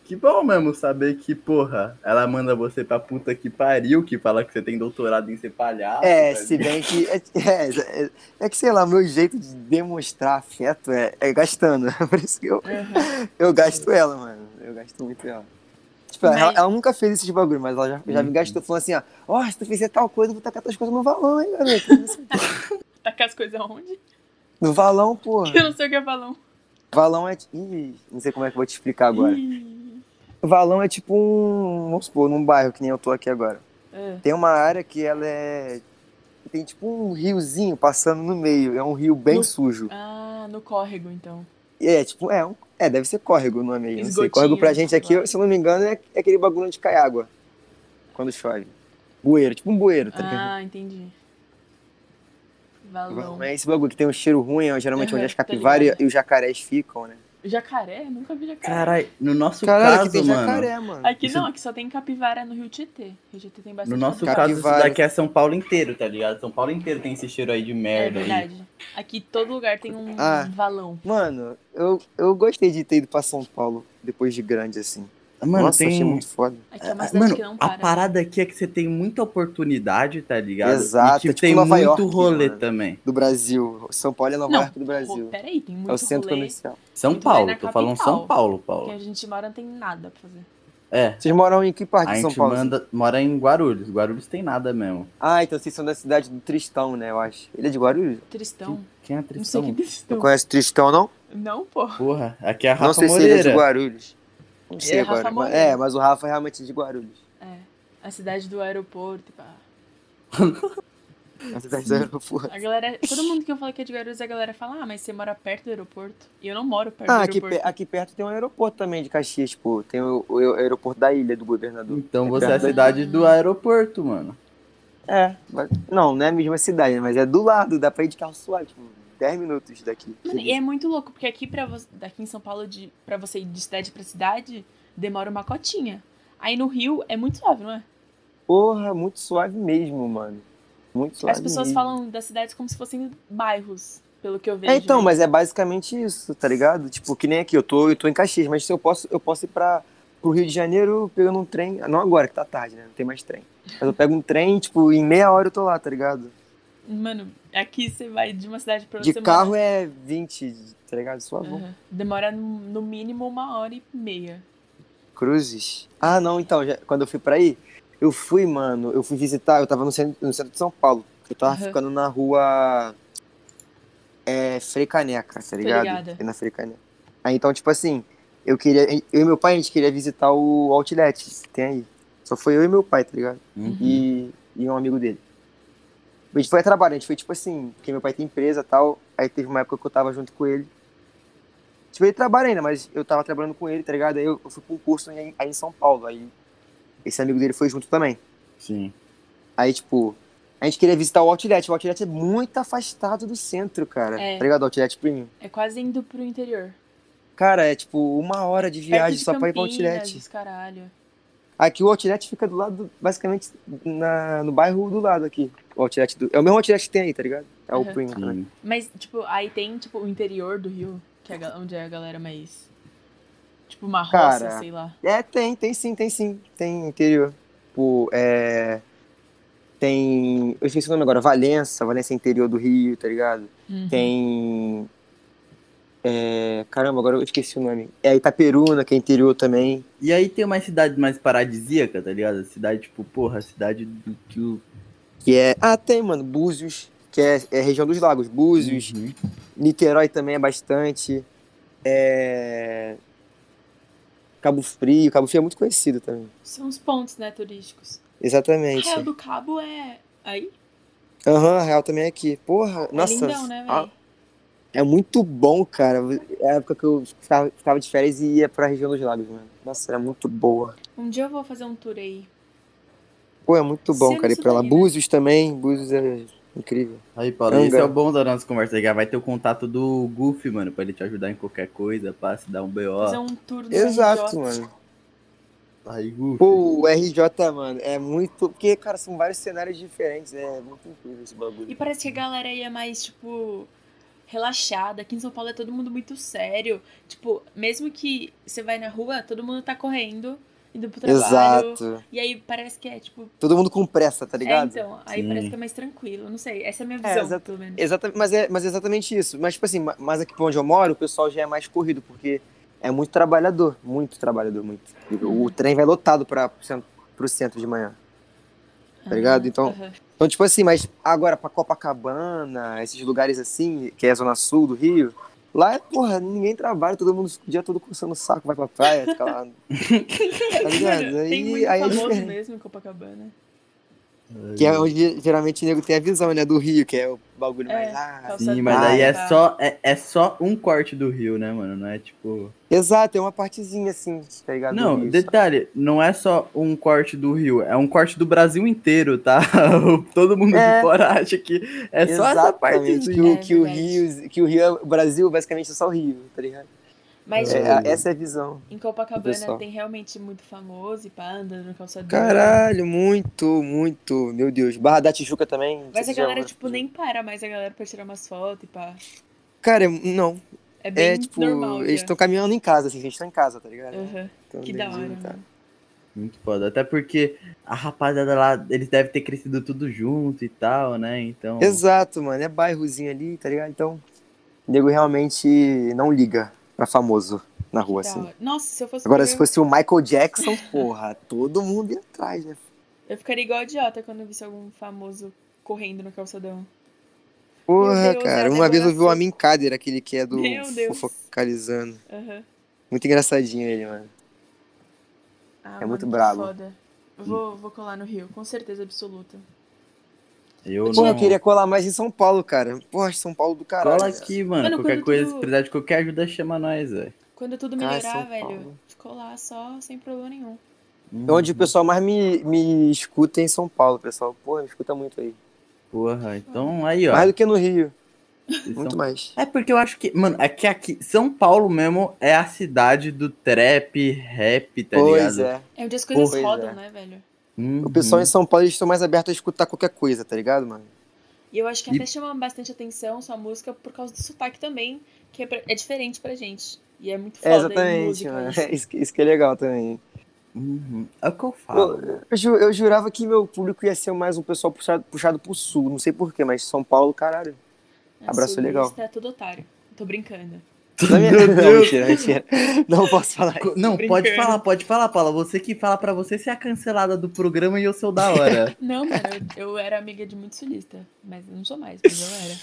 Speaker 3: Que bom mesmo saber que, porra, ela manda você pra puta que pariu, que fala que você tem doutorado em ser palhaço.
Speaker 2: É,
Speaker 3: tá
Speaker 2: se bem que. É, é, é- é que sei lá, meu jeito de demonstrar afeto é, é gastando. Por isso que eu,
Speaker 1: Uhum.
Speaker 2: eu gasto ela, mano. Eu gasto muito ela. Tipo, ela,
Speaker 1: Mas-
Speaker 2: ela nunca fez esses bagulho, mas ela já, já
Speaker 3: Uhum.
Speaker 2: me gastou falando assim, ó, ó, se tu fizer tal coisa, eu vou tacar tuas coisas no valão, hein, garoto.
Speaker 1: Tacar Tá as coisas onde?
Speaker 2: No valão, porra.
Speaker 1: Eu não sei o que é balão.
Speaker 2: Valão é. ti- Ih, não sei como é que eu vou te explicar agora.
Speaker 1: Ih.
Speaker 2: Valão é tipo um. Vamos supor, num bairro que nem eu tô aqui agora.
Speaker 1: É.
Speaker 2: Tem uma área que ela é. Tem tipo um riozinho passando no meio. É um rio bem
Speaker 1: No-
Speaker 2: sujo.
Speaker 1: Ah, no córrego, então.
Speaker 2: E é tipo. É, um- é, deve ser córrego o nome aí. Não sei.
Speaker 1: Esgotinho,
Speaker 2: Córrego pra gente
Speaker 1: sei lá.
Speaker 2: aqui, se eu não me engano, é, é aquele bagulho onde cai água. Quando chove. Bueiro, tipo um bueiro, tá ligado?
Speaker 1: Ah, entendi. Valão.
Speaker 2: Valão É esse bagulho que tem um cheiro ruim, é geralmente
Speaker 1: Aham,
Speaker 2: onde as
Speaker 1: tô
Speaker 2: capivaras
Speaker 1: ligada.
Speaker 2: e os jacarés ficam, né?
Speaker 1: Jacaré? Nunca vi jacaré.
Speaker 3: Caralho, no nosso
Speaker 2: Caralho, aqui
Speaker 3: caso,
Speaker 2: tem
Speaker 3: mano.
Speaker 2: é jacaré, mano.
Speaker 1: Aqui
Speaker 3: Isso-
Speaker 1: não, aqui só tem capivara no Rio Tietê. Rio Tietê tem bastante
Speaker 3: No nosso
Speaker 1: capivara.
Speaker 3: caso, isso
Speaker 2: Capivara.
Speaker 3: daqui é São Paulo inteiro, tá ligado? São Paulo inteiro tem esse cheiro aí de
Speaker 1: É
Speaker 3: merda. aí.
Speaker 1: verdade. Aqui todo lugar tem um
Speaker 2: Ah.
Speaker 1: valão.
Speaker 2: Mano, eu, eu gostei de ter ido pra São Paulo depois de grande, assim.
Speaker 3: Mano,
Speaker 2: Nossa,
Speaker 3: tem.
Speaker 2: achei muito foda.
Speaker 1: Aqui é uma
Speaker 3: Ah,
Speaker 1: cidade
Speaker 3: Mano,
Speaker 1: que não
Speaker 3: a
Speaker 1: para.
Speaker 3: parada aqui é que você tem muita oportunidade, tá ligado?
Speaker 2: Exato,
Speaker 3: E, tipo,
Speaker 2: tipo
Speaker 3: tem
Speaker 2: Nova
Speaker 3: muito
Speaker 2: York,
Speaker 3: rolê
Speaker 2: mano.
Speaker 3: também.
Speaker 2: Do Brasil. São Paulo é Nova
Speaker 1: Não,
Speaker 2: York do Brasil.
Speaker 1: Pô, peraí, tem muito
Speaker 2: é o centro
Speaker 1: rolê
Speaker 2: comercial.
Speaker 3: São
Speaker 1: Muito
Speaker 3: Paulo,
Speaker 1: bem na
Speaker 3: tô falando
Speaker 1: capital.
Speaker 3: São Paulo,
Speaker 1: que a
Speaker 3: Paulo.
Speaker 1: gente mora não tem nada pra fazer.
Speaker 3: É.
Speaker 2: Vocês moram em que parte
Speaker 3: A
Speaker 2: de São
Speaker 3: gente
Speaker 2: Paulo? assim?
Speaker 3: manda- mora em Guarulhos. Guarulhos tem nada mesmo.
Speaker 2: Ah, então vocês são da cidade do Tristão, né? Eu acho. Ele é de Guarulhos?
Speaker 1: Tristão.
Speaker 3: Quem é
Speaker 1: Não sei
Speaker 3: Tristão?
Speaker 1: o que é
Speaker 2: Não
Speaker 1: Tristão.
Speaker 2: conhece Tristão, não?
Speaker 1: Não, pô.
Speaker 3: Porra, aqui é a Rafa
Speaker 2: não sei se
Speaker 3: Moreira.
Speaker 2: ele é de Guarulhos. Não sei
Speaker 1: É Rafa
Speaker 2: agora. mas-
Speaker 1: Moreira.
Speaker 2: É, mas o Rafa é realmente de Guarulhos.
Speaker 1: É. A cidade do aeroporto, pá.
Speaker 2: É a cidade do aeroporto.
Speaker 1: A galera. Todo mundo que eu falo que é de Guarulhos, a galera fala, ah, mas você mora perto do aeroporto. E eu não moro perto É
Speaker 2: Ah,
Speaker 1: do
Speaker 2: aqui,
Speaker 1: aeroporto.
Speaker 2: pe- aqui perto tem um aeroporto também de Caxias, pô. Tem o, o aeroporto da ilha do governador.
Speaker 3: Então
Speaker 2: É
Speaker 3: você é a
Speaker 2: perto da-
Speaker 3: cidade do aeroporto, mano.
Speaker 2: É, mas- não, não é a mesma cidade, né? mas é do lado, dá pra ir de carro suave, tipo, 10 minutos daqui.
Speaker 1: Mano, e é muito louco, porque aqui pra você, daqui em São Paulo, de, pra você ir de cidade pra cidade, demora uma cotinha. Aí no Rio é muito suave, não é?
Speaker 2: Porra, muito suave mesmo, mano. Muito suave.
Speaker 1: As pessoas
Speaker 2: mesmo.
Speaker 1: falam das cidades como se fossem bairros, pelo que eu vejo.
Speaker 2: É, então,
Speaker 1: né?
Speaker 2: mas é basicamente isso, tá ligado? Tipo, que nem aqui, eu tô, eu tô em Caxias, mas se eu posso, eu posso ir pra pro Rio de Janeiro pegando um trem. Não agora, que tá tarde, né? Não tem mais trem. Mas eu pego um trem, tipo, em meia hora eu tô lá, tá ligado?
Speaker 1: Mano, aqui você vai de uma cidade pra outra.
Speaker 2: De
Speaker 1: você
Speaker 2: carro
Speaker 1: mora-
Speaker 2: é 20, tá ligado? Suavão.
Speaker 1: Aham. Demora no no mínimo uma hora e meia.
Speaker 2: Cruzes? Ah, não, então, já- quando eu fui pra aí, eu fui, mano, eu fui visitar, eu tava no centro, no centro de São Paulo. Eu tava
Speaker 1: Aham.
Speaker 2: ficando na rua. É, Frei Caneca, tá ligado?
Speaker 1: ligada.
Speaker 2: Fiquei Na Frei Caneca. Aí, então, tipo assim, eu queria. Eu e meu pai, a gente queria visitar o Outlet, que tem aí. Só foi eu e meu pai, tá ligado?
Speaker 3: Uhum.
Speaker 2: E, e um amigo dele. A gente foi a trabalho, a gente foi tipo assim, porque meu pai tem empresa e tal. Aí teve uma época que eu tava junto com ele. Tipo, ele trabalha ainda, mas eu tava trabalhando com ele, tá ligado? Aí eu, eu fui pra um curso aí, aí em São Paulo. Aí esse amigo dele foi junto também.
Speaker 3: Sim.
Speaker 2: Aí, tipo, a gente queria visitar o Outlet. O Outlet é muito afastado do centro, cara.
Speaker 1: É.
Speaker 2: Tá ligado? O Outlet Premium.
Speaker 1: É quase indo pro interior.
Speaker 2: Cara, é tipo uma hora de
Speaker 1: Perto
Speaker 2: viagem
Speaker 1: de
Speaker 2: só pra ir pro
Speaker 1: Campinas,
Speaker 2: Outlet.
Speaker 1: os caralho.
Speaker 2: Aqui o Outlet fica do lado, do- basicamente, na, no bairro do lado aqui. O Outlet do, é o mesmo Outlet que tem aí, tá ligado? É o
Speaker 1: Aham.
Speaker 2: Premium também.
Speaker 3: Sim.
Speaker 1: Mas, tipo, aí tem, tipo, o interior do Rio, que é a ga- onde é a galera mais. Tipo, uma roça,
Speaker 2: Cara,
Speaker 1: sei lá.
Speaker 2: É, tem, tem sim, tem sim. Tem interior. Tipo, é... Tem... Eu esqueci o nome agora. Valença. Valença é interior do Rio, tá ligado?
Speaker 1: Uhum.
Speaker 2: Tem... é, Caramba, agora eu esqueci o nome. É Itaperuna, que é interior também.
Speaker 3: E aí tem uma cidade mais paradisíaca, tá ligado? Cidade, tipo, porra, cidade do que o.
Speaker 2: Que é... Ah, tem, mano. Búzios, que é, é região dos lagos. Búzios.
Speaker 3: Uhum.
Speaker 2: Niterói também é bastante. É... Cabo Frio. Cabo Frio é muito conhecido também.
Speaker 1: São os pontos, né, turísticos.
Speaker 2: Exatamente.
Speaker 1: Arraial do Cabo é. Aí?
Speaker 2: Aham, Real também é aqui. Porra, nossa. ah.
Speaker 1: é lindão, né,
Speaker 2: a-
Speaker 1: velho?
Speaker 2: É muito bom, cara. É a época que eu ficava, ficava de férias e ia pra região dos lagos, mano. Nossa, era muito boa.
Speaker 1: Um dia eu vou fazer um tour aí.
Speaker 2: Pô, é muito bom,
Speaker 1: Sendo
Speaker 2: cara. Ir
Speaker 1: isso
Speaker 2: pra lá.
Speaker 1: daí, né?
Speaker 2: Búzios também. Búzios é incrível.
Speaker 3: Aí, Paulo,
Speaker 2: Anga.
Speaker 3: esse é o bom da nossa conversa. Já vai ter o contato do Goofy, mano, pra ele te ajudar em qualquer coisa, pra se dar um
Speaker 1: Fazer
Speaker 3: BO.
Speaker 1: um tour no
Speaker 2: Exato,
Speaker 1: RJ.
Speaker 2: mano.
Speaker 3: Aí, Goofy.
Speaker 2: Pô, o RJ, mano, é muito. Porque, cara, são vários cenários diferentes. É muito incrível esse bagulho.
Speaker 1: E parece que a galera aí é mais, tipo, relaxada. Aqui em São Paulo é todo mundo muito sério. Tipo, mesmo que você vai na rua, todo mundo tá correndo, indo pro trabalho.
Speaker 2: Exato.
Speaker 1: E aí parece que é, tipo,
Speaker 2: Todo mundo com pressa, tá
Speaker 1: é,
Speaker 2: ligado?
Speaker 1: então, aí
Speaker 3: Sim.
Speaker 1: parece que é mais tranquilo. Não sei, essa é a minha visão,
Speaker 2: exato.
Speaker 1: pelo menos.
Speaker 2: Exatamente, mas é, mas é exatamente isso. Mas, tipo assim, ma- mas aqui pra onde eu moro, o pessoal já é mais corrido, porque é muito trabalhador, muito trabalhador, muito. O, o trem vai lotado pra, pro, centro, pro centro de manhã. tá ligado? Então-
Speaker 1: Aham.
Speaker 2: Então, tipo assim, mas agora pra Copacabana, esses lugares assim, que é a zona sul do Rio, lá é, porra, ninguém trabalha, todo mundo o dia todo coçando o saco, vai pra praia, fica lá. tá ligado?
Speaker 1: Tem
Speaker 2: Aí,
Speaker 1: muito
Speaker 2: aí é
Speaker 1: famoso
Speaker 2: diferente.
Speaker 1: mesmo em Copacabana.
Speaker 2: Que é onde geralmente o nego tem a visão, né, do Rio, que é o bagulho
Speaker 1: É,
Speaker 2: mais. Ah,
Speaker 1: calçadão,
Speaker 3: Sim, mas aí é
Speaker 1: tá?
Speaker 3: só, é, é só um corte do rio, né, mano? Não é tipo.
Speaker 2: Exato, é uma partezinha assim, tá ligado? do
Speaker 3: Não,
Speaker 2: Rio,
Speaker 3: detalhe, não é só um corte do rio, é um corte do Brasil inteiro, tá? Todo mundo
Speaker 2: É.
Speaker 3: de fora acha que é só essa parte
Speaker 2: Exatamente,
Speaker 3: do
Speaker 2: que o,
Speaker 1: É
Speaker 2: que o
Speaker 1: verdade.
Speaker 2: Rio, que o Rio, é- o Brasil basicamente é só o Rio, tá ligado?
Speaker 1: Mas
Speaker 2: É,
Speaker 1: tipo,
Speaker 2: a- essa é a visão.
Speaker 1: em
Speaker 2: pessoal.
Speaker 1: Copacabana tem realmente muito famoso e pá, andando no calçadão.
Speaker 2: Caralho, muito, muito, meu Deus. Barra da Tijuca também. não sei
Speaker 1: Mas
Speaker 2: se
Speaker 1: a
Speaker 2: já
Speaker 1: galera,
Speaker 2: ouviu.
Speaker 1: tipo, nem para mais a galera pra tirar umas fotos e pá.
Speaker 2: Cara, não.
Speaker 1: É bem
Speaker 2: É tipo,
Speaker 1: normal.
Speaker 2: eles
Speaker 1: já.
Speaker 2: estão caminhando em casa, assim, eles estão em casa, tá ligado?
Speaker 1: Aham.
Speaker 2: Então,
Speaker 1: Que da
Speaker 2: eles-
Speaker 1: hora. né?
Speaker 2: tá.
Speaker 1: mano.
Speaker 3: Muito foda. Até porque a rapaziada lá, eles devem ter crescido tudo junto e tal, né? Então.
Speaker 2: Exato, mano. É bairrozinho ali, tá ligado? Então, o nego realmente não liga pra famoso na rua,
Speaker 1: Da
Speaker 2: assim.
Speaker 1: hora. Nossa, se eu fosse
Speaker 2: Agora,
Speaker 1: pro
Speaker 2: se
Speaker 1: Rio,
Speaker 2: fosse o Michael Jackson, porra, todo mundo ia atrás, né?
Speaker 1: eu ficaria igual idiota quando eu visse algum famoso correndo no calçadão. Meu
Speaker 2: Porra,
Speaker 1: Deus, é
Speaker 2: cara,
Speaker 1: a
Speaker 2: uma vez eu vi o
Speaker 1: decoração.
Speaker 2: Amin Kader, aquele que é do
Speaker 1: Meu Deus.
Speaker 2: Fofocalizando.
Speaker 1: Aham.
Speaker 2: Muito engraçadinho ele, mano.
Speaker 1: Ah,
Speaker 2: É muito
Speaker 1: mano, que
Speaker 2: brabo.
Speaker 1: Foda. Vou, vou colar no Rio, com certeza absoluta.
Speaker 3: Eu
Speaker 2: Pô,
Speaker 3: não.
Speaker 2: eu queria colar mais em São Paulo, cara. Porra, São Paulo do caralho.
Speaker 3: Cola aqui, mano.
Speaker 1: Mano,
Speaker 3: qualquer
Speaker 1: quando
Speaker 3: coisa,
Speaker 1: tu-
Speaker 3: se precisar de qualquer ajuda, chama nós, velho.
Speaker 1: Quando tudo
Speaker 2: Cara,
Speaker 1: melhorar,
Speaker 2: São
Speaker 1: velho,
Speaker 2: Paulo.
Speaker 1: ficou lá só sem problema nenhum.
Speaker 2: É Onde o pessoal mais me, me escuta é em São Paulo, pessoal. Porra, me escuta muito aí.
Speaker 3: Porra, então aí, ó.
Speaker 2: Mais do que no Rio.
Speaker 3: Vocês
Speaker 2: Muito
Speaker 3: são-
Speaker 2: mais.
Speaker 3: É porque eu acho que, mano, é que aqui, São Paulo mesmo é a cidade do trap, rap, tá
Speaker 2: pois
Speaker 3: ligado?
Speaker 2: é.
Speaker 1: É onde as coisas
Speaker 2: Pois
Speaker 1: rodam,
Speaker 2: é.
Speaker 1: né, velho?
Speaker 3: Uhum.
Speaker 2: O pessoal em São Paulo, eles estão mais abertos a escutar qualquer coisa, tá ligado, mano?
Speaker 1: E eu acho que
Speaker 3: E-
Speaker 1: até chama bastante atenção sua música por causa do sotaque também, que é, pra- é diferente pra gente. E E é muito foda
Speaker 2: É,
Speaker 1: em
Speaker 2: exatamente,
Speaker 1: música. né?
Speaker 2: mano.
Speaker 1: isso.
Speaker 2: Isso, que- isso que é legal também.
Speaker 3: Uhum. É o que eu falo.
Speaker 2: Eu, eu ju- eu jurava que meu público ia ser mais um pessoal puxado, puxado pro sul, não sei porquê, mas São Paulo, caralho.
Speaker 1: É,
Speaker 2: Abraço
Speaker 1: sulista
Speaker 2: legal.
Speaker 1: É tudo otário. Tô brincando.
Speaker 2: Na minha-
Speaker 3: Meu
Speaker 2: Não,
Speaker 3: Deus.
Speaker 2: mentira, mentira. Não posso falar.
Speaker 3: Co- Não,
Speaker 1: brincando.
Speaker 3: pode falar, pode falar, Paula. Você que fala pra você ser a cancelada do programa e eu sou da hora.
Speaker 1: Não, mano, eu, eu era amiga de muito sulista. Mas eu não sou mais, mas eu era.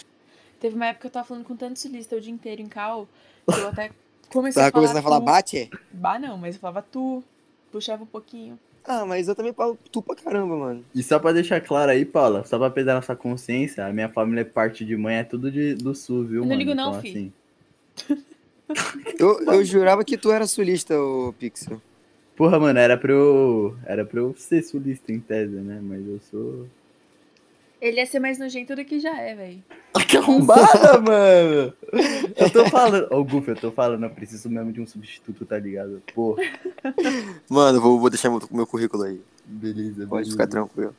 Speaker 1: Teve uma época que eu tava falando com tanto sulista o dia inteiro em cal, que eu até comecei
Speaker 2: Tava
Speaker 1: a falar.
Speaker 2: começando a falar
Speaker 1: tu.
Speaker 2: bate?
Speaker 1: Bah, não, mas eu falava tu. Puxava um pouquinho.
Speaker 2: Ah, mas eu também falo tu pra caramba, mano.
Speaker 3: E só pra deixar claro aí, Paula, só pra pesar na sua consciência, a minha família é parte de mãe, é tudo de, do sul, viu?
Speaker 1: Eu não
Speaker 3: mano?
Speaker 1: ligo não,
Speaker 3: então,
Speaker 1: fi.
Speaker 3: assim.
Speaker 2: Eu, eu jurava que tu era sulista, ô Pixel.
Speaker 3: Porra, mano, era pra eu. Era pra eu ser sulista em tese, né? Mas eu sou.
Speaker 1: Ele ia ser mais nojento do que já é, velho.
Speaker 3: Que arrombada, mano! Eu tô falando. Ô, Goof, eu tô falando, eu preciso mesmo de um substituto, tá ligado? Pô,
Speaker 2: Mano, vou, vou deixar meu, meu currículo aí.
Speaker 3: beleza,
Speaker 2: Pode
Speaker 3: beleza.
Speaker 2: ficar tranquilo.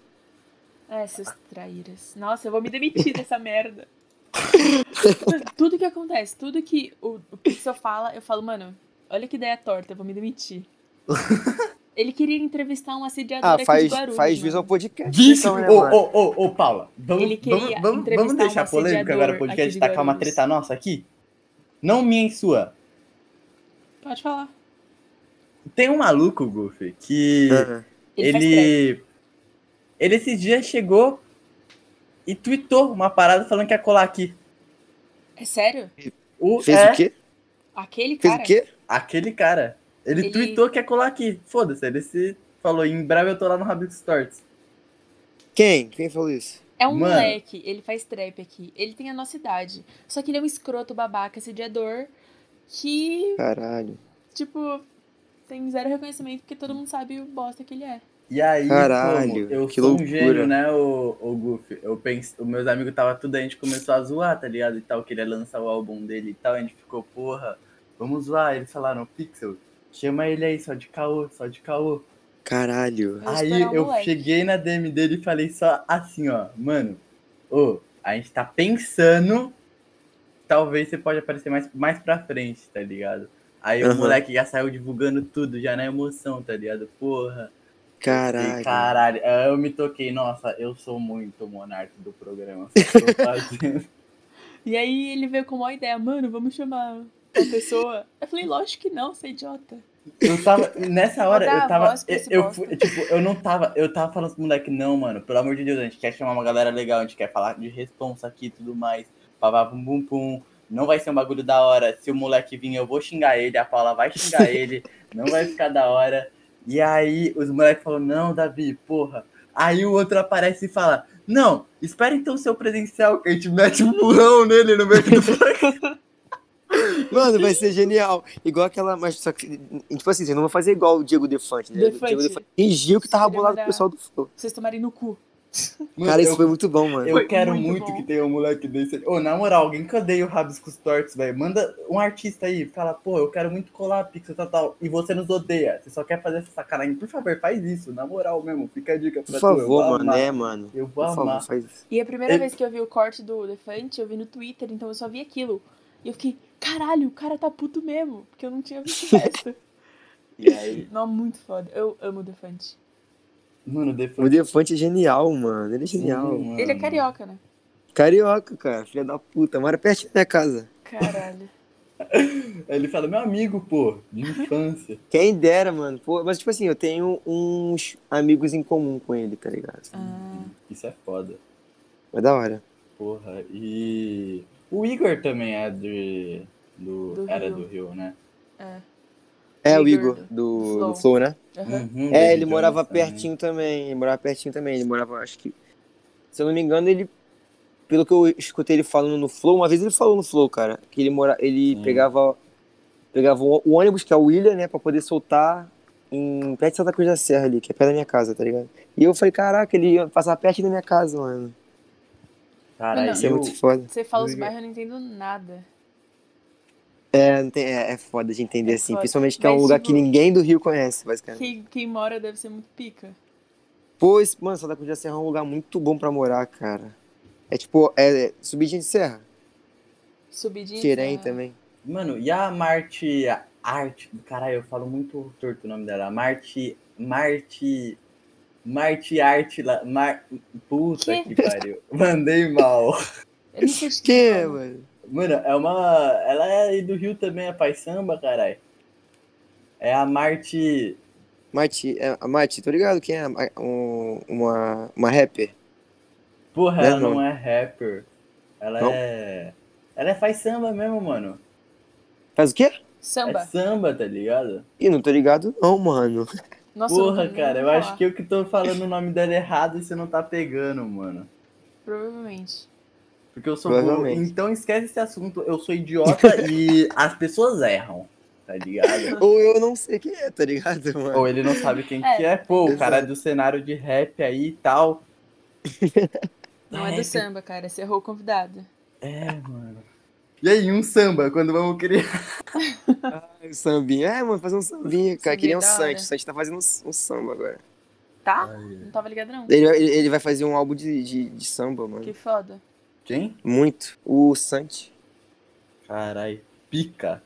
Speaker 1: É, seus traíras. Nossa, eu vou me demitir dessa merda. Mano, tudo que acontece, tudo que o, o Pixel fala, eu falo, mano, olha que ideia torta, eu vou me demitir. Ele queria entrevistar um assediador
Speaker 2: Ah,
Speaker 1: aqui de
Speaker 2: faz,
Speaker 1: Guarulhos.
Speaker 2: faz
Speaker 1: mano.
Speaker 2: juiz ao podcast.
Speaker 3: Disse,
Speaker 2: então, né,
Speaker 3: ô,
Speaker 2: mano?
Speaker 3: ô, ô, ô, Paula,
Speaker 1: é Ele
Speaker 3: vamos,
Speaker 1: queria
Speaker 3: vamos, vamos,
Speaker 1: entrevistar
Speaker 3: vamos deixar
Speaker 1: um
Speaker 3: polêmico
Speaker 1: assediador
Speaker 3: agora o
Speaker 1: aqui
Speaker 3: podcast,
Speaker 1: de
Speaker 3: tacar uma
Speaker 1: Guarulhos.
Speaker 3: treta nossa aqui? Não minha e sua.
Speaker 1: Pode falar.
Speaker 3: Tem um maluco, Goofy, que
Speaker 2: Ah,
Speaker 1: Ele, faz trap.
Speaker 3: ele... Ele esses dias chegou e tweetou uma parada falando que ia colar aqui.
Speaker 1: É sério?
Speaker 3: O,
Speaker 2: Fez
Speaker 3: é,
Speaker 2: o quê?
Speaker 1: Aquele
Speaker 2: Fez
Speaker 1: cara.
Speaker 2: o quê?
Speaker 3: Aquele cara. Ele,
Speaker 1: Ele-
Speaker 3: tweetou que ia colar aqui. Foda-se, ele se falou, em breve eu tô lá no Rabito Stories.
Speaker 2: Quem? Quem falou isso?
Speaker 1: É um
Speaker 3: Mano.
Speaker 1: moleque, ele faz trap aqui. Ele tem a nossa idade. Só que ele é um escroto babaca, assediador, que,
Speaker 2: Caralho.
Speaker 1: tipo, tem zero reconhecimento porque todo mundo sabe o bosta que ele é.
Speaker 3: E aí,
Speaker 2: Caralho,
Speaker 3: como eu
Speaker 2: que
Speaker 3: sou
Speaker 2: loucura.
Speaker 3: um gênio, né, o, o Goofy? Eu penso, os meus amigos tava tudo, a gente começou a zoar, tá ligado? E tal, que ele ia lançar o álbum dele e tal, a gente ficou, porra, vamos zoar. Eles falaram, Pixel, chama ele aí, só de caô, só de caô.
Speaker 2: Caralho.
Speaker 1: Vamos
Speaker 3: Aí
Speaker 1: explorar o
Speaker 3: eu
Speaker 1: um moleque.
Speaker 3: cheguei na DM dele e falei só assim, ó, mano, ô, a gente tá pensando, talvez você pode aparecer mais, mais pra frente, tá ligado? Aí
Speaker 2: Aham.
Speaker 3: o moleque já saiu divulgando tudo, já na emoção, tá ligado? Porra. E,
Speaker 2: Caralho.
Speaker 3: caralho, aí eu me toquei, nossa, eu sou muito monarca do programa. só tô fazendo.
Speaker 1: E aí ele veio com uma ideia, mano, vamos chamar uma pessoa. Eu falei, lógico que não, você é idiota.
Speaker 3: eu tava, nessa hora,
Speaker 1: Vou dar
Speaker 3: eu
Speaker 1: a
Speaker 3: tava,
Speaker 1: voz pra
Speaker 3: eu,
Speaker 1: esse
Speaker 3: eu,
Speaker 1: bosta.
Speaker 3: fui- tipo, eu não tava, eu tava falando pro moleque, não, mano, pelo amor de Deus, a gente quer chamar uma galera legal, a gente quer falar de responsa aqui e tudo mais, babá, bum, bum, pum, não vai ser um bagulho da hora, se o moleque vir eu vou xingar ele, a Paula vai xingar ele, não vai ficar da hora, e aí os moleques falaram, não, Davi, porra, aí o outro aparece e fala, não, espera então o seu presencial, que a gente mete um burrão nele no meio do
Speaker 2: Mano, vai ser genial. Igual aquela. Mas só que. Tipo assim, vocês não vão fazer igual o Diego Defante, né?
Speaker 1: Defante.
Speaker 2: O Diego Defante fingiu que tava
Speaker 1: Queria
Speaker 2: bolado com
Speaker 1: mandar-
Speaker 2: o pessoal do Flow.
Speaker 1: Vocês tomarem no cu.
Speaker 3: Mano,
Speaker 2: Cara, isso
Speaker 3: eu-
Speaker 2: foi muito bom, mano.
Speaker 3: Eu
Speaker 1: Foi
Speaker 3: quero
Speaker 1: muito
Speaker 3: muito,
Speaker 1: bom.
Speaker 3: que tenha um moleque desse. Ô, na moral, alguém que odeia o Rabiscos Tortos, velho. Manda um artista aí, fala, pô, eu quero muito colar pixel tal, tal. E você nos odeia. Você só quer fazer essa sacanagem. Por favor, faz isso. Na moral mesmo. Fica a dica pra
Speaker 2: Por
Speaker 3: tu. eu vou
Speaker 2: favor, mano.
Speaker 3: amar.
Speaker 2: É, mano.
Speaker 3: Eu vou
Speaker 2: Por favor,
Speaker 3: amar.
Speaker 2: faz isso.
Speaker 1: E a primeira
Speaker 3: Ele-
Speaker 1: vez que eu vi o corte do elefante, eu vi no Twitter, então eu só vi aquilo. E eu fiquei, caralho, o cara tá puto mesmo, porque eu não tinha visto essa. e aí, não, muito foda. Eu amo o elefante.
Speaker 3: Mano, depois.
Speaker 2: O Defante é genial, mano. Ele é genial.
Speaker 3: Sim, mano.
Speaker 1: Ele é carioca, né?
Speaker 2: Carioca, cara. Filha da puta. Mora perto da minha casa.
Speaker 1: Caralho.
Speaker 3: Ele fala, meu amigo, pô, de infância.
Speaker 2: Quem dera, mano. Pô, mas, tipo assim, eu tenho uns amigos em comum com ele, tá ligado?
Speaker 1: Ah,
Speaker 3: Isso é foda.
Speaker 2: É da hora.
Speaker 3: Porra. E. O Igor também é de. Do,
Speaker 1: Do
Speaker 3: era
Speaker 1: Rio.
Speaker 3: do Rio, né?
Speaker 1: é.
Speaker 2: É o
Speaker 1: Igor,
Speaker 2: Igor, do,
Speaker 1: do
Speaker 2: do Flow, né?
Speaker 1: Aham.
Speaker 3: Uhum,
Speaker 2: É,
Speaker 3: David
Speaker 2: ele morava
Speaker 3: Jones também.
Speaker 2: pertinho também. Ele morava pertinho também. Ele morava, acho que. Se eu não me engano, ele. Pelo que eu escutei ele falando no Flow, uma vez ele falou no Flow, cara, que ele mora, ele
Speaker 3: Sim.
Speaker 2: pegava pegava o o ônibus que é o William, né, pra poder soltar em perto de Santa Cruz da Serra ali, que é perto da minha casa, tá ligado? E eu falei, caraca, ele ia passar perto da minha casa, mano.
Speaker 3: Caralho,
Speaker 1: Mano,
Speaker 2: Isso é
Speaker 3: eu-
Speaker 2: muito foda.
Speaker 1: Você fala os
Speaker 3: Igor.
Speaker 1: bairros, eu não entendo nada.
Speaker 2: É, não tem- é, é foda de entender
Speaker 1: É
Speaker 2: assim,
Speaker 1: foda.
Speaker 2: principalmente que é um
Speaker 1: Mas,
Speaker 2: lugar
Speaker 1: tipo,
Speaker 2: que ninguém do Rio conhece, basicamente.
Speaker 1: Quem, quem mora deve ser muito pica.
Speaker 2: Pois, mano, Santa Cruz da Serra é um lugar muito bom pra morar, cara. É tipo, é, é subidinha de serra,
Speaker 1: Subidinho.
Speaker 2: Querem
Speaker 1: tá?
Speaker 2: também.
Speaker 3: Mano, e a Marte. a Arte. Caralho, eu falo muito torto o nome dela. Marte. Marte. Marte Arte. La- Mar, puta que pariu. Mandei mal.
Speaker 1: Eu não sei o
Speaker 5: Que,
Speaker 1: é,
Speaker 5: mano?
Speaker 3: Mano, é uma. Ela é aí do Rio também, a Pai Samba, caralho. É a Marte.
Speaker 2: Mati, é, a Mati, tô ligado quem é? A- um- uma, uma rapper.
Speaker 3: Porra,
Speaker 2: Não é
Speaker 3: ela não,
Speaker 2: não.
Speaker 3: é rapper. Ela
Speaker 2: Não?
Speaker 3: é. Ela é faz samba mesmo, mano.
Speaker 2: Faz o quê?
Speaker 3: É
Speaker 1: Samba.
Speaker 3: samba, tá ligado?
Speaker 2: Ih, não tô ligado não, mano.
Speaker 1: Nossa,
Speaker 3: Porra,
Speaker 1: eu não-
Speaker 3: cara, eu
Speaker 1: não vou
Speaker 3: acho
Speaker 1: falar.
Speaker 3: que eu que tô falando o nome dela errado e você não tá pegando, mano.
Speaker 1: Provavelmente.
Speaker 3: Porque eu sou burro.
Speaker 2: Provavelmente.
Speaker 3: Então esquece esse assunto. Eu sou idiota e as pessoas erram, tá ligado?
Speaker 2: Ou eu não sei quem é, tá ligado, mano?
Speaker 3: Ou ele não sabe quem
Speaker 1: É.
Speaker 3: que é. Pô, o
Speaker 2: Exato.
Speaker 3: cara é do cenário de rap aí e tal.
Speaker 1: Não é do
Speaker 3: Rap,
Speaker 1: samba, cara. Você errou o convidado.
Speaker 3: É, mano. E aí, um samba, quando vamos criar.
Speaker 2: Ah, o Sambinha. É, mano, fazer um sambinha, cara.
Speaker 1: Sambinha
Speaker 2: Queria um
Speaker 1: da hora.
Speaker 2: Santos. O Santos tá fazendo um, um samba agora.
Speaker 1: Tá? Não tava ligado, não.
Speaker 2: Ele, vai- ele- ele vai fazer um álbum de, de, de samba, mano.
Speaker 1: Que foda.
Speaker 3: Quem?
Speaker 2: Muito. O Santi.
Speaker 3: Carai, pica.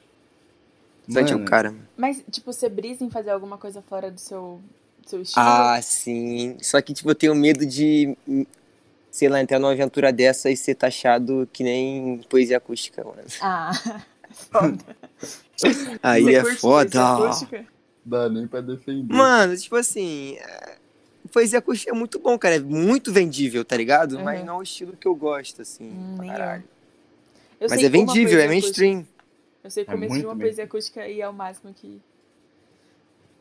Speaker 2: Santi é o
Speaker 3: Mano,
Speaker 2: cara, mano.
Speaker 1: Mas, tipo, você brisa em fazer alguma coisa fora do seu, do seu estilo?
Speaker 2: Ah, sim. Só que, tipo, eu tenho medo de, sei lá, entrar numa aventura dessa e ser taxado que nem poesia acústica, mano.
Speaker 1: Ah, foda.
Speaker 2: Aí
Speaker 1: Você
Speaker 2: é
Speaker 1: curte
Speaker 2: foda.
Speaker 1: poesia acústica?
Speaker 3: Dá nem pra defender.
Speaker 2: Mano, tipo assim, é, poesia acústica é muito bom, cara. É muito vendível, tá ligado?
Speaker 1: Uhum.
Speaker 2: Mas não é o estilo que eu gosto, assim.
Speaker 1: Hum, nem eu.
Speaker 2: caralho.
Speaker 1: Eu
Speaker 2: Mas
Speaker 1: sei
Speaker 2: é
Speaker 1: uma
Speaker 2: vendível,
Speaker 1: poesia
Speaker 2: é mainstream.
Speaker 1: acústica. Eu sei o
Speaker 3: É
Speaker 1: começo de
Speaker 3: muito
Speaker 1: uma poesia acústica e é o máximo que...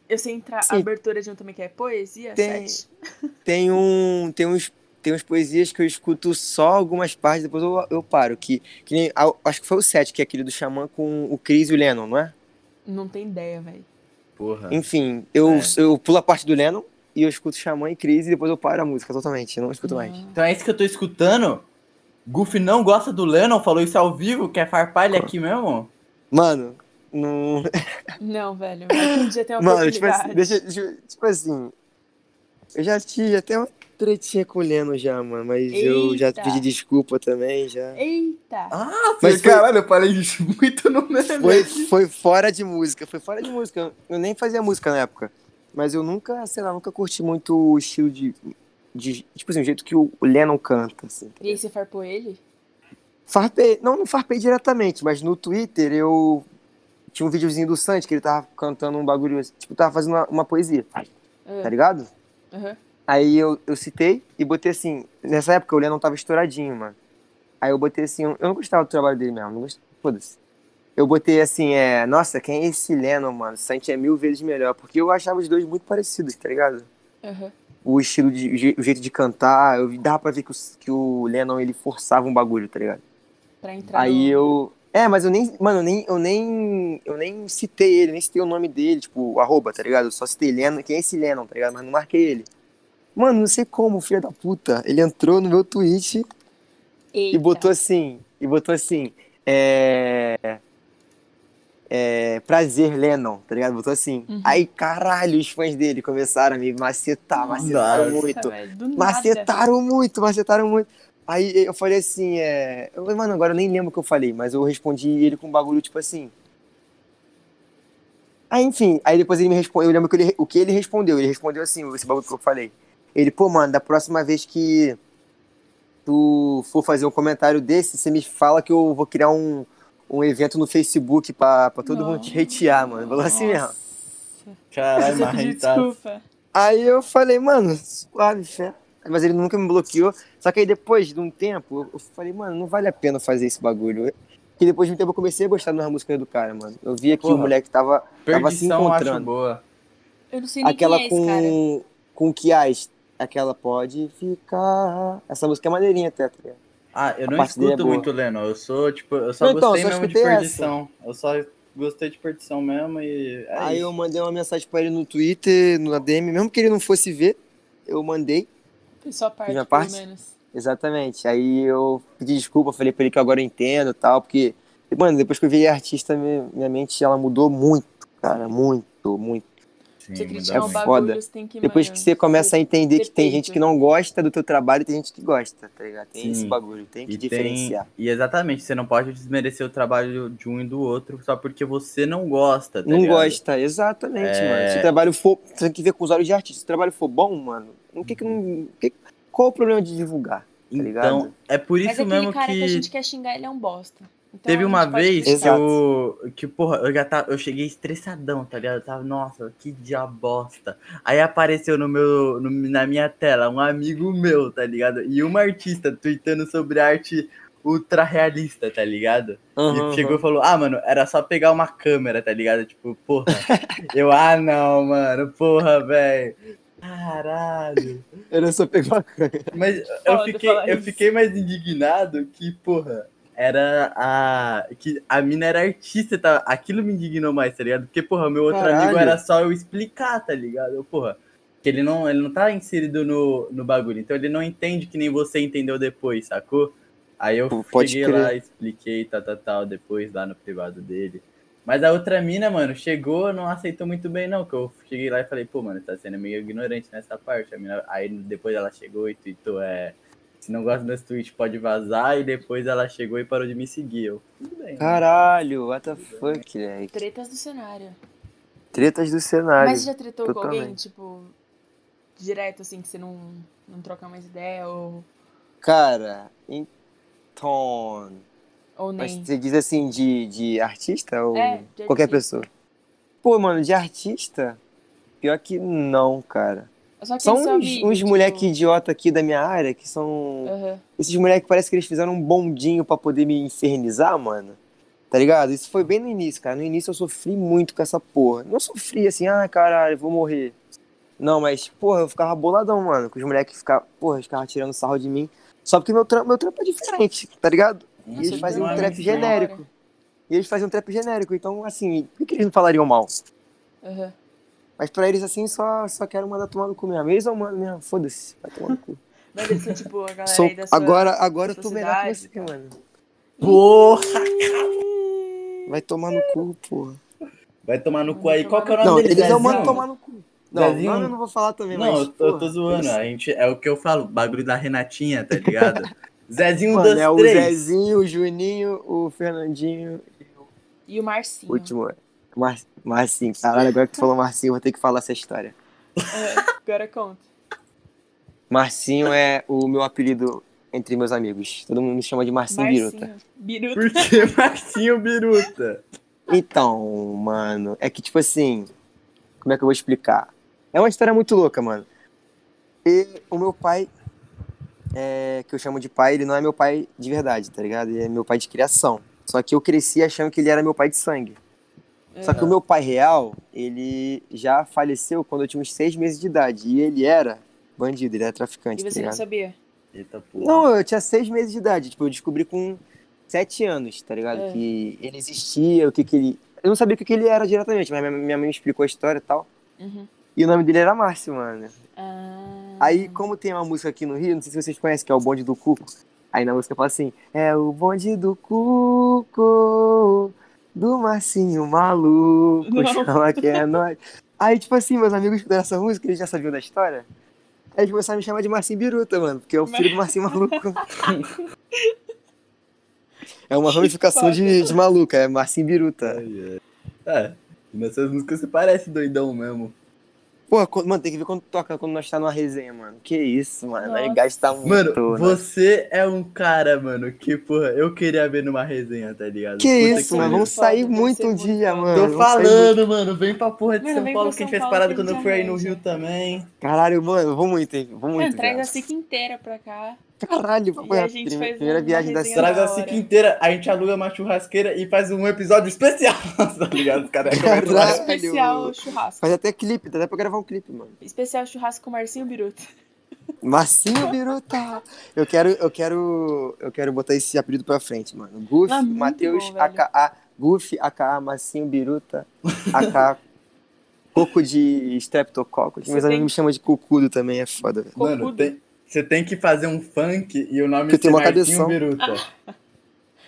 Speaker 1: Eu sei entrar a
Speaker 2: Sim.
Speaker 1: abertura de um também, que é poesia,
Speaker 2: Tem-
Speaker 1: sete.
Speaker 2: Tem um. Tem uns. Tem umas poesias que eu escuto só algumas partes, depois eu, eu paro. Que, que nem, ah, acho que foi o 7, que é aquele do Xamã com o Chris e o Lennon, não é?
Speaker 1: Não tem ideia, velho.
Speaker 3: Porra.
Speaker 2: Enfim, eu,
Speaker 3: É.
Speaker 2: eu pulo a parte do Lennon e eu escuto Xamã e Cris e depois eu paro a música totalmente. Eu não escuto mais.
Speaker 1: Não.
Speaker 3: Então é isso que eu tô escutando? Goofy não gosta do Lennon, falou isso ao vivo, quer farpar ele aqui mesmo?
Speaker 2: Mano, não.
Speaker 1: Não, velho. Vai que Um dia tem uma
Speaker 2: Mano, tipo
Speaker 1: oportunidade.
Speaker 2: assim, deixa, deixa eu- tipo assim. Eu já tive até uma tretinha com o Lennon já, mano. Mas eu já
Speaker 1: Eita. É
Speaker 2: pedi desculpa também, já.
Speaker 1: Eita!
Speaker 2: Mas foi-
Speaker 3: caralho, eu parei de muito no meme.
Speaker 2: Foi, foi fora de música, foi fora de música. Eu nem fazia música na época. Mas eu nunca, sei lá, nunca curti muito o estilo de. de tipo assim, o jeito que o Lennon canta, assim.
Speaker 1: E aí você farpou ele?
Speaker 2: Farpei, não, não farpei diretamente, mas no Twitter eu tinha um videozinho do Santi que ele tava cantando um bagulho, tipo, tava fazendo uma, uma poesia, tá
Speaker 1: Ah,
Speaker 2: ligado?
Speaker 1: aham.
Speaker 2: Aí eu, eu citei e botei assim, nessa época o Lennon tava estouradinho, mano. Aí eu botei assim, eu não gostava do trabalho dele mesmo, não gostava, foda-se. Eu botei assim, é, nossa, quem é esse Lennon, mano? O Santi é mil vezes melhor, porque eu achava os dois muito parecidos, tá ligado?
Speaker 1: aham.
Speaker 2: O estilo de, o je- o jeito de cantar, eu, dava pra ver que o, que o Lennon ele forçava um bagulho, tá ligado?
Speaker 1: Pra entrar
Speaker 2: Aí
Speaker 1: no...
Speaker 2: eu. É, mas eu nem. Mano, eu nem, eu nem. Eu nem citei ele, nem citei o nome dele, tipo, o arroba, tá ligado? Eu só citei Lennon. Quem é esse Lennon, tá ligado? Mas não marquei ele. Mano, não sei como, filho da puta. Ele entrou no meu tweet
Speaker 1: Eita.
Speaker 2: e botou assim. E botou assim. É. É. Prazer, Lennon, tá ligado? Botou assim.
Speaker 1: Uhum.
Speaker 2: Aí, caralho, os fãs dele começaram a me macetar, macetaram
Speaker 3: Nossa,
Speaker 2: muito.
Speaker 1: Velho, do nada.
Speaker 2: Macetaram muito, macetaram muito. Aí eu falei assim, é. eu- mano, agora eu nem lembro o que eu falei, mas eu respondi ele com um bagulho tipo assim. Aí, enfim, aí depois ele me respondeu. Eu lembro que ele- o que ele respondeu. Ele respondeu assim, esse bagulho que eu falei. Ele, pô, mano, da próxima vez que tu for fazer um comentário desse, você me fala que eu vou criar um, um evento no Facebook pra, pra todo mundo te hatear, mano. Falou assim mesmo.
Speaker 1: Nossa.
Speaker 3: Caralho, tá.
Speaker 1: Você pediu
Speaker 3: marrentado.
Speaker 1: desculpa.
Speaker 2: Aí eu falei, mano, suave, fé. Mas ele nunca me bloqueou. Só que aí depois de um tempo, eu- eu falei, mano, não vale a pena fazer esse bagulho. E depois de um tempo eu comecei a gostar das músicas do cara, mano. Eu via que o
Speaker 3: Porra.
Speaker 2: moleque tava, tava se
Speaker 3: Perdição, acho
Speaker 2: encontrando.
Speaker 3: boa.
Speaker 1: Eu não sei nem
Speaker 2: Aquela
Speaker 1: quem é esse cara.
Speaker 2: com, com Kiás, aquela pode ficar. Essa música é maneirinha até, tá ligado?
Speaker 3: Ah, eu
Speaker 2: A
Speaker 3: não
Speaker 2: parte dele é
Speaker 3: escuto
Speaker 2: boa.
Speaker 3: muito Lennon. Eu sou, tipo, eu só
Speaker 2: Não, então,
Speaker 3: gostei
Speaker 2: eu só
Speaker 3: mesmo de
Speaker 2: escutei essa.
Speaker 3: perdição. Eu só gostei de perdição mesmo e. É
Speaker 2: Aí
Speaker 3: isso.
Speaker 2: eu mandei uma mensagem pra ele no Twitter, no ADM, mesmo que ele não fosse ver, eu mandei.
Speaker 1: Foi só parte,
Speaker 2: Minha
Speaker 1: pelo
Speaker 2: parte?
Speaker 1: menos.
Speaker 2: Exatamente. Aí eu pedi desculpa, falei pra ele que agora eu entendo e tal, porque, mano, depois que eu virei artista, mi- minha mente ela mudou muito, cara, muito, muito.
Speaker 1: Você
Speaker 3: mudar
Speaker 1: criticar o
Speaker 2: É
Speaker 3: muito.
Speaker 1: um bagulho,
Speaker 2: foda.
Speaker 1: você tem que.
Speaker 2: Depois que
Speaker 1: mano,
Speaker 2: você começa a entender que tem
Speaker 1: Depende.
Speaker 2: gente que não gosta do teu trabalho e tem gente que gosta, tá ligado? Tem
Speaker 3: Sim.
Speaker 2: esse bagulho, tem que
Speaker 3: E, tem,
Speaker 2: diferenciar.
Speaker 3: e exatamente, você não pode desmerecer o trabalho de um e do outro só porque você não gosta. tá
Speaker 2: Não
Speaker 3: ligado?
Speaker 2: gosta, exatamente,
Speaker 3: É.
Speaker 2: mano. Se o trabalho for. Você tem que ver com os olhos de artista. Se o trabalho for bom, mano, o que que não. o que- qual o problema de divulgar?
Speaker 3: Então,
Speaker 2: tá ligado?
Speaker 3: é por
Speaker 1: Mas
Speaker 3: isso
Speaker 1: aquele
Speaker 3: mesmo
Speaker 1: cara que... a
Speaker 3: que
Speaker 1: gente quer xingar, ele é um bosta. Então,
Speaker 3: Teve
Speaker 1: a
Speaker 3: uma
Speaker 1: gente pode
Speaker 3: vez que
Speaker 1: criticar.
Speaker 2: Exato.
Speaker 3: eu, que, porra, eu já tava, eu cheguei estressadão, tá ligado? Eu tava, nossa, que dia bosta. Aí apareceu no meu, no- na minha tela um amigo meu, tá ligado? E uma artista tweetando sobre arte ultra realista, tá ligado?
Speaker 2: Aham,
Speaker 3: E chegou e falou, ah, mano, era só pegar uma câmera, tá ligado? Tipo, porra. eu, ah, não, mano, porra, velho. Caralho.
Speaker 2: aham. Era só pegar.
Speaker 3: Mas eu
Speaker 1: Foda
Speaker 3: fiquei,
Speaker 1: falar
Speaker 3: eu
Speaker 1: isso.
Speaker 3: fiquei mais indignado que, porra, era a. que a mina era artista, tá? Aquilo me indignou mais, tá ligado? Porque, porra, meu outro amigo
Speaker 2: Caralho.
Speaker 3: era só eu explicar, tá ligado? Eu, porra. Que ele não, ele não tá inserido no, no bagulho, então ele não entende que nem você entendeu depois, sacou? Aí eu
Speaker 2: Pô, pode
Speaker 3: cheguei
Speaker 2: crer.
Speaker 3: lá, expliquei, tal, tal, tal, depois lá no privado dele. Mas a outra mina, mano, chegou, não aceitou muito bem, não. Que eu cheguei lá e falei, pô, mano, tá sendo meio ignorante nessa parte. A mina- aí depois ela chegou e tweetou, é. Se não gosta desse tweet, pode vazar. E depois ela chegou e parou de me seguir. Eu, tudo bem. né?
Speaker 2: Caralho, what the fuck, velho.
Speaker 1: Tretas do cenário.
Speaker 2: Tretas do cenário.
Speaker 1: Mas você já tretou com alguém,
Speaker 2: totalmente.
Speaker 1: tipo, direto, assim, que você não, não troca mais ideia ou,
Speaker 2: Cara, então.
Speaker 1: ou
Speaker 2: Mas
Speaker 1: nem?
Speaker 2: você diz assim de, de artista ou
Speaker 1: É, de
Speaker 2: qualquer
Speaker 1: artista.
Speaker 2: pessoa? Pô, mano, de artista? Pior que não, cara.
Speaker 1: Só que
Speaker 2: São
Speaker 1: eles
Speaker 2: uns,
Speaker 1: são amigos,
Speaker 2: uns
Speaker 1: tipo,
Speaker 2: moleque idiota aqui da minha área que são.
Speaker 1: aham.
Speaker 2: Esses moleques parece que eles fizeram um bondinho pra poder me infernizar, mano. Tá ligado? Isso foi bem no início, cara. No início eu sofri muito com essa porra. Não sofri assim, ah, caralho, vou morrer. Não, mas, porra, eu ficava boladão, mano. Que os moleques ficavam, porra, eles ficavam tirando sarro de mim. Só porque meu trampo, meu trampo é diferente, tá ligado?
Speaker 3: Não
Speaker 2: E eles
Speaker 1: Nossa,
Speaker 2: fazem
Speaker 1: não
Speaker 2: um
Speaker 1: é
Speaker 2: trap
Speaker 1: muito
Speaker 2: genérico. E eles fazem um trap genérico. Então, assim, por que que eles não falariam mal?
Speaker 1: Aham.
Speaker 2: Mas pra eles, assim, só, só quero mandar tomar no cu mesmo. Eles ou mano mesmo, foda-se. Vai tomar no cu.
Speaker 1: Mas eles são, tipo, a galera
Speaker 2: Sou-
Speaker 1: aí da sua...
Speaker 2: agora agora eu
Speaker 1: sua
Speaker 2: tô melhor que
Speaker 1: cidade,
Speaker 2: você, mano.
Speaker 3: Porra!
Speaker 2: Vai tomar no cu, porra.
Speaker 3: Vai tomar no cu
Speaker 1: Vai
Speaker 3: aí. Qual que é o nome
Speaker 2: Não,
Speaker 3: dele?
Speaker 2: eles não
Speaker 3: Zezinho?
Speaker 2: mandam tomar no cu. Não,
Speaker 3: Zezinho?
Speaker 2: mano, eu não vou falar também,
Speaker 3: Não,
Speaker 2: mas.
Speaker 3: eu, tô- eu
Speaker 2: porra,
Speaker 3: tô zoando.
Speaker 2: eles-
Speaker 3: A gente, é o que eu falo, bagulho da Renatinha, tá ligado? Zezinho um,
Speaker 2: Mano,
Speaker 3: dos
Speaker 2: é o
Speaker 3: três.
Speaker 2: Zezinho, o Juninho, o Fernandinho.
Speaker 1: E o
Speaker 3: Hum.
Speaker 1: Marcinho.
Speaker 2: Último. Mar... Marcinho. Caralho, agora que tu falou Marcinho, eu vou ter que falar essa história.
Speaker 1: Aham. Agora conta.
Speaker 2: Marcinho é o meu apelido entre meus amigos. Todo mundo me chama de Marcinho Biruta.
Speaker 1: Marcinho. Biruta.
Speaker 3: Por que Marcinho Biruta?
Speaker 2: Então, mano, é que tipo assim, como é que eu vou explicar? É uma história muito louca, mano. E o meu pai, é, que eu chamo de pai, ele não é meu pai de verdade, tá ligado? Ele é meu pai de criação. Só que eu cresci achando que ele era meu pai de sangue. Só
Speaker 1: É.
Speaker 2: que o meu pai real, ele já faleceu quando eu tinha uns seis meses de idade. E ele era bandido, ele era traficante,
Speaker 1: E
Speaker 2: tá
Speaker 1: você não
Speaker 2: ligado?
Speaker 1: sabia?
Speaker 3: Eita porra.
Speaker 2: Não, eu tinha seis meses de idade. Tipo, eu descobri com sete anos, tá ligado?
Speaker 1: É.
Speaker 2: Que ele existia, o que que ele... Eu não sabia o que que ele era diretamente, mas minha- minha mãe me explicou a história e tal.
Speaker 1: Uhum.
Speaker 2: E o nome dele era Márcio, mano.
Speaker 1: Ah.
Speaker 2: Aí, como tem uma música aqui no Rio, não sei se vocês conhecem, que é o Bonde do Cuco. Aí na música fala assim, é o Bonde do Cuco, do Marcinho maluco,
Speaker 1: Não.
Speaker 2: chama que é nóis. Aí, tipo assim, meus amigos escutaram essa música, eles já sabiam da história. Aí eles começaram a me chamar de Marcinho Biruta, mano, porque é o filho do Marcinho maluco. É uma ramificação de, de maluca, é Marcinho Biruta.
Speaker 3: É, e nessas músicas você parece doidão mesmo.
Speaker 2: Porra, quando- mano, tem que ver quando toca, quando nós tá numa resenha, mano. Que isso, mano. Aí
Speaker 1: Nossa.
Speaker 2: gasta muito.
Speaker 3: Mano,
Speaker 2: né?
Speaker 3: você é um cara, mano, que, porra, eu queria ver numa resenha, tá ligado?
Speaker 2: Que
Speaker 3: Puta
Speaker 2: isso,
Speaker 1: que
Speaker 2: mano.
Speaker 1: pariu.
Speaker 2: Vamos sair
Speaker 1: Foda,
Speaker 2: muito
Speaker 1: deve
Speaker 2: um
Speaker 1: ser muito
Speaker 2: dia,
Speaker 1: foda.
Speaker 2: mano.
Speaker 3: Tô
Speaker 2: Vamos sair muito.
Speaker 3: falando, mano, vem pra porra de
Speaker 1: Mano,
Speaker 3: São
Speaker 1: vem
Speaker 3: Paulo
Speaker 1: pra
Speaker 3: que a
Speaker 1: São
Speaker 3: gente fez
Speaker 1: Paulo
Speaker 3: parada
Speaker 1: que a
Speaker 3: quando eu
Speaker 1: gente
Speaker 3: fui aí no
Speaker 1: arranja.
Speaker 3: Rio também.
Speaker 2: Caralho, mano, eu vou muito, hein? Vou muito.
Speaker 1: Mano, traz a
Speaker 2: viado.
Speaker 1: SIC inteira pra cá.
Speaker 2: Caralho,
Speaker 1: assim. E a
Speaker 2: papai, a
Speaker 1: gente
Speaker 2: prime-
Speaker 1: faz
Speaker 2: primeira
Speaker 1: uma
Speaker 2: viagem da
Speaker 1: resenha
Speaker 2: cidade.
Speaker 3: Traz
Speaker 1: da
Speaker 3: a
Speaker 1: hora.
Speaker 3: SIC inteira, a gente aluga uma churrasqueira e faz um episódio especial, tá ligado? Os caras começam a-
Speaker 2: Caralho.
Speaker 1: Especial churrasco.
Speaker 2: Faz até clipe, dá até pra gravar um clipe, mano.
Speaker 1: Especial churrasco com Marcinho Biruta.
Speaker 2: Massinho Biruta. Eu quero, eu quero, eu quero botar esse apelido pra frente, mano. Goof,
Speaker 1: Ah, muito
Speaker 2: Matheus,
Speaker 1: bom, velho.
Speaker 2: aka, Goof, aka, Massinho Biruta, aka, Coco de Streptococcus.
Speaker 1: Você
Speaker 2: Meus
Speaker 1: tem-
Speaker 2: amigos me chamam de Cucudo também, é foda, velho.
Speaker 3: Mano,
Speaker 1: Cocudo.
Speaker 3: tem- você tem que fazer um funk e o nome
Speaker 2: Porque
Speaker 3: ser
Speaker 2: tem uma
Speaker 3: Martinho
Speaker 2: cabeção.
Speaker 3: Biruta.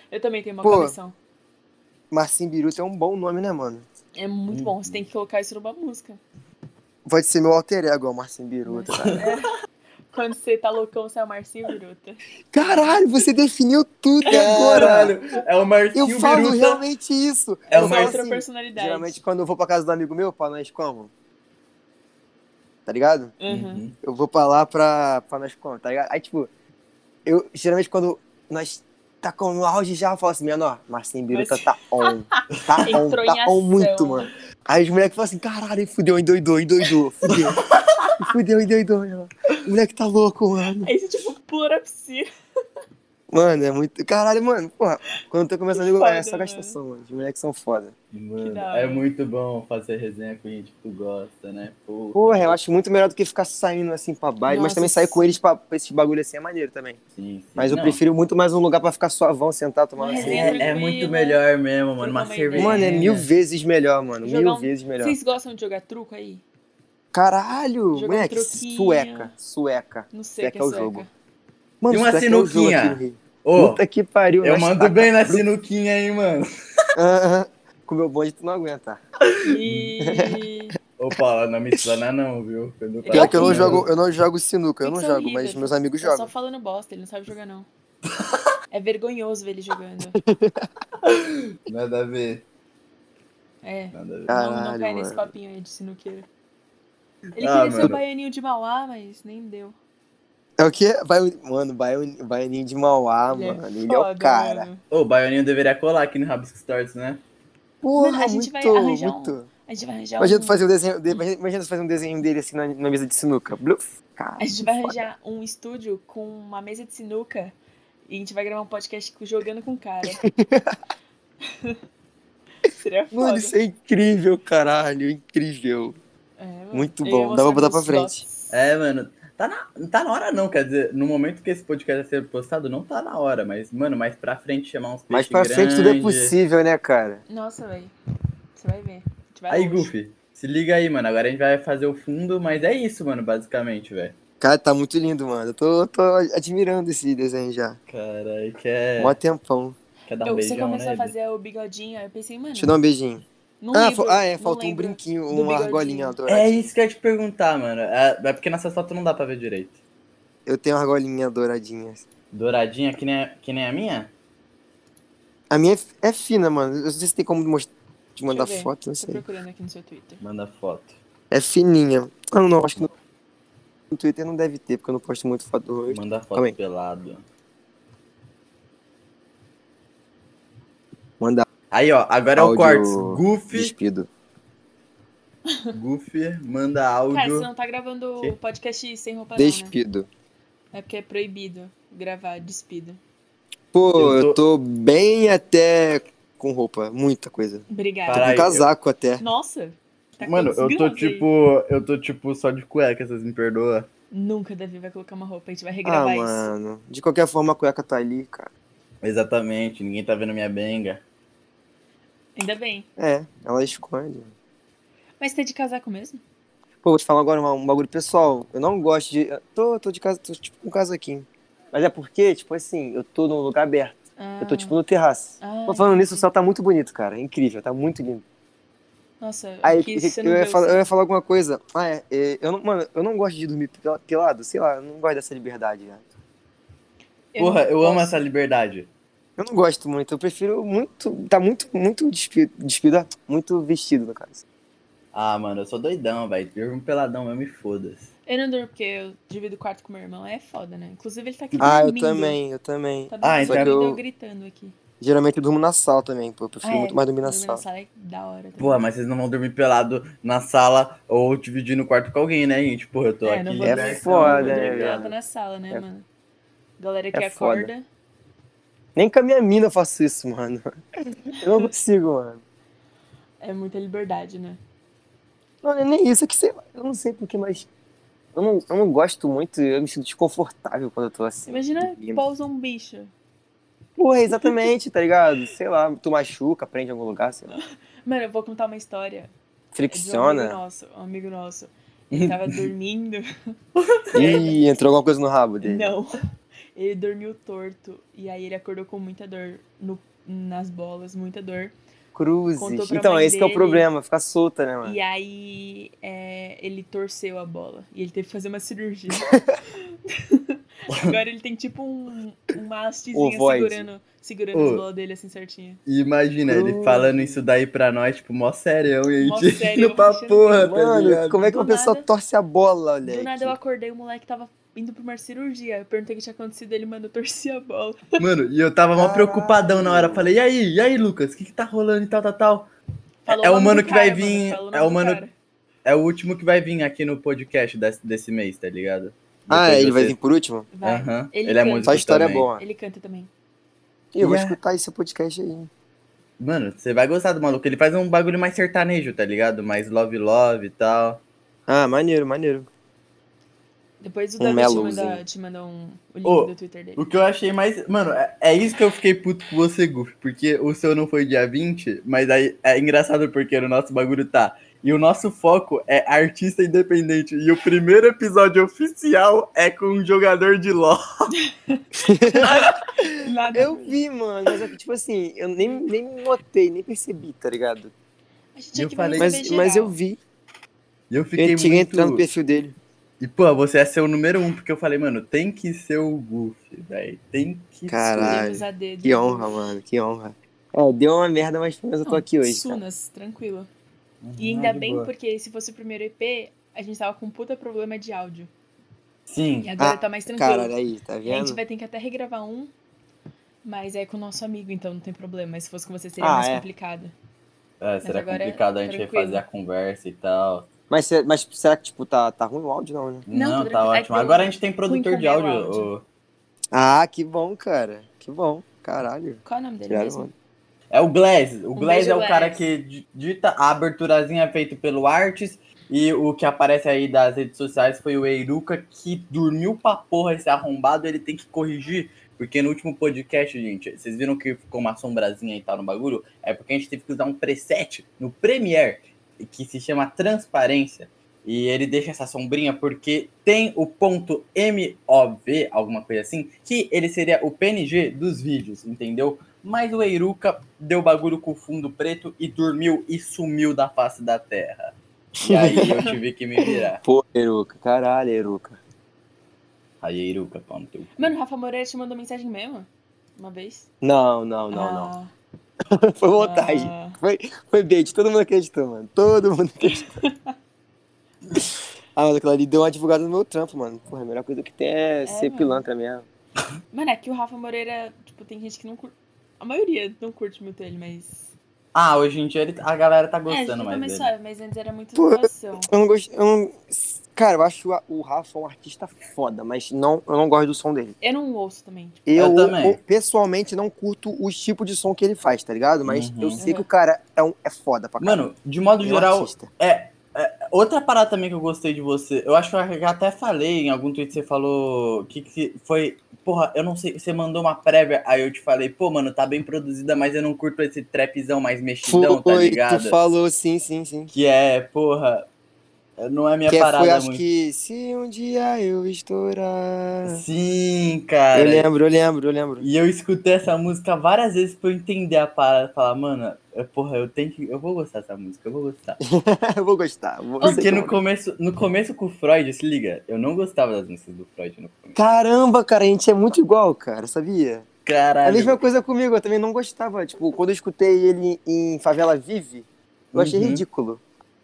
Speaker 1: Eu também tenho uma
Speaker 2: Pô.
Speaker 1: coleção.
Speaker 2: Marcinho Biruta é um bom nome, né, mano?
Speaker 1: É muito bom. Você tem que colocar isso numa música.
Speaker 2: Pode ser meu alter ego, é o Marcinho Biruta. cara.
Speaker 1: Quando você tá loucão, você é o Marcinho Biruta.
Speaker 2: Caralho, você definiu tudo
Speaker 1: Ah,
Speaker 2: agora.
Speaker 3: Caralho, é o
Speaker 2: Eu
Speaker 3: Martinho
Speaker 2: falo
Speaker 3: Biruta.
Speaker 2: realmente isso.
Speaker 3: É
Speaker 2: Eu
Speaker 3: o
Speaker 1: Só
Speaker 2: falo
Speaker 3: Marcinho-
Speaker 1: outra
Speaker 2: assim,
Speaker 1: personalidade.
Speaker 2: Geralmente quando eu vou pra casa do amigo meu, pra nós como? Tá ligado?
Speaker 1: Uhum.
Speaker 3: Uhum.
Speaker 2: Eu vou pra lá pra, pra nós como, tá ligado? Aí, tipo, eu geralmente quando nós tá com no auge já, eu falo assim, menor, Marcinho Biruta
Speaker 1: Mas-
Speaker 2: tá on. Tá on,
Speaker 1: Entrou em
Speaker 2: tá on
Speaker 1: ação.
Speaker 2: muito, mano. Aí os moleques falam assim, caralho, fudeu, endoidou, endoidou, fudeu. fudeu, endoidou, menor. O moleque tá louco, mano.
Speaker 1: Esse tipo pura piscina.
Speaker 2: Mano, é muito. Caralho, mano, porra, quando eu tô começando a negociar,
Speaker 1: foda,
Speaker 2: é só gastação, mano. Os moleques são foda.
Speaker 1: Que
Speaker 3: Mano,
Speaker 1: da hora.
Speaker 3: é muito bom fazer resenha com gente que tu gosta, né? Pô,
Speaker 2: Porra, eu acho muito melhor do que ficar saindo assim pra baile, mas
Speaker 1: Nossa.
Speaker 2: também sair com eles pra, pra esses bagulho assim é maneiro também.
Speaker 3: sim, sim.
Speaker 2: Mas
Speaker 3: Não,
Speaker 2: eu prefiro muito mais um lugar pra ficar suavão, sentar, tomando
Speaker 1: Mas
Speaker 2: assim.
Speaker 1: é-
Speaker 3: É, é muito
Speaker 1: Tranquila.
Speaker 3: melhor mesmo,
Speaker 1: Trocar
Speaker 3: mano. Uma
Speaker 1: uma ideia.
Speaker 3: cerveja.
Speaker 2: Mano, é mil vezes melhor, mano.
Speaker 1: Jogar
Speaker 2: Mil
Speaker 1: um-
Speaker 2: vezes melhor.
Speaker 1: Vocês gostam de jogar truco aí?
Speaker 2: Caralho,
Speaker 1: Jogar um
Speaker 2: moleque,
Speaker 1: truquinho.
Speaker 2: sueca, sueca.
Speaker 1: Não sei o
Speaker 2: É
Speaker 1: que
Speaker 2: que
Speaker 1: é
Speaker 2: é o
Speaker 1: sueca.
Speaker 2: jogo. Mano,
Speaker 3: uma
Speaker 2: sueca é um jogo
Speaker 3: sinuquinha.
Speaker 2: aqui no Rio.
Speaker 3: Ô,
Speaker 2: Puta que tá pariu.
Speaker 3: eu
Speaker 2: nós
Speaker 3: mando
Speaker 2: taca-
Speaker 3: bem na sinuquinha aí, mano.
Speaker 2: Aham. Com meu bonde tu não aguenta.
Speaker 1: E...
Speaker 3: Ô, Paula, não me explana não, viu? Quando eu
Speaker 2: Pior
Speaker 3: tava
Speaker 2: que eu não
Speaker 3: aqui,
Speaker 2: jogo, eu não jogo sinuca, eu não
Speaker 1: Vocês é são
Speaker 2: jogo, mas
Speaker 1: horríveis.
Speaker 2: meus amigos
Speaker 1: Tá só
Speaker 2: jogam.
Speaker 1: falando bosta, ele não sabe jogar, não. É vergonhoso ver ele jogando.
Speaker 3: Nada a ver,
Speaker 1: É.
Speaker 3: nada a ver.
Speaker 2: Ah.
Speaker 1: Não, não
Speaker 2: Caralho,
Speaker 1: cai nesse
Speaker 2: mano.
Speaker 1: copinho aí de sinuqueiro. Ele
Speaker 3: Ah,
Speaker 1: queria ser o
Speaker 3: mano.
Speaker 1: baianinho de Mauá, mas nem deu.
Speaker 2: É o quê? Vai, mano, Baianinho Baianinho de Mauá,
Speaker 1: Ele
Speaker 2: mano. Ele é
Speaker 1: foda,
Speaker 2: o cara.
Speaker 1: mano.
Speaker 3: Ô, o Baioninho deveria colar aqui no Rabisco Stories, né?
Speaker 2: Porra,
Speaker 1: Mano, a gente vai
Speaker 2: muito,
Speaker 1: arranjar um-
Speaker 2: muito.
Speaker 1: A gente vai arranjar
Speaker 2: Imagina
Speaker 1: um...
Speaker 2: tu fazer um desenho, de- imagina- imagina tu fazer um desenho dele assim na, na mesa de sinuca. Bluf. Cara,
Speaker 1: A gente vai arranjar um estúdio com uma mesa de sinuca e a gente vai gravar um podcast com- jogando com o cara. Seria um foda.
Speaker 2: Mano, isso é incrível, caralho. Incrível.
Speaker 1: É, mano.
Speaker 2: muito
Speaker 1: Eu ia
Speaker 2: bom, dá pra
Speaker 1: mostrar
Speaker 2: botar pra
Speaker 1: meus
Speaker 2: frente.
Speaker 1: dotes.
Speaker 3: É, mano. Tá na, não tá na hora não, quer dizer, no momento que esse podcast vai ser postado, não tá na hora, mas, mano, mais pra frente chamar uns
Speaker 2: Mais
Speaker 3: peixes
Speaker 2: pra frente tudo é
Speaker 3: grande.
Speaker 2: possível, né, cara?
Speaker 1: Nossa, velho. Você vai ver. A gente vai
Speaker 3: Aí,
Speaker 1: longe.
Speaker 3: Goofy, se liga aí, mano, agora a gente vai fazer o fundo, mas é isso, mano, basicamente, velho.
Speaker 2: Cara, tá muito lindo, mano. Eu tô, tô admirando esse desenho já.
Speaker 3: Caralho, quer,
Speaker 2: Mó tempão.
Speaker 3: quer dar um
Speaker 1: Eu, você
Speaker 3: beijão,
Speaker 1: começou
Speaker 3: né?
Speaker 1: a fazer o bigodinho, aí eu pensei, mano,
Speaker 2: Deixa eu dar um beijinho.
Speaker 1: não
Speaker 2: Ah,
Speaker 1: lembro,
Speaker 2: fa- ah, é,
Speaker 1: não
Speaker 2: faltou um
Speaker 1: lembro.
Speaker 2: brinquinho,
Speaker 1: do
Speaker 2: uma
Speaker 1: bigodinho.
Speaker 2: argolinha dourada.
Speaker 3: É isso que eu ia te perguntar, mano. É, é porque nessa foto não dá pra ver direito.
Speaker 2: Eu tenho uma argolinha douradinha.
Speaker 3: Douradinha que nem, a- que nem a minha?
Speaker 2: A minha é, f- é fina, mano. Eu não sei se tem como mostrar. Te mandar
Speaker 1: Deixa eu ver.
Speaker 2: foto, não
Speaker 1: Tô
Speaker 2: sei.
Speaker 1: procurando aqui no seu Twitter.
Speaker 3: Manda foto.
Speaker 2: É fininha. Ah, não, acho que no, no Twitter não deve ter, porque eu não posto muito foto do rosto.
Speaker 3: Manda foto
Speaker 2: Calma aí.
Speaker 3: pelado.
Speaker 2: Mandar
Speaker 3: Aí, ó, agora
Speaker 2: Áudio-
Speaker 3: é o cortes.
Speaker 2: despido.
Speaker 3: Goofy, Goofy, manda áudio.
Speaker 1: Cara, você não tá gravando
Speaker 3: Quê?
Speaker 1: o podcast sem roupa não, né?
Speaker 2: Despido.
Speaker 1: É porque é proibido gravar despido.
Speaker 2: Pô,
Speaker 3: Eu
Speaker 2: eu tô bem até com roupa, muita coisa.
Speaker 1: Obrigada.
Speaker 2: Tô
Speaker 3: Caralho,
Speaker 2: com casaco até.
Speaker 1: Nossa. Tá com
Speaker 3: Mano,
Speaker 1: quantos
Speaker 3: eu tô
Speaker 1: graus aí?
Speaker 3: tipo. Eu tô tipo só de cueca, vocês me perdoam.
Speaker 1: Nunca Davi vai colocar uma roupa, a gente vai
Speaker 2: Ah,
Speaker 1: regravar isso.
Speaker 2: mano. De qualquer forma, a cueca tá ali, cara.
Speaker 3: Exatamente, ninguém tá vendo minha benga.
Speaker 1: Ainda bem.
Speaker 2: É, ela esconde.
Speaker 1: Mas você é de casaco mesmo?
Speaker 2: Pô, vou te falar agora uma- um bagulho pessoal. Eu não gosto de. eu Tô, tô de casa, tô tipo com casaquinho. Mas é porque, tipo assim, eu tô num lugar aberto.
Speaker 1: Ah,
Speaker 2: Eu tô tipo no terraço.
Speaker 1: ah,
Speaker 2: Tô falando nisso, o
Speaker 1: entendi.
Speaker 2: céu tá muito bonito, cara. É Incrível, tá muito lindo.
Speaker 1: Nossa,
Speaker 2: Aí
Speaker 1: aqui você não
Speaker 2: eu,
Speaker 1: vê
Speaker 2: ia
Speaker 1: o
Speaker 2: falar, eu
Speaker 1: céu.
Speaker 2: ia falar alguma coisa. Ah, é, é, eu não, mano, eu não gosto de dormir pela- pelado, sei lá, eu não gosto dessa liberdade, né?
Speaker 1: não
Speaker 3: Porra, eu amo
Speaker 1: posso.
Speaker 3: essa liberdade.
Speaker 2: Eu não gosto muito, eu prefiro muito. Tá muito, muito despido, despido ah, muito vestido, no caso.
Speaker 3: Ah, mano, eu sou doidão, velho. Durmo peladão mesmo e foda-se.
Speaker 1: Eu não durmo porque eu divido o quarto com meu irmão, é foda, né? Inclusive ele tá aqui
Speaker 2: Ah, eu
Speaker 1: dormindo.
Speaker 2: também, é eu também.
Speaker 1: Tá dormindo,
Speaker 3: Ah, então-
Speaker 1: dormindo,
Speaker 2: Só que
Speaker 1: eu...
Speaker 2: eu-
Speaker 1: gritando aqui.
Speaker 2: Geralmente eu durmo na sala também, pô. Eu prefiro
Speaker 1: Ah, é,
Speaker 2: muito mais dormir na
Speaker 1: Dormir na
Speaker 2: sala.
Speaker 1: sala é da hora. também.
Speaker 3: Porra, mas vocês não vão dormir pelado na sala ou dividindo o quarto com alguém, né, gente? Porra, eu tô
Speaker 1: é,
Speaker 3: aqui.
Speaker 1: não vou
Speaker 2: É
Speaker 1: dormir-
Speaker 2: foda,
Speaker 1: não vou dormir
Speaker 2: né,
Speaker 1: pelado
Speaker 2: velho?
Speaker 1: na sala, né,
Speaker 2: É-
Speaker 1: mano? Galera que
Speaker 2: é foda.
Speaker 1: acorda.
Speaker 2: Nem com a minha mina eu faço isso, mano. Eu não consigo, mano.
Speaker 1: É muita liberdade, né?
Speaker 2: Não, não é nem isso, é que sei lá, eu não sei porque, mas. Eu não, eu não gosto muito, eu me sinto desconfortável quando eu tô assim.
Speaker 1: Imagina
Speaker 2: dormindo.
Speaker 1: pousa um bicho.
Speaker 2: Porra, exatamente, tá ligado? Sei lá, tu machuca, prende em algum lugar, sei lá.
Speaker 1: Mano, eu vou contar uma história. de um amigo
Speaker 2: Fricciona.
Speaker 1: nosso, um amigo nosso. Ele tava dormindo.
Speaker 2: Ih, entrou alguma coisa no rabo
Speaker 3: É.
Speaker 2: dele.
Speaker 1: Não. Ele dormiu torto. E aí ele acordou com muita dor no, nas bolas, muita dor. Contou
Speaker 2: cruzes.
Speaker 1: pra
Speaker 2: Então,
Speaker 1: mãe
Speaker 2: esse que é o
Speaker 1: dele.
Speaker 2: problema, fica solta, né, mano?
Speaker 1: E aí é, ele torceu a bola e ele teve que fazer uma cirurgia. Agora ele tem tipo um, uma hastezinha
Speaker 2: Ovoide.
Speaker 1: segurando, segurando
Speaker 3: Ô.
Speaker 1: as bolas dele assim certinho.
Speaker 3: E imagina, ele falando isso daí pra nós, tipo, mó serião, e
Speaker 1: Mó
Speaker 3: a gente
Speaker 1: sério, é
Speaker 3: indo pra
Speaker 1: achando-
Speaker 3: porra, tá
Speaker 2: Mano,
Speaker 3: ligado?
Speaker 2: como é que
Speaker 1: Do
Speaker 2: uma pessoa
Speaker 1: nada-
Speaker 2: torce a bola, olha?
Speaker 1: Do nada
Speaker 2: aqui?
Speaker 1: eu acordei, o moleque tava indo pra uma cirurgia. Eu perguntei o que tinha acontecido, ele mandou torcer a bola.
Speaker 3: Mano, e eu tava mó preocupadão na hora. Falei, e aí, e aí, Lucas, o que que tá rolando e tal, tal, tal?
Speaker 1: Falou
Speaker 3: É o
Speaker 1: nome
Speaker 3: mano
Speaker 1: do
Speaker 3: que vai
Speaker 1: cara, mano,
Speaker 3: vir-
Speaker 1: falou
Speaker 3: é
Speaker 1: nome
Speaker 3: o
Speaker 1: do
Speaker 3: mano-
Speaker 1: cara.
Speaker 3: É o último que vai vir aqui no podcast desse, desse mês, tá ligado?
Speaker 2: Ah,
Speaker 3: Depois
Speaker 2: ele vai
Speaker 3: você-
Speaker 2: vir por último?
Speaker 1: Vai.
Speaker 3: Aham,
Speaker 1: Ele
Speaker 3: Ele, é
Speaker 1: canta.
Speaker 3: músico
Speaker 2: Só a história é
Speaker 3: também.
Speaker 2: boa.
Speaker 1: Ele canta também.
Speaker 2: Ih, eu vou
Speaker 1: é.
Speaker 3: Yeah.
Speaker 2: escutar esse podcast aí.
Speaker 3: Mano, você vai gostar do maluco. Ele faz um bagulho mais sertanejo, tá ligado? Mais love, love e tal.
Speaker 2: Ah, maneiro, maneiro.
Speaker 1: Depois o
Speaker 2: Um
Speaker 1: Davi te
Speaker 2: melozinho.
Speaker 1: manda, te manda um, o link
Speaker 3: Ô,
Speaker 1: do Twitter dele.
Speaker 3: O que eu achei mais. Mano, é, é isso que eu fiquei puto com você, Goof. Porque o seu não foi dia 20, mas aí é engraçado porque no nosso bagulho tá. E o nosso foco é artista independente. E o primeiro episódio oficial é com um jogador de LOL.
Speaker 1: Nada.
Speaker 2: Eu vi, mano, mas é que, tipo assim, eu nem, nem notei, nem percebi, tá ligado?
Speaker 1: A gente tinha
Speaker 3: eu
Speaker 1: que
Speaker 3: falei-
Speaker 1: ver
Speaker 2: Mas,
Speaker 1: isso em
Speaker 2: mas eu
Speaker 1: geral.
Speaker 2: vi.
Speaker 3: E eu
Speaker 2: Eu
Speaker 3: fiquei
Speaker 2: cheguei
Speaker 3: muito.
Speaker 2: entrando no perfil dele.
Speaker 3: E, pô, você é seu número um, porque eu falei, mano, tem que ser o Goof, velho. Tem que
Speaker 2: Caralho.
Speaker 1: Deus a dedo.
Speaker 2: Que honra, mano, que honra. É, deu uma merda, mas pelo menos eu tô aqui hoje. tá? cara.
Speaker 1: Sunas, tranquilo.
Speaker 3: ser.
Speaker 1: E ainda
Speaker 3: Ah, de
Speaker 1: bem,
Speaker 3: boa.
Speaker 1: porque se fosse o primeiro EP, a gente tava com um puta problema de áudio.
Speaker 3: Sim. É,
Speaker 1: E agora
Speaker 2: Ah,
Speaker 1: tá mais tranquilo.
Speaker 2: Caralho, aí, tá
Speaker 1: a gente
Speaker 2: vendo?
Speaker 1: vai ter que até regravar um, mas é com o nosso amigo, então não tem problema. Mas se fosse com você, seria
Speaker 2: Ah,
Speaker 1: mais
Speaker 2: é.
Speaker 1: complicado.
Speaker 3: É, será
Speaker 1: agora é
Speaker 3: complicado a gente
Speaker 1: tranquilo.
Speaker 3: refazer a conversa e tal.
Speaker 2: Mas, se- mas será que, tipo, tá, tá ruim o áudio, não, né?
Speaker 1: Não,
Speaker 3: Não,
Speaker 1: tudo
Speaker 3: tá
Speaker 1: bem. Aí
Speaker 3: ótimo.
Speaker 1: tem
Speaker 3: Agora
Speaker 1: um
Speaker 3: a gente tem
Speaker 1: ruim
Speaker 3: produtor
Speaker 1: com
Speaker 3: de
Speaker 1: o
Speaker 3: áudio.
Speaker 1: meu
Speaker 3: o-
Speaker 2: Ah, que bom, cara. Que bom. Caralho.
Speaker 1: Qual é o nome dele
Speaker 2: Tiraram,
Speaker 1: mesmo?
Speaker 2: mano.
Speaker 3: É o Glass. O Glass
Speaker 1: beijo,
Speaker 3: é o
Speaker 1: Glass.
Speaker 3: cara que di- dita a aberturazinha feita pelo Artes. E o que aparece aí das redes sociais foi o Eiruca, que dormiu pra porra esse arrombado. Ele tem que corrigir. Porque no último podcast, gente, vocês viram que ficou uma sombrazinha e tal no bagulho? É porque a gente teve que usar um preset no Premiere, que se chama Transparência. E ele deixa essa sombrinha porque tem o ponto MOV, alguma coisa assim, que ele seria o PNG dos vídeos, entendeu? Mas o Eiruca deu bagulho com o fundo preto e dormiu e sumiu da face da terra. E aí eu tive que me virar.
Speaker 2: Pô, Eruca. Caralho, Eruca.
Speaker 3: Aí, Eiruca, pau no teu. cu.
Speaker 1: Mano, o Rafa Moreira te mandou mensagem mesmo? Uma vez?
Speaker 2: Não, não, não, não.
Speaker 1: Ah,
Speaker 2: Foi montagem.
Speaker 1: ah.
Speaker 2: Foi bait. Todo mundo acreditou, mano. Todo mundo acreditou. ah, mas aquilo ali deu uma divulgada no meu trampo, mano. Porra, a melhor coisa que tem é, ser
Speaker 1: mano.
Speaker 2: pilantra mesmo.
Speaker 1: Mano, é que o Rafa Moreira, tipo, tem gente que não curte. A maioria não curte muito ele, mas.
Speaker 3: Ah, hoje em dia ele- a galera tá
Speaker 1: é, a gente
Speaker 3: gostando
Speaker 1: ficou
Speaker 3: mais
Speaker 1: mais
Speaker 3: dele.
Speaker 1: suave, mas antes era muito
Speaker 2: Pô.
Speaker 1: situação.
Speaker 2: Eu não gosto. Eu não... Cara, eu acho o Rafa um artista foda, mas não, eu não gosto do som dele.
Speaker 1: Eu não ouço também. tipo,
Speaker 2: Eu,
Speaker 3: Eu também.
Speaker 2: eu, pessoalmente não curto o tipo de som que ele faz, tá ligado? Mas
Speaker 3: Uhum.
Speaker 2: eu sei que
Speaker 1: Uhum.
Speaker 2: o cara é, um, é foda pra caralho.
Speaker 3: Mano, de modo
Speaker 2: Ele é um
Speaker 3: geral,
Speaker 2: artista.
Speaker 3: É, é, outra parada também que eu gostei de você. Eu acho que eu já até falei em algum tweet que você falou que, que foi. Porra, eu não sei. Você mandou uma prévia, aí eu te falei, pô, mano, tá bem produzida, mas eu não curto esse trapzão mais mexidão, tá
Speaker 2: Foi,
Speaker 3: ligado?
Speaker 2: tu falou, sim, sim, sim.
Speaker 3: Que é, porra, não é minha
Speaker 2: Que
Speaker 3: parada
Speaker 2: foi, acho
Speaker 3: muito.
Speaker 2: que, se um dia eu estourar...
Speaker 3: Sim, cara.
Speaker 2: eu lembro, eu lembro, eu lembro.
Speaker 3: E eu escutei essa música várias vezes pra eu entender a parada. Falar, mano, eu- porra, eu tenho que. Eu vou gostar dessa música, eu vou gostar.
Speaker 2: eu vou gostar. vou- eu sei
Speaker 3: Porque
Speaker 2: que eu
Speaker 3: no
Speaker 2: vou
Speaker 3: começo, no começo com o Freud, se liga, eu não gostava das músicas do Freud no começo.
Speaker 2: Caramba, cara, a gente é muito igual, cara, sabia? A
Speaker 3: Caralho.
Speaker 2: mesma coisa comigo, eu também não gostava. Tipo, quando eu escutei ele em Favela Vive, eu achei
Speaker 3: Uhum.
Speaker 2: ridículo.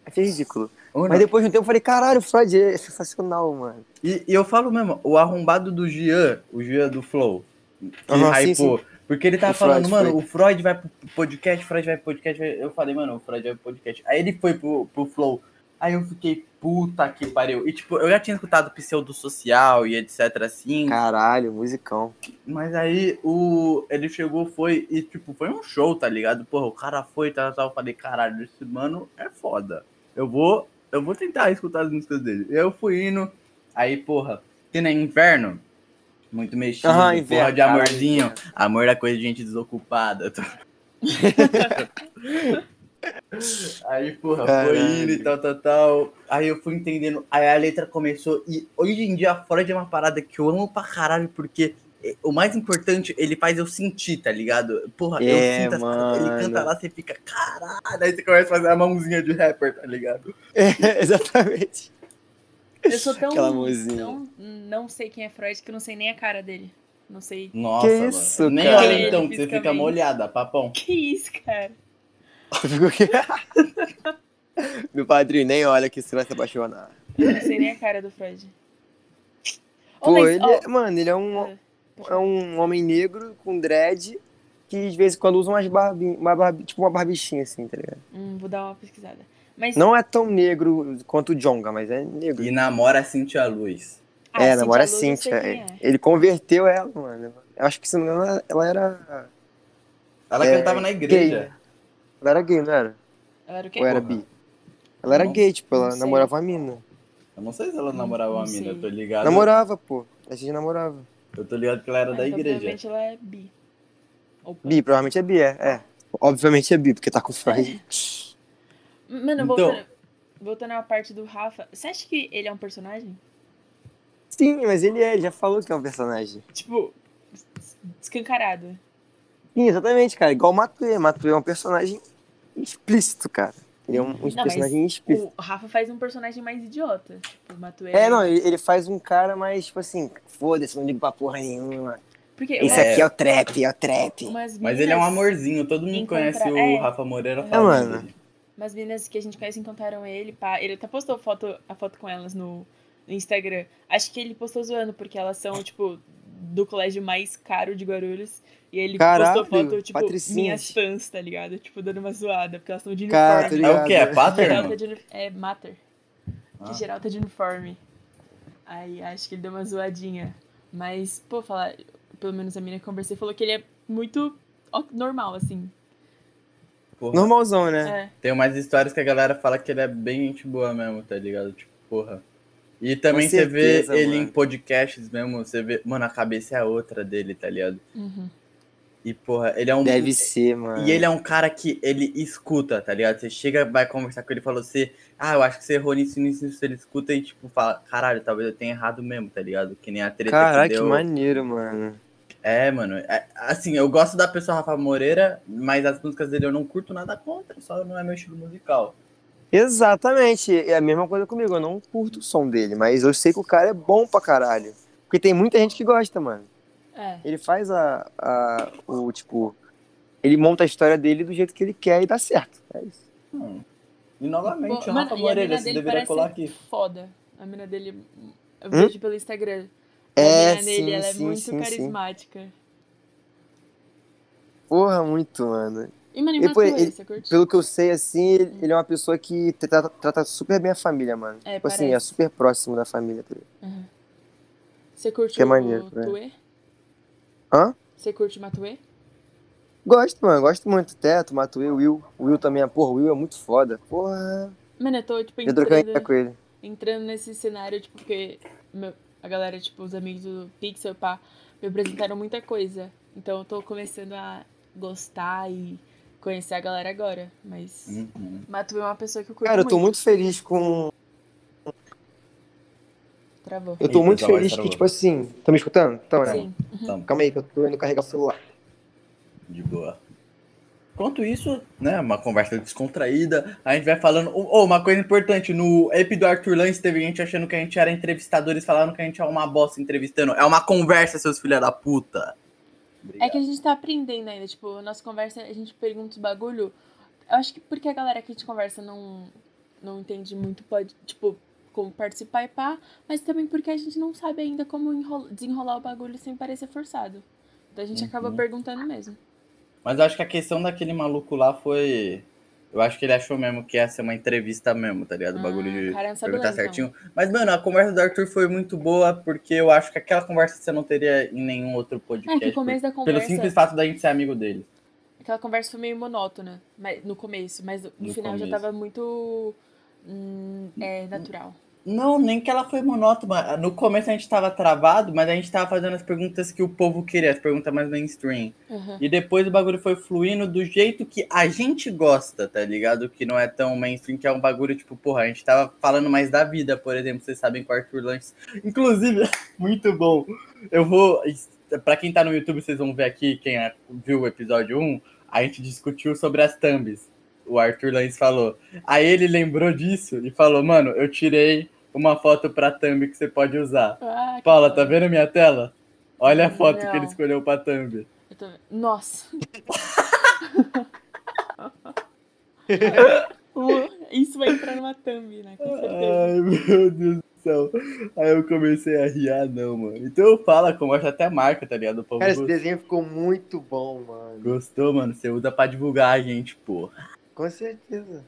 Speaker 2: Achei ridículo.
Speaker 3: Ou não.
Speaker 2: Mas depois de um tempo eu falei, caralho, o Freud é sensacional, mano.
Speaker 3: E, e eu falo mesmo, o arrombado do Jean, o Jean do Flow, que
Speaker 2: Aham, sim,
Speaker 3: hypou. Porque ele tava
Speaker 2: O Freud,
Speaker 3: falando, mano, o Freud vai pro podcast, o Freud vai pro podcast. vai- Eu falei, mano, o Freud vai pro podcast. Aí ele foi pro, pro Flow. Aí eu fiquei, puta que pariu. E tipo, eu já tinha escutado pseudo social e etc. assim.
Speaker 2: Caralho, musicão.
Speaker 3: Mas aí o ele chegou, foi, e tipo, foi um show, tá ligado? Porra, o cara foi, tal, tal. Eu falei, caralho, esse mano é foda. Eu vou, eu vou tentar escutar as músicas dele. Eu fui indo, aí, porra, que nem inverno. Muito mexido,
Speaker 2: Aham,
Speaker 3: porra
Speaker 2: Inverno,
Speaker 3: de
Speaker 2: caralho,
Speaker 3: amorzinho. Amor da coisa de gente desocupada. tá? Aí, porra,
Speaker 2: Caralho.
Speaker 3: foi indo e tal, tal, tal. Aí eu fui entendendo. Aí a letra começou. E hoje em dia, a Freud é uma parada que eu amo pra caralho, porque o mais importante, ele faz eu sentir, tá ligado? Porra,
Speaker 2: É,
Speaker 3: eu sinto as coisas, ele canta lá, você fica, caralho, aí você começa a fazer a mãozinha de rapper, tá ligado?
Speaker 2: É, exatamente.
Speaker 1: Eu sou tão,
Speaker 2: Aquela mãozinha.
Speaker 1: tão. Não sei quem é Freud que eu não sei nem a cara dele. Não sei.
Speaker 3: Nossa,
Speaker 2: Que isso,
Speaker 3: mano. Nem
Speaker 2: cara?
Speaker 3: olha então, que você fica
Speaker 1: Fisicamente.
Speaker 3: molhada, papão.
Speaker 1: Que isso, cara?
Speaker 2: Tu ficou o quê? Meu padrinho, nem olha que você vai se apaixonar.
Speaker 1: Eu não sei nem a cara do Freud. Ô,
Speaker 2: Pô,
Speaker 1: mas,
Speaker 2: ele,
Speaker 1: ó,
Speaker 2: é- mano, ele é um, é um homem negro com dread que de vez em quando usa umas barbinhas, uma barbi- tipo uma barbichinha assim, tá ligado?
Speaker 1: hum, vou dar uma pesquisada. Mas
Speaker 2: Não é tão negro quanto o Jonga, mas é negro.
Speaker 3: E namora a Cintia Luz.
Speaker 1: Ah,
Speaker 2: é,
Speaker 1: Cintia
Speaker 2: namora a
Speaker 1: Luz, eu sei
Speaker 2: Cintia.
Speaker 1: quem é.
Speaker 2: Ele converteu ela, mano. Eu acho que, se não me engano, ela- ela era,
Speaker 3: Ela
Speaker 2: É,
Speaker 3: cantava na igreja.
Speaker 2: gay, ela era gay, não era?
Speaker 1: Ela era o quê?
Speaker 2: Ou era
Speaker 3: porra?
Speaker 2: bi? Ela era
Speaker 3: Não-
Speaker 2: gay, tipo,
Speaker 1: não
Speaker 2: ela
Speaker 1: sei.
Speaker 2: namorava a mina.
Speaker 3: Eu não sei se ela namorava uma
Speaker 1: não
Speaker 3: mina, eu
Speaker 1: sei.
Speaker 3: tô ligado.
Speaker 2: Namorava, pô. A gente namorava.
Speaker 3: Eu tô ligado que ela era
Speaker 1: Ah,
Speaker 3: da
Speaker 1: então,
Speaker 3: igreja.
Speaker 1: provavelmente ela é bi. Opa.
Speaker 2: Bi, provavelmente é bi, é. é. Obviamente é bi, porque tá com Freud.
Speaker 1: Mano,
Speaker 3: Então.
Speaker 1: voltando, voltando à parte do Rafa, você acha que ele é um personagem?
Speaker 2: Sim, mas ele é, ele já falou que é um personagem.
Speaker 1: Tipo, es- escancarado.
Speaker 2: Sim, exatamente, cara. Igual o Matue. Matue é um personagem explícito, cara. Ele é um, um
Speaker 1: mas
Speaker 2: personagem explícito.
Speaker 1: O Rafa faz um personagem mais idiota. Tipo, o Matuê.
Speaker 2: É, não, ele, ele faz um cara mais, tipo assim, foda-se, não ligo pra porra nenhuma.
Speaker 1: Porque
Speaker 2: Esse
Speaker 3: É.
Speaker 2: aqui é o trap, é o trap.
Speaker 1: umas
Speaker 3: Mas ele é um
Speaker 1: meninas-
Speaker 3: amorzinho, todo mundo
Speaker 1: Encontrar-
Speaker 3: conhece o
Speaker 1: é.
Speaker 3: Rafa Moreira
Speaker 1: É,
Speaker 3: falando
Speaker 2: mano.
Speaker 3: dele.
Speaker 1: Umas meninas que a gente conhece encontraram ele, pá. Ele até postou foto, a foto com elas no, no Instagram. Acho que ele postou zoando, porque elas são, tipo, do colégio mais caro de Guarulhos. E ele
Speaker 2: Caralho,
Speaker 1: postou foto, tipo,
Speaker 2: patricinhas.
Speaker 1: minhas fãs, tá ligado? Tipo, dando uma zoada, porque elas estão de uniforme.
Speaker 2: Cara, tô
Speaker 3: É o
Speaker 2: ligado.
Speaker 3: que? É pattern?
Speaker 1: Geral tá
Speaker 3: mano?
Speaker 1: de uni- É, Mater.
Speaker 3: Ah.
Speaker 1: Que geral tá de uniforme. Aí acho que ele deu uma zoadinha. Mas, pô, falar. Pelo menos a menina que eu conversei falou que ele é muito ó- normal, assim.
Speaker 3: Porra.
Speaker 2: Normalzão,
Speaker 1: É.
Speaker 2: né?
Speaker 3: Tem umas histórias que a galera fala que ele é bem gente boa mesmo, tá ligado? Tipo, porra. E também
Speaker 2: Com
Speaker 3: você vê
Speaker 2: certeza,
Speaker 3: ele em
Speaker 2: mano.
Speaker 3: podcasts mesmo, você vê. Mano, a cabeça é a outra dele, tá ligado?
Speaker 1: Uhum.
Speaker 3: E, porra, ele é um.
Speaker 2: Deve ser, mano.
Speaker 3: E ele é um cara que ele escuta, tá ligado? Você chega, vai conversar com ele e fala você, ah, eu acho que você errou nisso, nisso, nisso. Ele escuta e, tipo, fala, caralho, talvez eu tenha errado mesmo, tá ligado? Que nem a treta
Speaker 2: Caraca,
Speaker 3: que
Speaker 2: que
Speaker 3: deu.
Speaker 2: maneiro, mano.
Speaker 3: É, mano. é- assim, eu gosto da pessoa Rafa Moreira, mas as músicas dele eu não curto nada contra, só não é meu estilo musical.
Speaker 2: Exatamente, é a mesma coisa comigo. Eu não curto o som dele, mas eu sei que o cara é bom pra caralho. Porque tem muita gente que gosta, mano.
Speaker 1: É.
Speaker 2: Ele faz a, a o tipo, ele monta a história dele do jeito que ele quer e dá certo. É isso.
Speaker 3: Hum. E novamente,
Speaker 1: Pô,
Speaker 3: o
Speaker 1: mano,
Speaker 3: Rafa
Speaker 1: e a
Speaker 3: Moreira,
Speaker 1: mina
Speaker 3: você
Speaker 1: dele
Speaker 3: deveria
Speaker 1: parece
Speaker 3: colar aqui.
Speaker 1: Foda. A mina dele. Eu vejo pelo Instagram. A
Speaker 2: Hum? É,
Speaker 1: mina
Speaker 2: sim,
Speaker 1: dele, ela
Speaker 2: sim,
Speaker 1: é muito
Speaker 2: sim, sim.
Speaker 1: carismática.
Speaker 2: Porra, muito, mano.
Speaker 1: E, mano, e
Speaker 2: E, pô,
Speaker 1: Matuê,
Speaker 2: ele-
Speaker 1: você curte?
Speaker 2: Pelo que eu sei, assim, ele ele é uma pessoa que trata, trata super bem a família, mano.
Speaker 1: É,
Speaker 2: tipo assim, é
Speaker 1: parece.
Speaker 2: super próximo da família. tá ligado?
Speaker 1: Você curte
Speaker 2: que é
Speaker 1: o
Speaker 2: maneiro, né?
Speaker 1: Tuê?
Speaker 2: Hã?
Speaker 1: Você curte o Matuê?
Speaker 2: Gosto, mano, gosto muito. Teto, Matuê, Will. Will também é, porra, Will é muito foda. Porra.
Speaker 1: Mano, eu tô, tipo,
Speaker 2: Eu troquei
Speaker 1: entrando,
Speaker 2: ideia com ele.
Speaker 1: entrando nesse cenário, tipo, porque meu- a galera, tipo, os amigos do Pixel, pá, me apresentaram muita coisa. Então eu tô começando a gostar e conhecer a galera agora. Mas
Speaker 3: Uhum.
Speaker 1: Matuê é uma pessoa que eu curto
Speaker 2: Cara, eu
Speaker 1: muito.
Speaker 2: tô muito feliz com
Speaker 1: Travou.
Speaker 2: Eu tô
Speaker 3: Eita,
Speaker 2: muito
Speaker 3: essa voz
Speaker 2: feliz que,
Speaker 3: travou.
Speaker 2: tipo assim. Tá me escutando? Então, né?
Speaker 1: Sim.
Speaker 2: Calma aí, que eu tô indo carregar o celular.
Speaker 3: De boa. Enquanto isso, né, uma conversa descontraída, a gente vai falando. Oh, uma coisa importante, no EP do Arthur Lance teve gente achando que a gente era entrevistadores, falaram que a gente é uma bosta entrevistando. É uma conversa, seus filha da puta.
Speaker 1: É que a gente tá aprendendo ainda, tipo, nossa conversa, a gente pergunta os bagulho. Eu acho que porque a galera que a gente conversa não, não entende muito, pode, tipo, como participar e pá, mas também porque a gente não sabe ainda como enrola- desenrolar o bagulho sem parecer forçado. Então a gente acaba
Speaker 3: Uhum.
Speaker 1: perguntando mesmo.
Speaker 3: Mas eu acho que a questão daquele maluco lá foi. Eu acho que ele achou mesmo que ia ser uma entrevista mesmo, tá ligado? O bagulho
Speaker 1: Ah,
Speaker 3: de
Speaker 1: o cara não sabe
Speaker 3: perguntar
Speaker 1: ler, então.
Speaker 3: certinho. Mas, mano, a conversa do Arthur foi muito boa, porque eu acho que aquela conversa você não teria em nenhum outro
Speaker 1: É
Speaker 3: podcast.
Speaker 1: que o começo da
Speaker 3: pelo
Speaker 1: conversa,
Speaker 3: simples fato da gente ser amigo dele.
Speaker 1: aquela conversa foi meio monótona, mas, no começo, mas no,
Speaker 3: No
Speaker 1: final já
Speaker 3: começo.
Speaker 1: tava muito hum, é, natural.
Speaker 3: Não, nem que ela foi monótona. No começo a gente tava travado, mas a gente tava fazendo as perguntas que o povo queria, as perguntas mais mainstream.
Speaker 1: Uhum.
Speaker 3: E depois o bagulho foi fluindo do jeito que a gente gosta, tá ligado? Que não é tão mainstream, que é um bagulho tipo, porra, a gente tava falando mais da vida, por exemplo, vocês sabem com o Arthur Lanches. Inclusive, muito bom. Eu vou. pra quem tá no YouTube, vocês vão ver aqui, quem a- viu o episódio 1, a gente discutiu sobre as thumbs. O Arthur Lanz falou. Aí ele lembrou disso e falou, mano, eu tirei uma foto pra thumb que você pode usar.
Speaker 1: Ah, que
Speaker 3: Paula,
Speaker 1: foda.
Speaker 3: tá vendo a minha tela? Olha a foto
Speaker 1: Não.
Speaker 3: que ele escolheu pra thumb.
Speaker 1: Eu tô- Nossa. Uh, Isso vai entrar numa thumb, né? Com certeza.
Speaker 3: Ai, meu Deus do céu. Aí eu comecei a rir, ah, não, mano. Então eu falo, como acho até marca, tá ligado? O povo
Speaker 6: Cara, esse
Speaker 3: go-
Speaker 6: desenho ficou muito bom, mano.
Speaker 3: gostou, mano. Você usa pra divulgar a gente, pô.
Speaker 6: Com certeza.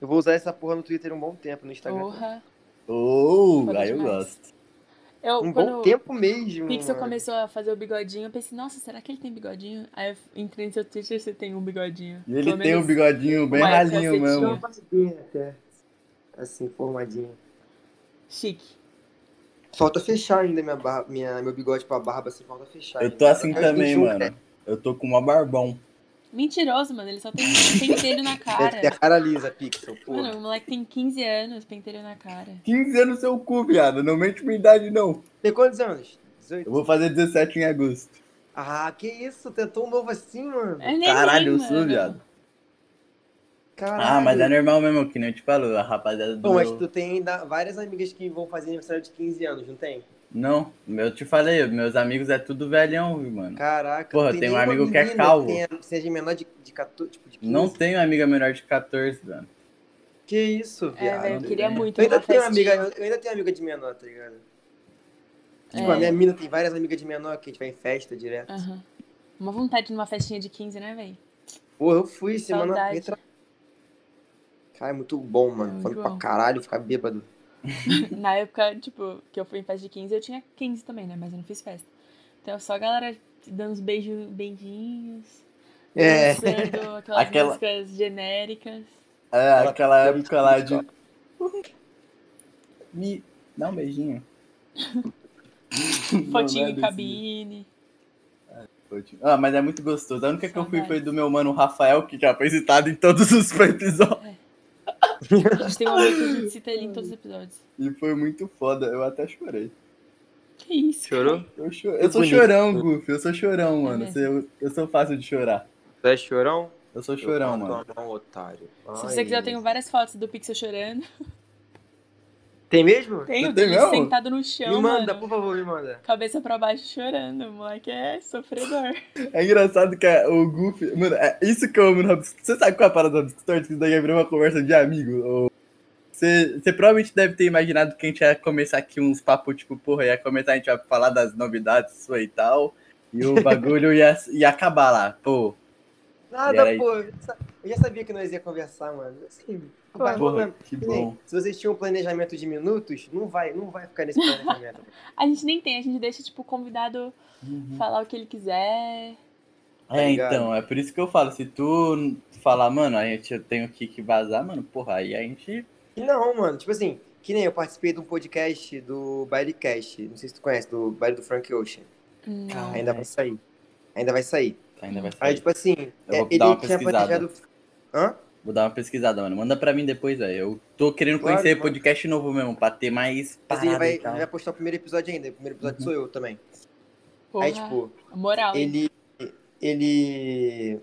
Speaker 6: Eu vou usar essa porra no Twitter um bom tempo, no
Speaker 2: É.
Speaker 6: Instagram.
Speaker 1: Porra.
Speaker 3: Oh,
Speaker 1: Foda
Speaker 3: aí eu
Speaker 1: demais.
Speaker 3: gosto.
Speaker 1: Eu,
Speaker 6: Um
Speaker 1: quando
Speaker 6: bom tempo mesmo.
Speaker 1: o
Speaker 2: né?
Speaker 1: Pixel
Speaker 6: mano.
Speaker 1: começou a fazer o bigodinho, eu pensei, nossa, será que ele tem bigodinho? Aí eu entrei no seu Twitter e você tem um bigodinho.
Speaker 3: E ele
Speaker 1: Pelo
Speaker 3: tem um
Speaker 1: menos-
Speaker 3: bigodinho bem
Speaker 1: uma época
Speaker 3: ralinho
Speaker 1: você
Speaker 3: mesmo.
Speaker 1: tinha- um-
Speaker 6: Formadinho até. Assim, formadinho.
Speaker 1: Chique.
Speaker 2: Falta fechar ainda minha barba, minha, meu bigode pra barba, assim, falta fechar.
Speaker 3: Eu
Speaker 2: ainda.
Speaker 3: tô assim
Speaker 2: quero
Speaker 3: também,
Speaker 2: 21,
Speaker 3: mano. Eu tô com uma barbão.
Speaker 1: Mentiroso, mano. Ele só tem pentelho na
Speaker 2: Deve ter
Speaker 1: cara.
Speaker 2: é, a cara lisa, Pixel, pô.
Speaker 1: Mano, o moleque tem 15 anos, pentelho na cara.
Speaker 3: 15 anos no seu cu, viado. Não mente minha idade, não.
Speaker 2: Tem quantos anos? 18.
Speaker 3: Eu vou fazer 17 em agosto.
Speaker 2: Ah, que isso, tentou um novo assim, mano.
Speaker 1: É neném,
Speaker 3: Caralho, eu sou,
Speaker 1: mano.
Speaker 3: viado.
Speaker 2: Caralho.
Speaker 3: Ah, mas é normal mesmo, que nem eu te falo, a rapaziada do.
Speaker 2: Bom, mas tu tem ainda várias amigas que vão fazer aniversário de 15 anos, não tem?
Speaker 3: Não, eu te falei, meus amigos é tudo velhão, viu, mano.
Speaker 2: Caraca,
Speaker 3: Porra,
Speaker 2: não
Speaker 3: tem um
Speaker 2: nenhuma
Speaker 3: amigo que é
Speaker 2: menina
Speaker 3: calvo.
Speaker 2: tenha- seja menor de, de 14, tipo, de 15.
Speaker 3: Não tenho amiga menor de 14, mano.
Speaker 2: Que isso,
Speaker 1: É,
Speaker 2: viado.
Speaker 1: velho, eu queria muito.
Speaker 2: eu ainda
Speaker 1: uma
Speaker 2: tenho
Speaker 1: festinha.
Speaker 2: amiga, eu ainda tenho amiga de menor, tá ligado? Tipo, a
Speaker 1: É.
Speaker 2: minha mina tem várias amigas de menor que a gente vai em festa direto.
Speaker 1: Aham. Uma vontade de uma festinha de 15, né, velho?
Speaker 2: Pô, eu fui semana
Speaker 1: Saudade.
Speaker 2: retra... Cara, é muito bom,
Speaker 1: É,
Speaker 2: mano. Come
Speaker 1: muito
Speaker 2: pra
Speaker 1: bom.
Speaker 2: caralho, ficar bêbado.
Speaker 1: Na época, tipo, que eu fui em festa de 15, eu tinha 15 também, né? Mas eu não fiz festa. Então, só a galera dando uns beijos, beijinhos.
Speaker 2: É.
Speaker 1: Dançando aquelas
Speaker 3: Aquela-
Speaker 1: músicas genéricas.
Speaker 3: É, aquela
Speaker 2: tem
Speaker 3: época lá de.
Speaker 2: muito
Speaker 3: Me dá um beijinho.
Speaker 1: Fotinho em
Speaker 3: Não, é nada
Speaker 1: cabine.
Speaker 3: assim. Ah, mas é muito gostoso. A única que eu fui
Speaker 1: Saudades.
Speaker 3: foi do meu mano Rafael, que já foi citado em todos os episódios.
Speaker 1: A gente tem uma vez que a gente cita ele em todos os episódios.
Speaker 3: E foi muito foda, eu até chorei.
Speaker 1: Que isso?
Speaker 2: Chorou?
Speaker 3: Eu, cho- eu sou
Speaker 2: bonito. É.
Speaker 3: chorão, Goofy, eu sou chorão, mano.
Speaker 1: mesmo?
Speaker 3: Eu, eu sou fácil de chorar.
Speaker 2: Tu é chorão?
Speaker 3: Eu sou chorão, mano.
Speaker 2: Não, um otário.
Speaker 1: Se você quiser, eu tenho várias fotos do Pixel chorando.
Speaker 2: Tem mesmo?
Speaker 1: Tenho
Speaker 3: tem
Speaker 1: dele
Speaker 3: mesmo?
Speaker 1: sentado no chão,
Speaker 2: me manda,
Speaker 1: mano.
Speaker 2: por favor, me manda.
Speaker 1: Cabeça pra baixo chorando. O moleque é sofredor.
Speaker 3: É engraçado que a- o Goofy. Mano, é isso que eu amo no Rabisco. Você sabe qual é a parada do Rabisco Torto? Que isso daí virou uma conversa de amigo. ou- Você, você provavelmente deve ter imaginado que a gente ia começar aqui uns papos, tipo, porra, ia começar, a gente ia falar das novidades sua e tal. E o bagulho ia, ia acabar lá. Pô, E
Speaker 2: Nada,
Speaker 3: era
Speaker 2: pô. Eu já sa- eu já sabia que nós ia conversar, mano. Assim, não vai
Speaker 3: porra,
Speaker 2: rolando.
Speaker 3: que
Speaker 2: Que nem,
Speaker 3: bom.
Speaker 2: Se vocês tinham um planejamento de minutos, não vai, não vai ficar nesse planejamento.
Speaker 1: A gente nem tem, a gente deixa, tipo, o convidado
Speaker 3: Uhum.
Speaker 1: falar o que ele quiser.
Speaker 3: É,
Speaker 2: Tá ligado?
Speaker 3: então, é por isso que eu falo, se tu falar, mano, a gente eu tenho que, que vazar, mano, porra, aí a gente.
Speaker 2: E não, mano, tipo assim, que nem eu participei de um podcast do Bailecast, não sei se tu conhece, do baile do Frank Ocean.
Speaker 1: Não.
Speaker 2: Ainda vai sair. Ainda vai sair.
Speaker 3: Ainda vai
Speaker 2: Aí,
Speaker 3: sair.
Speaker 2: tipo assim,
Speaker 3: Eu
Speaker 2: é,
Speaker 3: vou
Speaker 2: ele
Speaker 3: dar uma
Speaker 2: tinha
Speaker 3: pesquisada.
Speaker 2: planejado. Hã?
Speaker 3: Vou dar uma pesquisada, mano. Manda pra mim depois, velho. Eu tô querendo
Speaker 2: Claro,
Speaker 3: conhecer
Speaker 2: mano.
Speaker 3: podcast novo mesmo, pra ter mais
Speaker 2: Mas ele
Speaker 3: parada
Speaker 2: vai,
Speaker 3: e
Speaker 1: então.
Speaker 3: tal.
Speaker 2: ele vai postar o primeiro episódio ainda. O primeiro episódio sou eu também.
Speaker 1: Uhum. Porra,
Speaker 2: Aí, tipo,
Speaker 1: moral, hein?
Speaker 2: ele. Ele.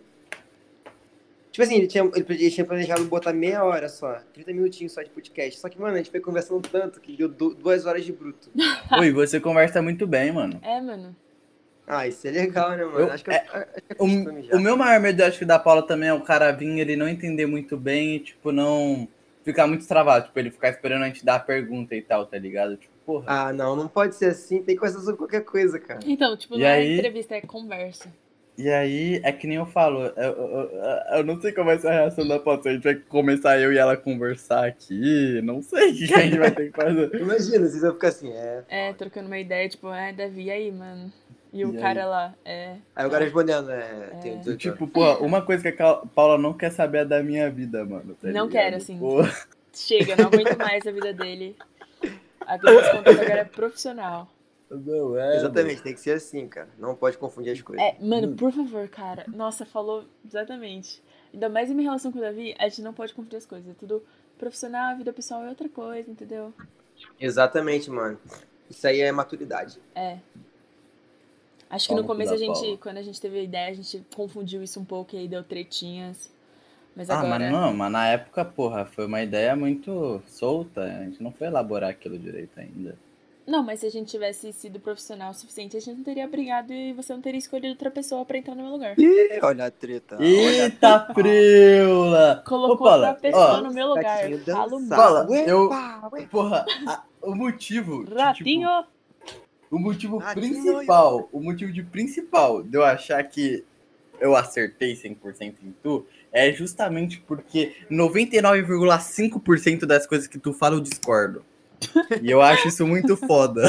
Speaker 2: Tipo assim, ele tinha, ele, ele tinha planejado botar meia hora só, 30 minutinhos só de podcast. Só que, mano, a gente foi conversando tanto que deu du- duas horas de bruto.
Speaker 3: Oi, você conversa muito bem, mano.
Speaker 1: É, mano.
Speaker 2: Ah, isso é legal, né, mano?
Speaker 3: Eu-
Speaker 2: acho que
Speaker 3: é-
Speaker 2: acho que é
Speaker 3: O,
Speaker 2: costume já.
Speaker 3: o meu maior medo, acho que da Paula também é o cara vir, ele não entender muito bem e, tipo, não ficar muito travado. Tipo, ele ficar esperando a gente dar a pergunta e tal, tá ligado? Tipo, porra.
Speaker 2: Ah, não, não pode ser assim. Tem que conversar sobre qualquer coisa, cara.
Speaker 1: Então, tipo,
Speaker 3: E
Speaker 1: não
Speaker 3: aí?
Speaker 1: é entrevista, é conversa.
Speaker 3: E aí, é que nem eu falo, eu, eu, eu- eu não sei como vai ser a reação da Paula. Se a gente vai começar eu e ela a conversar aqui, não sei o que que a gente vai ter que fazer.
Speaker 2: Imagina, vocês vão ficar assim, é.
Speaker 1: É, trocando uma ideia, tipo, é, Davi, e aí, mano? E o
Speaker 3: E aí?
Speaker 1: cara lá, é.
Speaker 2: Aí o cara respondendo, é. Tem,
Speaker 3: E,
Speaker 2: tem-
Speaker 3: tipo, porra, uma coisa que a Ca- Paula não quer saber é da minha vida, mano. tá
Speaker 1: Não
Speaker 3: ligado?
Speaker 1: quero, assim.
Speaker 3: Porra.
Speaker 1: Chega, não aguento mais a vida dele. A correspondente agora é profissional.
Speaker 3: Não é.
Speaker 2: Exatamente, tem que ser assim, cara. Não pode confundir as coisas.
Speaker 1: É, mano,
Speaker 3: Hum.
Speaker 1: por favor, cara. Nossa, falou exatamente. Ainda mais em minha relação com o Davi, a gente não pode confundir as coisas. É tudo profissional, a vida pessoal é outra coisa, entendeu?
Speaker 2: Exatamente, mano. Isso aí é maturidade.
Speaker 1: É. Acho que
Speaker 3: Pau
Speaker 1: no
Speaker 3: no cu
Speaker 1: começo
Speaker 3: um da
Speaker 1: a gente,
Speaker 3: Paula.
Speaker 1: quando a gente teve a ideia, a gente confundiu isso um pouco e aí deu tretinhas. Mas
Speaker 3: Ah,
Speaker 1: agora.
Speaker 3: mas não, mas na época, porra, foi uma ideia muito solta. A gente não foi elaborar aquilo direito ainda.
Speaker 1: Não, mas se a gente tivesse sido profissional o suficiente, a gente não teria brigado e você não teria escolhido outra pessoa pra entrar no meu lugar.
Speaker 5: Ih,
Speaker 3: É,
Speaker 5: olha a treta.
Speaker 3: Eita, preula!
Speaker 1: Colocou
Speaker 3: Paula,
Speaker 1: outra pessoa
Speaker 3: ó,
Speaker 1: no meu lugar. um
Speaker 2: Gatinho
Speaker 1: Falo
Speaker 2: dançar.
Speaker 1: mal.
Speaker 3: Fala,
Speaker 2: Ué,
Speaker 3: eu-
Speaker 2: pá, ué.
Speaker 3: Porra, a- o motivo. de, tipo,
Speaker 1: Ratinho!
Speaker 3: O motivo
Speaker 5: Ah, que
Speaker 3: principal, o motivo de principal de eu achar que eu acertei 100% em tu é justamente porque 99,5% das coisas que tu fala eu discordo. E eu acho isso muito foda.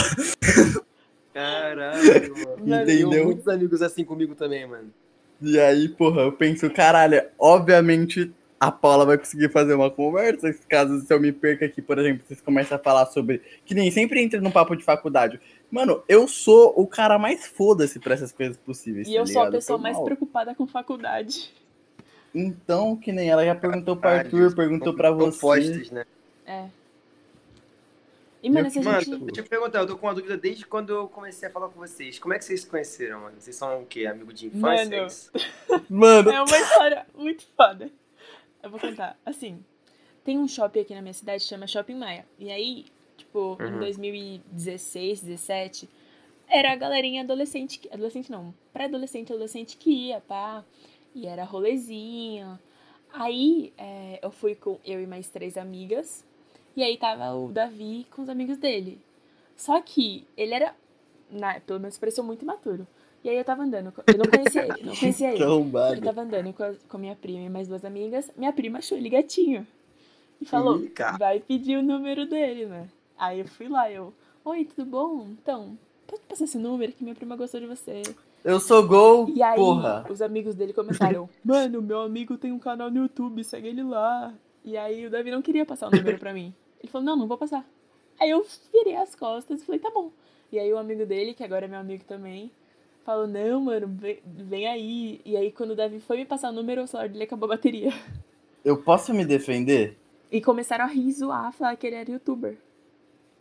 Speaker 7: Caralho, mano.
Speaker 3: Mano,
Speaker 7: Eu tenho
Speaker 3: entendeu?
Speaker 7: muitos amigos assim comigo também, mano.
Speaker 3: E aí, porra, eu penso, caralho, obviamente a Paula vai conseguir fazer uma conversa. Caso se eu me perca aqui, por exemplo, vocês começam a falar sobre. Que nem sempre entra num papo de faculdade. Mano, eu sou o cara mais foda-se pra essas coisas possíveis.
Speaker 1: E
Speaker 3: tá
Speaker 1: eu sou a
Speaker 3: ligado?
Speaker 1: pessoa
Speaker 3: Foi
Speaker 1: mais
Speaker 3: mal.
Speaker 1: preocupada com faculdade.
Speaker 3: Então, que nem ela já perguntou pra
Speaker 7: Caralho,
Speaker 3: Arthur, perguntou pra você.
Speaker 7: Propostas, né?
Speaker 1: É. E, mano, se a
Speaker 7: Mano,
Speaker 1: gente.
Speaker 7: deixa eu perguntar, eu tô com uma dúvida desde quando eu comecei a falar com vocês. Como é que vocês se conheceram, mano? Vocês são o quê? Amigo de infância?
Speaker 1: Mano.
Speaker 7: é isso?
Speaker 3: Mano,
Speaker 1: É uma história muito foda. Eu vou contar. Assim, tem um shopping aqui na minha cidade que chama Shopping Maia. E aí, tipo, em
Speaker 7: Uhum.
Speaker 1: 2016, 17, era a galerinha adolescente. que- Adolescente não, pré-adolescente, adolescente que ia, pá. E era rolezinho. Aí é, eu fui com eu e mais três amigas. E aí tava o Davi com os amigos dele. Só que ele era, na- pelo menos pareceu muito imaturo. E aí eu tava andando. com- Eu não conhecia ele, não conhecia ele. tá-
Speaker 3: tão
Speaker 1: Eu
Speaker 3: baga.
Speaker 1: tava andando com a, com a minha prima e mais duas amigas. Minha prima achou ele gatinho. E falou,
Speaker 7: Ih, cara.
Speaker 1: vai pedir o número dele, né? Aí eu fui lá, eu, oi, tudo bom? Então, pode passar esse número que minha prima gostou de você.
Speaker 3: Eu sou gol,
Speaker 1: E aí,
Speaker 3: porra.
Speaker 1: os amigos dele começaram, mano, meu amigo tem um canal no YouTube, segue ele lá. E aí o Davi não queria passar o número pra mim. Ele falou, não, não vou passar. Aí eu virei as costas e falei, tá bom. E aí o amigo dele, que agora é meu amigo também, falou, não, mano, vem, vem aí. E aí quando o Davi foi me passar o número, o celular dele acabou a bateria.
Speaker 3: Eu posso me defender?
Speaker 1: E começaram a rir, zoar, falar que ele era youtuber.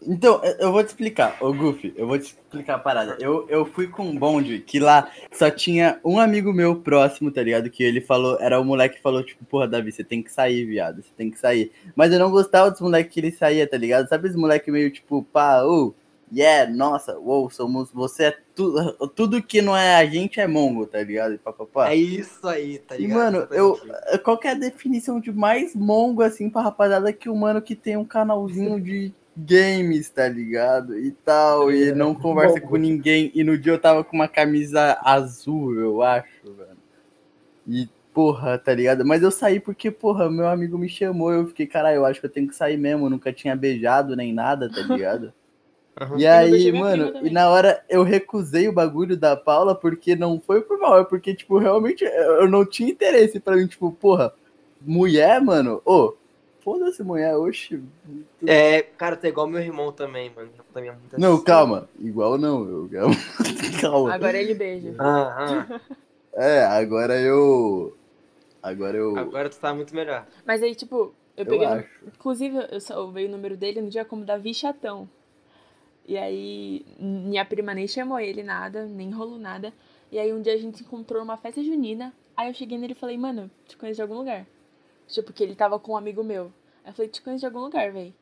Speaker 3: Então, eu- eu vou te explicar, ô Goofy, eu vou te explicar a parada. Eu, eu fui com um bonde que lá só tinha um amigo meu próximo, tá ligado? Que ele falou, era o moleque que falou, tipo, porra, Davi, você tem que sair, viado, você tem que sair. Mas eu não gostava dos moleques que ele saía, tá ligado? Sabe os moleque meio tipo, pá, ô, yeah, nossa, uou, somos, você é tudo, tudo que não é a gente é mongo, tá ligado? E pá, pá, pá.
Speaker 7: É isso aí, tá
Speaker 3: E,
Speaker 7: ligado?
Speaker 3: mano,
Speaker 7: Exatamente.
Speaker 3: Qual que é a definição de mais mongo, assim, pra rapaziada que o mano que tem um canalzinho de games, tá ligado? E tal, e não conversa com ninguém. E no dia eu tava com uma camisa azul, eu acho, mano. E, porra, tá ligado? Mas eu saí porque, porra, meu amigo me chamou. Eu fiquei, caralho, eu acho que eu tenho que sair mesmo. Eu nunca tinha beijado nem nada, tá ligado?
Speaker 7: Aham.
Speaker 3: E
Speaker 1: Eu não beijei
Speaker 3: aí,
Speaker 1: minha prima
Speaker 3: mano,
Speaker 1: um também.
Speaker 3: e na hora eu recusei o bagulho da Paula porque não foi por mal, é porque, tipo, realmente eu não tinha interesse pra mim, tipo, porra, mulher, mano, ô, foda-se mulher, oxe.
Speaker 7: É, cara, tá igual meu irmão também, mano. Meu irmão também é muito
Speaker 3: Não,
Speaker 7: assim.
Speaker 3: calma, igual não, eu, calma. calma.
Speaker 1: Agora ele beija.
Speaker 7: Aham,
Speaker 3: É, agora eu. Agora eu.
Speaker 7: agora tu tá muito melhor.
Speaker 1: Mas aí, tipo, eu
Speaker 3: eu
Speaker 1: peguei no
Speaker 3: acho.
Speaker 1: Inclusive, eu salvei o número dele no dia como Davi Chatão. E aí, minha prima nem chamou ele nada, nem rolou nada. E aí, um dia a gente se encontrou numa festa junina. Aí eu cheguei nele e falei, mano, te conheço de algum lugar. Tipo, que ele tava com um amigo meu. Aí eu falei, te conheço de algum lugar, véi.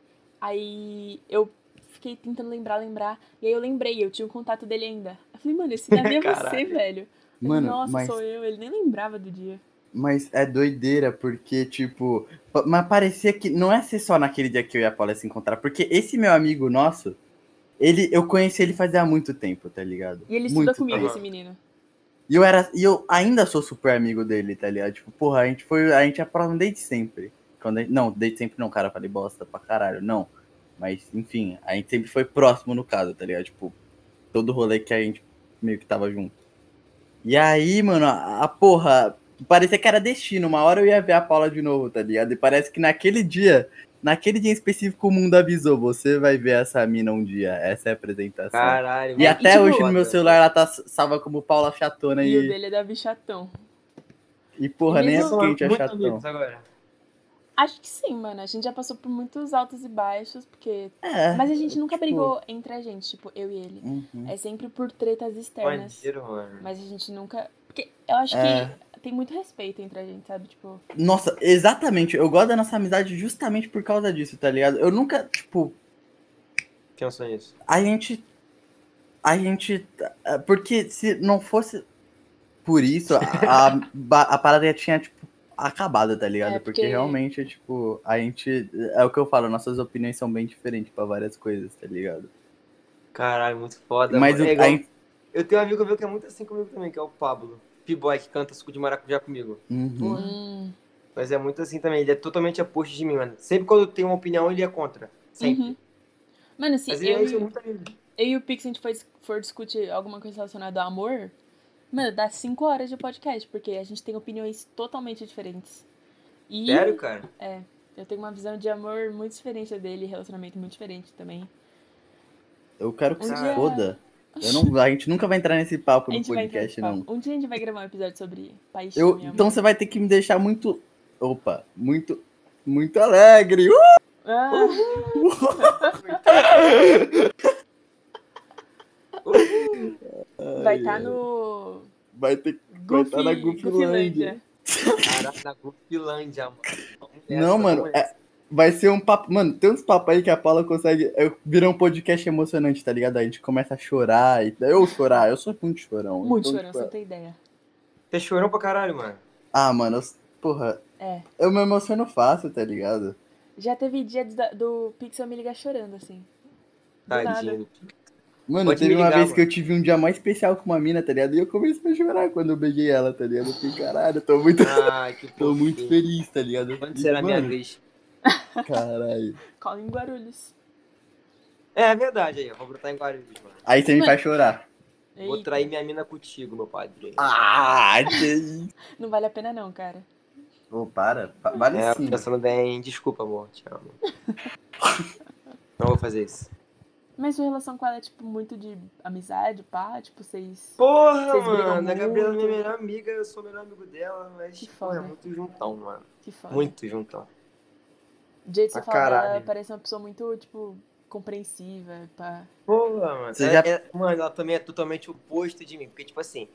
Speaker 1: Aí eu fiquei tentando lembrar, lembrar. E aí eu lembrei, eu tinha o contato dele ainda. Eu falei, mano, esse Davi é você,
Speaker 7: Caralho.
Speaker 1: velho. Ele,
Speaker 3: Mano,
Speaker 1: Nossa,
Speaker 3: mas.
Speaker 1: sou eu. Ele nem lembrava do dia.
Speaker 3: Mas é doideira, porque, tipo. pa- Mas parecia que não é ser só naquele dia que eu e a Paula se encontrar, porque esse meu amigo nosso, ele, eu conheci ele fazia muito tempo, tá ligado?
Speaker 1: E ele estuda
Speaker 3: muito
Speaker 1: comigo,
Speaker 3: tempo.
Speaker 1: esse menino.
Speaker 3: E eu, era, e eu ainda sou super amigo dele, tá ligado? Tipo, porra, a gente foi. A gente é próximo desde sempre. Quando a gente- não, desde sempre não, cara, eu falei bosta pra caralho, não. Mas, enfim, a gente sempre foi próximo no caso, tá ligado? Tipo, todo rolê que a gente meio que tava junto. E aí, mano, a, a porra. Parecia que era destino. Uma hora eu ia ver a Paula de novo, tá ligado? E parece que naquele dia. Naquele dia em específico, o mundo avisou: você vai ver essa mina um dia. Essa é a apresentação.
Speaker 7: Caralho,
Speaker 3: E
Speaker 7: mano.
Speaker 3: até
Speaker 1: tipo,
Speaker 3: hoje no meu celular ela tá salva como Paula Chatona
Speaker 1: E o
Speaker 3: e,
Speaker 1: dele é Davi Chatão.
Speaker 3: e porra, nem é
Speaker 1: Mesmo-
Speaker 3: porque a gente é
Speaker 7: Muito
Speaker 3: chatão.
Speaker 7: amigos agora.
Speaker 1: Acho que sim, mano. A gente já passou por muitos altos e baixos, porque.
Speaker 3: É.
Speaker 1: Mas a gente nunca
Speaker 3: tipo-
Speaker 1: brigou entre a gente, tipo, eu e ele.
Speaker 3: Uhum.
Speaker 1: É sempre por tretas externas.
Speaker 2: Maneiro, mano.
Speaker 1: É, Mas a gente nunca. Porque eu acho
Speaker 3: É.
Speaker 1: que tem muito respeito entre a gente, sabe? Tipo,
Speaker 3: Nossa, exatamente. Eu gosto da nossa amizade justamente por causa disso, tá ligado? Eu nunca, tipo,
Speaker 2: Pensa nisso.
Speaker 3: a gente. A gente. eh, Porque se não fosse por isso, a, a, ba- a parada já tinha, tipo, acabado, tá ligado?
Speaker 1: É,
Speaker 3: porque...
Speaker 1: porque-
Speaker 3: realmente, tipo, a gente. É o que eu falo, nossas opiniões são bem diferentes pra várias coisas, tá ligado?
Speaker 2: Caralho, muito foda.
Speaker 3: Mas
Speaker 2: mano.
Speaker 3: o-
Speaker 2: É
Speaker 3: a
Speaker 2: igual-
Speaker 3: gente-
Speaker 2: Eu tenho um amigo meu que é muito assim comigo também, que é o Pablo. P-boy que canta suco de maracujá comigo.
Speaker 3: Uhum.
Speaker 1: hum,
Speaker 2: Mas é muito assim também, ele é totalmente oposto de mim, mano. Sempre quando eu tenho uma opinião, ele é contra. Sempre.
Speaker 1: uhum. Mano, assim,
Speaker 2: Mas
Speaker 1: eu,
Speaker 2: ele é
Speaker 1: e-
Speaker 2: isso muito amigo.
Speaker 1: eu e o Pix, a gente foi, for discutir alguma coisa relacionada ao amor, mano, dá cinco horas de podcast, porque a gente tem opiniões totalmente diferentes. E
Speaker 2: Sério, cara?
Speaker 1: eu tenho uma visão de amor muito diferente da dele, relacionamento muito diferente também.
Speaker 3: Eu quero que
Speaker 1: Um
Speaker 3: se
Speaker 1: dia-
Speaker 3: foda. Eu não, a gente nunca vai entrar nesse papo
Speaker 1: A
Speaker 3: no
Speaker 1: gente vai entrar nesse
Speaker 3: podcast, não.
Speaker 1: papo. Um dia a gente vai gravar um episódio sobre paixão
Speaker 3: Eu,
Speaker 1: e amor.
Speaker 3: então você vai ter que me deixar muito. Opa, muito. Muito alegre. Uh!
Speaker 1: Ah, vai estar no...
Speaker 3: Vai ter que.
Speaker 1: Goofy,
Speaker 3: tá na Goofylândia.
Speaker 1: Goofylândia.
Speaker 2: Caralho, na Gupilândia, mano. Vamos nessa,
Speaker 3: Não, mano,
Speaker 2: vamos nessa.
Speaker 3: Vai ser um papo. Mano, tem uns papos aí que a Paula consegue. é, Virar um podcast emocionante, tá ligado? A gente começa a chorar. e- Eu chorar, eu sou muito chorão.
Speaker 1: Muito
Speaker 3: então,
Speaker 1: chorão,
Speaker 3: tipo,
Speaker 1: você não tem ideia.
Speaker 2: Você chorou pra caralho, mano.
Speaker 3: Ah, mano, eu- porra.
Speaker 1: É.
Speaker 3: Eu me emociono fácil, tá ligado?
Speaker 1: Já teve dia de- do Pixel me ligar chorando, assim. Do nada.
Speaker 2: Tadinho.
Speaker 3: Mano,
Speaker 2: Pode
Speaker 3: teve
Speaker 2: me
Speaker 3: uma
Speaker 2: ligar,
Speaker 3: vez que eu tive um dia mais especial com uma mina, tá ligado? E eu comecei a chorar quando eu beijei ela, tá ligado? Eu fiquei, caralho, eu tô muito.
Speaker 2: Ai, que
Speaker 3: Tô muito
Speaker 2: fofinho.
Speaker 3: feliz, tá ligado? Eu
Speaker 2: Quando
Speaker 3: fiquei,
Speaker 2: será a minha
Speaker 3: mano,
Speaker 2: vez?
Speaker 3: Caralho.
Speaker 1: Cola em Guarulhos.
Speaker 2: É, é verdade aí, eu vou brotar em Guarulhos, mano.
Speaker 3: Aí você me
Speaker 1: Mano.
Speaker 3: faz chorar.
Speaker 2: Vou
Speaker 1: Eita,
Speaker 2: trair minha mina contigo, meu padre.
Speaker 3: Ah, que isso.
Speaker 1: Não vale a pena não, cara.
Speaker 3: Ô, para. Pa- Vale
Speaker 2: É,
Speaker 3: sim.
Speaker 2: pensando bem, desculpa, amor, te amo. Não vou fazer isso.
Speaker 1: Mas sua relação com ela é, tipo, muito de amizade, pá? Tipo, vocês...
Speaker 2: Porra,
Speaker 1: Vocês brigam
Speaker 2: mano, a Gabriela é minha
Speaker 1: muito?
Speaker 2: melhor amiga, eu sou o melhor amigo dela, mas
Speaker 1: Que
Speaker 2: porra, é
Speaker 1: foda.
Speaker 2: muito juntão, mano.
Speaker 1: Que foda.
Speaker 2: Muito juntão.
Speaker 1: O jeito que
Speaker 2: pra
Speaker 1: você fala dela
Speaker 2: caralho.
Speaker 1: parece uma pessoa muito, tipo, compreensiva, pá.
Speaker 2: Porra, mano.
Speaker 3: Você
Speaker 2: É-
Speaker 3: já-
Speaker 2: é- mano, ela também é totalmente oposto de mim, porque, tipo assim,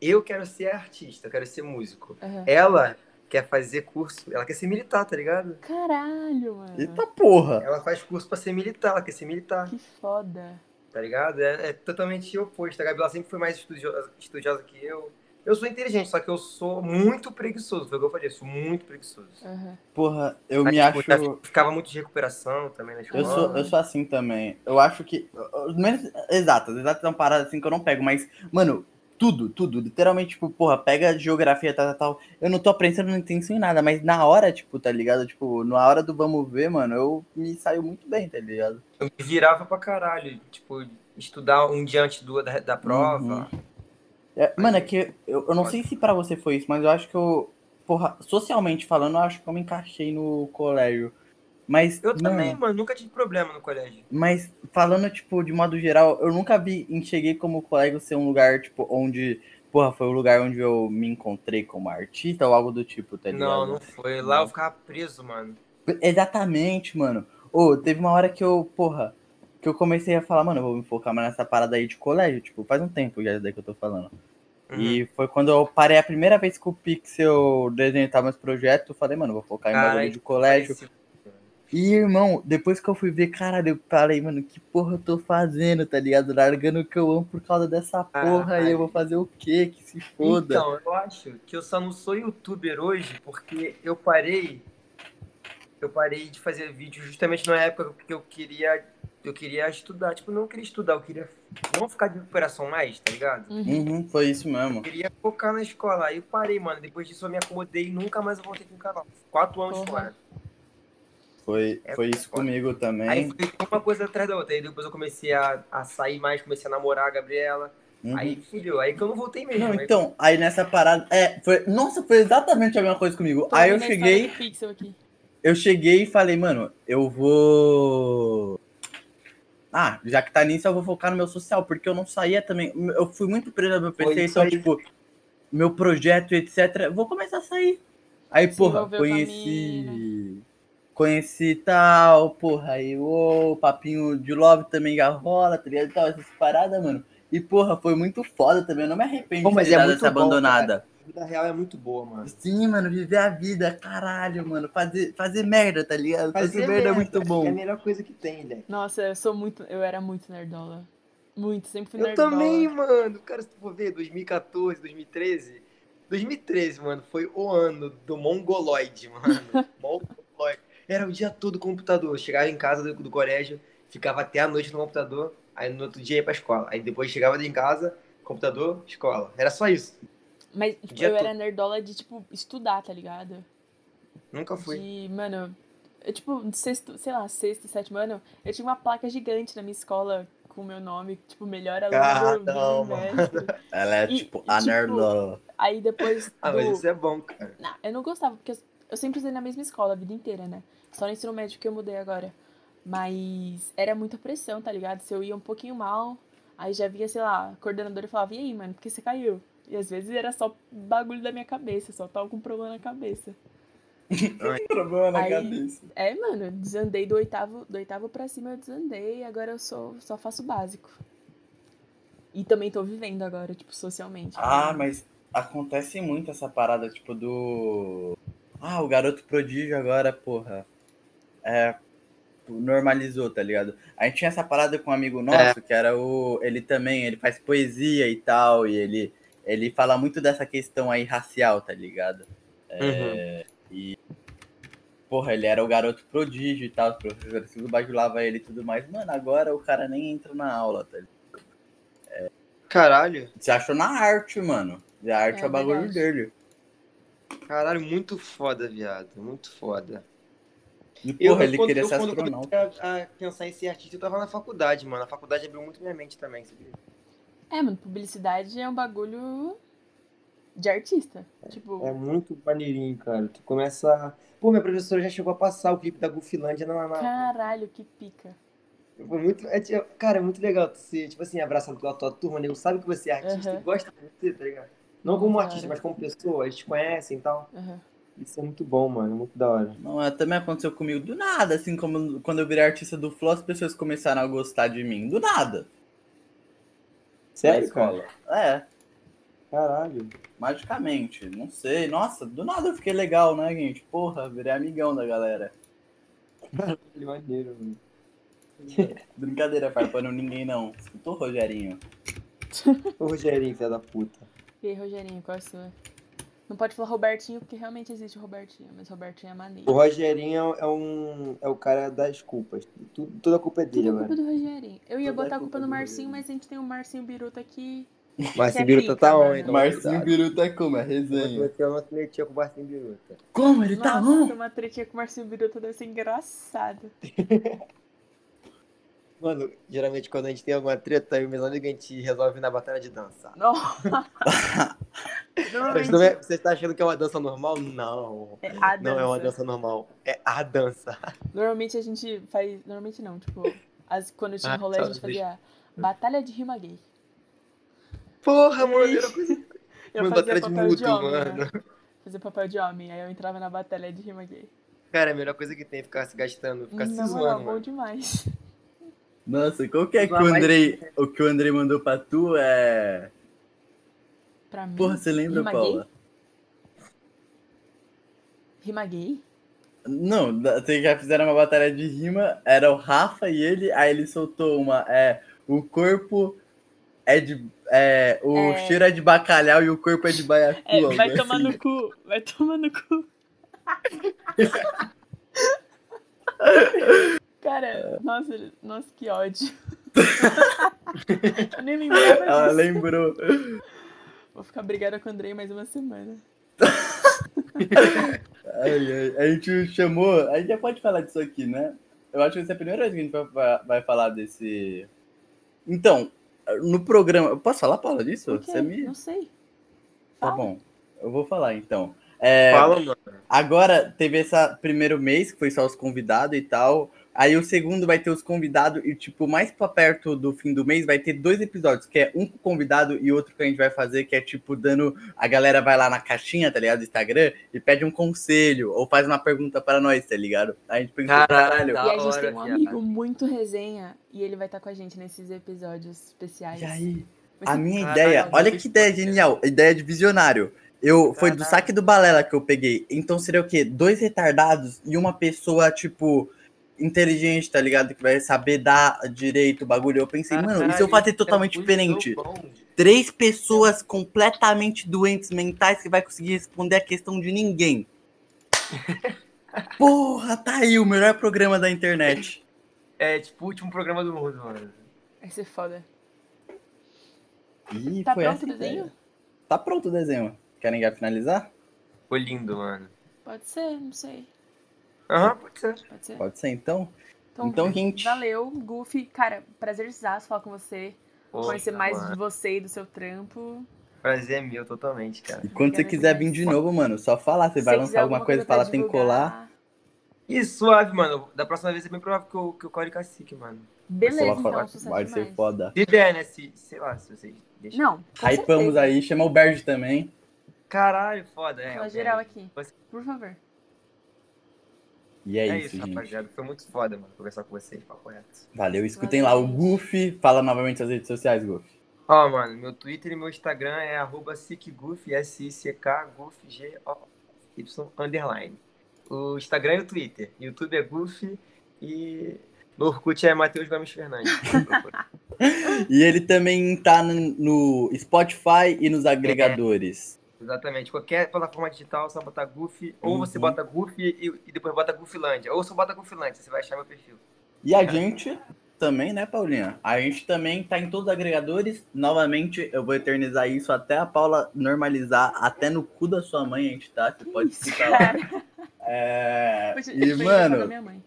Speaker 2: eu quero ser artista, eu quero ser músico.
Speaker 1: Aham.
Speaker 2: Ela quer fazer curso, ela quer ser militar, tá ligado?
Speaker 1: Caralho, mano.
Speaker 3: Eita porra.
Speaker 2: Ela faz curso pra ser militar, ela quer ser militar,
Speaker 1: Que foda.
Speaker 2: tá ligado? É, é totalmente oposto. A Gabriela sempre foi mais estudiosa, estudiosa que eu. Eu sou inteligente, só que eu sou muito preguiçoso. Foi o que eu falei, eu sou muito preguiçoso.
Speaker 1: Aham.
Speaker 3: Porra, eu
Speaker 2: Mas,
Speaker 3: me
Speaker 2: tipo,
Speaker 3: acho.
Speaker 2: já Ficava muito de recuperação também nas
Speaker 3: Eu sou, eu
Speaker 2: semanas.
Speaker 3: sou assim também. Eu acho que. os menos- Exatas, exatas é uma parada assim que eu não pego, mas, mano, tudo, tudo. Literalmente, tipo, porra, pega a geografia, tal, tal, tal. Eu não tô aprendendo, não intenso em nada, mas na hora, tipo, tá ligado? Tipo, na hora do vamos ver, mano, eu me saio muito bem, tá ligado?
Speaker 2: Eu me virava pra caralho. Tipo, estudar um dia antes do, da, da prova.
Speaker 3: É, mano, é que eu, eu não sei se pra você foi isso, mas eu acho que eu. Porra, socialmente falando, eu acho que eu me encaixei no colégio. Mas.
Speaker 2: Eu
Speaker 3: mano,
Speaker 2: também, mano, nunca tive problema no colégio.
Speaker 3: Mas falando, tipo, de modo geral, eu nunca vi, enxerguei como colégio ser um lugar, tipo, onde, porra, foi o lugar onde eu me encontrei como artista ou algo do tipo, tá ligado?
Speaker 2: Não, não foi. Lá eu ficava preso, mano.
Speaker 3: Exatamente, mano. Ô, teve uma hora que eu, porra, que eu comecei a falar, mano, eu vou me focar mais nessa parada aí de colégio, tipo, faz um tempo já daí que eu tô falando.
Speaker 2: Uhum.
Speaker 3: E foi quando eu parei a primeira vez que o Pixel desenhava meus projetos, eu falei, mano, vou focar em
Speaker 2: Caralho,
Speaker 3: bagulho de
Speaker 2: Uhum.
Speaker 3: colégio. E, irmão, depois que eu fui ver, caralho, eu falei, mano, que porra eu tô fazendo, tá ligado? Largando o que eu amo por causa dessa porra aí, eu vou fazer o quê? Que se foda.
Speaker 2: Ah, Então, eu acho que eu só não sou youtuber hoje porque eu parei. Eu parei de fazer vídeo justamente na época que eu queria. Eu queria estudar. Tipo, eu não queria estudar, eu queria não ficar de recuperação mais, tá ligado?
Speaker 1: Uhum.
Speaker 3: Uhum, foi isso mesmo.
Speaker 2: Eu queria focar na escola. Aí eu parei, mano. Depois disso eu me acomodei e nunca mais eu voltei com o canal. Quatro anos
Speaker 1: Porra.
Speaker 2: fora.
Speaker 3: Foi,
Speaker 2: É
Speaker 3: foi isso
Speaker 2: foda.
Speaker 3: comigo
Speaker 2: Aí
Speaker 3: também.
Speaker 2: foi uma coisa atrás da outra. Aí depois eu comecei a, a sair mais, comecei a namorar a Gabriela.
Speaker 3: Uhum.
Speaker 2: Aí, filho, aí que eu não voltei mesmo.
Speaker 3: Não,
Speaker 2: Aí-
Speaker 3: então, aí nessa parada. É, foi. Nossa, foi exatamente a mesma coisa comigo.
Speaker 1: Tô
Speaker 3: aí eu
Speaker 1: ouvindo a né?
Speaker 3: cheguei.
Speaker 1: história do Pixel aqui.
Speaker 3: eu cheguei e falei, mano, eu vou. Ah, já que tá nisso, eu vou focar no meu social, porque eu não saía também. Eu fui muito preso no meu
Speaker 2: Foi
Speaker 3: PC,
Speaker 2: isso
Speaker 3: então,
Speaker 2: aí.
Speaker 3: tipo, meu projeto, etc. Vou começar a sair. Aí, porra,
Speaker 1: Desenvolveu
Speaker 3: conheci. Conheci tal, porra, aí o papinho de love também garrola, tá ligado? e Tal, essas paradas, mano. E, porra, foi muito foda também. Eu não me arrependo
Speaker 8: Pô, mas
Speaker 3: de ter
Speaker 8: é
Speaker 3: dado
Speaker 8: muito
Speaker 3: essa
Speaker 8: bom,
Speaker 3: abandonada.
Speaker 8: A vida real é muito boa, mano.
Speaker 3: Sim, mano, viver a vida, caralho, mano. Fazer, fazer merda, tá ligado? Fazer, merda é muito bom.
Speaker 8: É a melhor coisa que tem, velho.
Speaker 1: Nossa, eu sou muito. Eu era muito nerdola. Muito, sempre fui
Speaker 2: Eu
Speaker 1: nerdola.
Speaker 2: também, mano. Cara, se tu for ver, 2014, 2013. 2013, mano, foi o ano do mongoloide, mano. mongoloide. Era o dia todo computador. Eu chegava em casa do, do colégio, ficava até a noite no computador, aí no outro dia ia pra escola. Aí depois chegava em casa, computador, escola. Era só isso.
Speaker 1: Mas tipo,
Speaker 2: Dia
Speaker 1: eu era nerdola de, tipo, estudar, tá ligado?
Speaker 2: Nunca fui.
Speaker 1: De, mano, eu, tipo, no sexto, sei lá, sexto, sétimo ano, eu tinha uma placa gigante na minha escola com o meu nome, tipo, melhor aluno
Speaker 2: Ah,
Speaker 1: do
Speaker 2: não,
Speaker 1: bimestre.
Speaker 3: Ela é,
Speaker 1: E-
Speaker 3: tipo,
Speaker 1: e,
Speaker 3: a
Speaker 1: tipo,
Speaker 3: nerdola.
Speaker 1: Aí depois.
Speaker 2: Ah, mas
Speaker 1: do-
Speaker 2: isso é bom, cara.
Speaker 1: Não, eu não gostava, porque eu- eu sempre estudei na mesma escola a vida inteira, né? Só no ensino médio que eu mudei agora. Mas era muita pressão, tá ligado? Se eu ia um pouquinho mal, aí já via, sei lá, a coordenadora e falava, e aí, mano, por que você caiu? E às vezes era só bagulho da minha cabeça, só tava com problema na cabeça.
Speaker 3: Problema
Speaker 1: na Aí- cabeça. É, mano, eu desandei do oitavo, do oitavo pra cima, eu desandei, agora eu sou, só faço o básico. E também tô vivendo agora, tipo, socialmente.
Speaker 3: Ah, mas acontece muito essa parada, tipo, do. Ah, o garoto prodígio agora, porra. É. Normalizou, tá ligado? A gente tinha essa parada com um amigo nosso, que era o. Ele também, ele faz poesia e tal, e ele, ele fala muito dessa questão aí racial, tá ligado? Porra, ele era o garoto prodígio e tal, os professores tudo bajulava ele e tudo mais. Mano, agora o cara nem entra na aula, tá ligado?
Speaker 2: Caralho,
Speaker 3: Se achou na arte, mano. E a arte é,
Speaker 1: É
Speaker 3: o bagulho
Speaker 1: verdade.
Speaker 3: dele.
Speaker 2: caralho, muito foda, viado. Muito foda.
Speaker 3: E,
Speaker 2: Eu,
Speaker 3: porra, ele
Speaker 2: quando-
Speaker 3: queria
Speaker 2: eu,
Speaker 3: ser
Speaker 2: quando
Speaker 3: astronauta.
Speaker 2: comecei a, a pensar em ser artista, eu tava na faculdade, mano. A faculdade abriu muito minha mente também. sabia?
Speaker 1: É, mano, publicidade é um bagulho de artista. Tipo,
Speaker 2: É muito maneirinho, cara. Tu começa. a- Pô, minha professora já chegou a passar o clipe da Gufilândia na. na-
Speaker 1: Caralho, que pica.
Speaker 2: Foi muito... é, tipo, cara, é muito legal tu ser, tipo assim, abraçado pela tua turma, nego sabe que você é artista
Speaker 1: Aham.
Speaker 2: e gosta de você, tá ligado? Não como
Speaker 1: Claro.
Speaker 2: artista, mas como pessoa, eles te conhecem e tal.
Speaker 1: Aham.
Speaker 2: Isso é muito bom, mano. Muito da hora.
Speaker 3: Não, é, também aconteceu comigo do nada, assim como quando eu virei artista do Flow, as pessoas começaram a gostar de mim. Do nada. na
Speaker 2: Sério, cara?
Speaker 3: escola. É,
Speaker 2: Caralho.
Speaker 3: magicamente. Não sei. Nossa, do nada eu fiquei legal, né, gente? Porra, virei amigão da galera.
Speaker 2: Que maneiro, mano.
Speaker 3: Brincadeira, farpando ninguém não. Escutou, Rogerinho?
Speaker 2: Ô, Rogerinho, filha da puta.
Speaker 1: E aí, Rogerinho, qual é a sua? Não pode falar Robertinho, porque realmente existe o Robertinho, mas Robertinho é maneiro.
Speaker 2: O Rogerinho é um. é o cara das culpas. Tudo, toda a culpa é dele
Speaker 1: Tudo culpa
Speaker 2: agora.
Speaker 1: do Rogerinho. Eu ia
Speaker 2: Toda
Speaker 1: botar a
Speaker 2: culpa
Speaker 1: culpa no
Speaker 2: do
Speaker 1: Marcinho, mas a gente tem o Marcinho Biruta aqui.
Speaker 2: Marcinho
Speaker 1: Que é
Speaker 2: Biruta
Speaker 1: pica,
Speaker 2: tá
Speaker 1: mano.
Speaker 2: on, então.
Speaker 3: Marcinho
Speaker 2: cuidado.
Speaker 3: Biruta como? É resenha.
Speaker 2: Você é uma atletia com o Marcinho Biruta.
Speaker 3: Como? Ele tá
Speaker 1: Nossa,
Speaker 3: on?
Speaker 1: uma tretinha com o Marcinho Biruta deve ser engraçado.
Speaker 2: Mano, geralmente quando a gente tem alguma treta, aí o meus amigos a gente resolve na batalha de dança.
Speaker 1: Nossa.
Speaker 2: Mas não é, você tá achando que é uma dança normal? Não.
Speaker 1: É a
Speaker 2: Não é uma
Speaker 1: dança.
Speaker 2: dança normal. É a dança.
Speaker 1: Normalmente a gente faz. Normalmente não, tipo, as- quando eu tinha um
Speaker 2: Ah,
Speaker 1: rolê, a gente
Speaker 2: talvez.
Speaker 1: fazia Batalha de Rima Gay.
Speaker 2: Porra, mano, era coisa.
Speaker 1: Eu fazia
Speaker 2: Mano, batalha de
Speaker 1: papel
Speaker 2: mudo,
Speaker 1: de homem.
Speaker 2: mano.
Speaker 1: Né? Fazia papel de homem, aí eu entrava na batalha de Rima Gay.
Speaker 2: Cara, a melhor coisa que tem é ficar se gastando, ficar se
Speaker 1: Não,
Speaker 2: zoando,
Speaker 1: não, bom
Speaker 2: mano.
Speaker 1: demais.
Speaker 3: Nossa, qual que é que o
Speaker 2: Vai, vai.
Speaker 3: Andrei, o que o Andrei mandou pra tu é...
Speaker 1: Pra mim,
Speaker 3: Porra, você lembra,
Speaker 1: Rima
Speaker 3: Paula?
Speaker 1: Rima Gay?
Speaker 3: Não, da- tem que fizeram uma batalha de rima, era o Rafa e ele, aí ele soltou uma, é, o corpo é de, é, o
Speaker 1: É.
Speaker 3: cheiro é de bacalhau e o corpo é de baiacu.
Speaker 1: É,
Speaker 3: algo
Speaker 1: vai
Speaker 3: assim.
Speaker 1: tomar no cu, vai tomar no cu. Cara, nossa, nossa, que ódio. eu nem lembrava disso.
Speaker 3: Ela Ah, lembrou.
Speaker 1: Vou ficar brigada com o Andrei mais uma semana.
Speaker 3: Ai, ai, A gente chamou, a gente já pode falar disso aqui, né? Eu acho que essa é a primeira vez que a gente vai, vai- vai falar desse... Então, no programa... Posso falar, Paula, disso?
Speaker 1: Por quê?
Speaker 3: Você é me...
Speaker 1: Não sei.
Speaker 3: Tá
Speaker 1: Fala.
Speaker 3: bom, eu vou falar então. É,
Speaker 2: Fala, mano.
Speaker 3: Agora teve esse primeiro mês, que foi só os convidados e tal. Aí o segundo vai ter os convidados e, tipo, mais pra perto do fim do mês vai ter dois episódios, que é um com convidado e outro que a gente vai fazer, que é tipo dando. A galera vai lá na caixinha, tá ligado? Do Instagram e pede um conselho ou faz uma pergunta para nós, tá ligado? Aí a gente pensa,
Speaker 2: Caralho,
Speaker 3: caralho.
Speaker 2: da
Speaker 1: e a gente tem um
Speaker 2: hora,
Speaker 1: amigo muito resenha e ele vai estar com a gente nesses episódios especiais.
Speaker 3: E aí? A
Speaker 1: Vai ser
Speaker 3: minha
Speaker 2: Caralho,
Speaker 3: ideia, olha que
Speaker 2: bicho,
Speaker 3: ideia
Speaker 2: você-
Speaker 3: genial, ideia de visionário. Eu foi do
Speaker 2: Caralho.
Speaker 3: saque do Balela que eu peguei. Então seria o quê? Dois retardados e uma pessoa tipo inteligente, tá ligado? Que vai saber dar direito o bagulho. Eu pensei, mano, e se eu
Speaker 2: é
Speaker 1: é
Speaker 3: fazer totalmente diferente? Três pessoas completamente doentes mentais que vai conseguir responder a questão de ninguém. Porra, tá aí o melhor programa da internet.
Speaker 2: É tipo o último programa do mundo, mano.
Speaker 1: Vai ser foda.
Speaker 3: Ih,
Speaker 1: Tá
Speaker 3: foi
Speaker 1: pronto
Speaker 3: essa
Speaker 1: o desenho?
Speaker 3: ideia. Tá pronto o desenho. Querem já finalizar?
Speaker 2: Foi lindo, mano.
Speaker 1: Pode ser, não sei.
Speaker 2: Aham, pode ser.
Speaker 1: É, Pode ser.
Speaker 3: Pode ser então? Então, gente.
Speaker 1: Valeu, Goofy. Cara, prazer falar com você.
Speaker 2: Pô, tá
Speaker 1: conhecer mais um.
Speaker 2: mano,
Speaker 1: de você e do seu trampo.
Speaker 2: Prazer é meu totalmente, cara.
Speaker 3: E quando você
Speaker 1: Obrigada
Speaker 3: quiser vir
Speaker 1: demais.
Speaker 3: de novo, mano, só falar. Você
Speaker 1: Se
Speaker 3: vai
Speaker 1: quiser
Speaker 3: lançar alguma coisa,
Speaker 1: pra
Speaker 3: falar, tem que colar.
Speaker 1: divulgar.
Speaker 2: Ih, suave, mano. Da próxima vez é bem provável que eu, que eu core cacique, mano.
Speaker 1: Beleza,
Speaker 3: Vai falar,
Speaker 1: então, sucesso
Speaker 3: vai ser
Speaker 1: demais.
Speaker 3: foda.
Speaker 2: Se der, né? Se, sei lá, se vocês deixam.
Speaker 1: Não, com
Speaker 3: Hypamos
Speaker 1: certeza.
Speaker 3: aí, chama o Berge também.
Speaker 2: Caralho, foda, é.
Speaker 1: Fala
Speaker 2: eu
Speaker 1: geral
Speaker 2: quero.
Speaker 1: aqui.
Speaker 2: Você-
Speaker 1: Por favor.
Speaker 3: E é,
Speaker 2: É,
Speaker 3: isso,
Speaker 2: isso,
Speaker 3: gente.
Speaker 2: rapaziada. Foi muito foda, mano, conversar com vocês, papo reto.
Speaker 3: Valeu, escutem lá o
Speaker 1: Valeu.
Speaker 3: Goofy. Fala novamente as redes sociais, Goofy.
Speaker 2: Ó, mano, meu Twitter e meu Instagram é arroba SicGoof, S-I-C-K, Goof, G-O-Y, underline. O Instagram e o Twitter. YouTube é Goof e no Orkut é Matheus Gomes Fernandes.
Speaker 3: E ele também tá no, no Spotify e nos agregadores.
Speaker 2: Exatamente. Qualquer plataforma digital, é só botar Goof, ou
Speaker 3: Uhum.
Speaker 2: você bota Goof e, e depois bota Gooflândia. Ou só bota Gooflândia, você vai achar meu perfil.
Speaker 3: E
Speaker 2: É.
Speaker 3: a gente também, né, Paulinha? A gente também tá em todos os agregadores. Novamente, eu vou eternizar isso até a Paula normalizar. Até no cu da sua mãe a gente tá. Você pode
Speaker 1: Isso,
Speaker 3: escutar lá.
Speaker 1: cara. tipo,
Speaker 3: É...
Speaker 1: Vou te- vou
Speaker 3: E,
Speaker 1: indicar
Speaker 3: mano,
Speaker 1: pra minha mãe.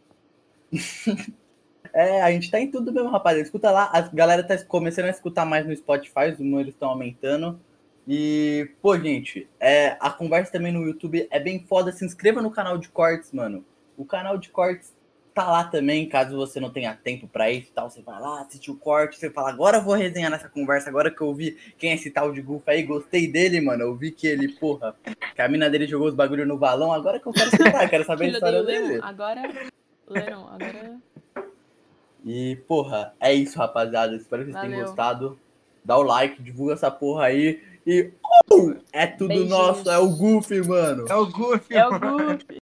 Speaker 3: É, a gente tá em tudo mesmo, rapaziada. Escuta lá, a galera tá começando a escutar mais no Spotify, os números estão aumentando. E, pô, gente, é, a conversa também no YouTube é bem foda. Se inscreva no canal de cortes, mano. O canal de cortes tá lá também, caso você não tenha tempo pra isso e tal. Você vai lá, assiste o corte, você fala, agora eu vou resenhar nessa conversa, agora que eu ouvi quem é esse tal de Goof aí, gostei dele, mano. Eu vi que ele, porra, que a mina dele jogou os bagulho no balão, agora que eu quero escutar, quero saber a
Speaker 1: Filho
Speaker 3: história
Speaker 1: do
Speaker 3: dele.
Speaker 1: Leon. um Agora, Leon, agora...
Speaker 3: E, porra, é isso, rapaziada. Espero que vocês tenham
Speaker 1: Valeu.
Speaker 3: gostado. Dá o like, divulga essa porra aí. E. Oh! é tudo
Speaker 1: Beijinhos.
Speaker 3: nosso, é o Goofy, mano.
Speaker 2: É o Goof,
Speaker 1: É o Goofy.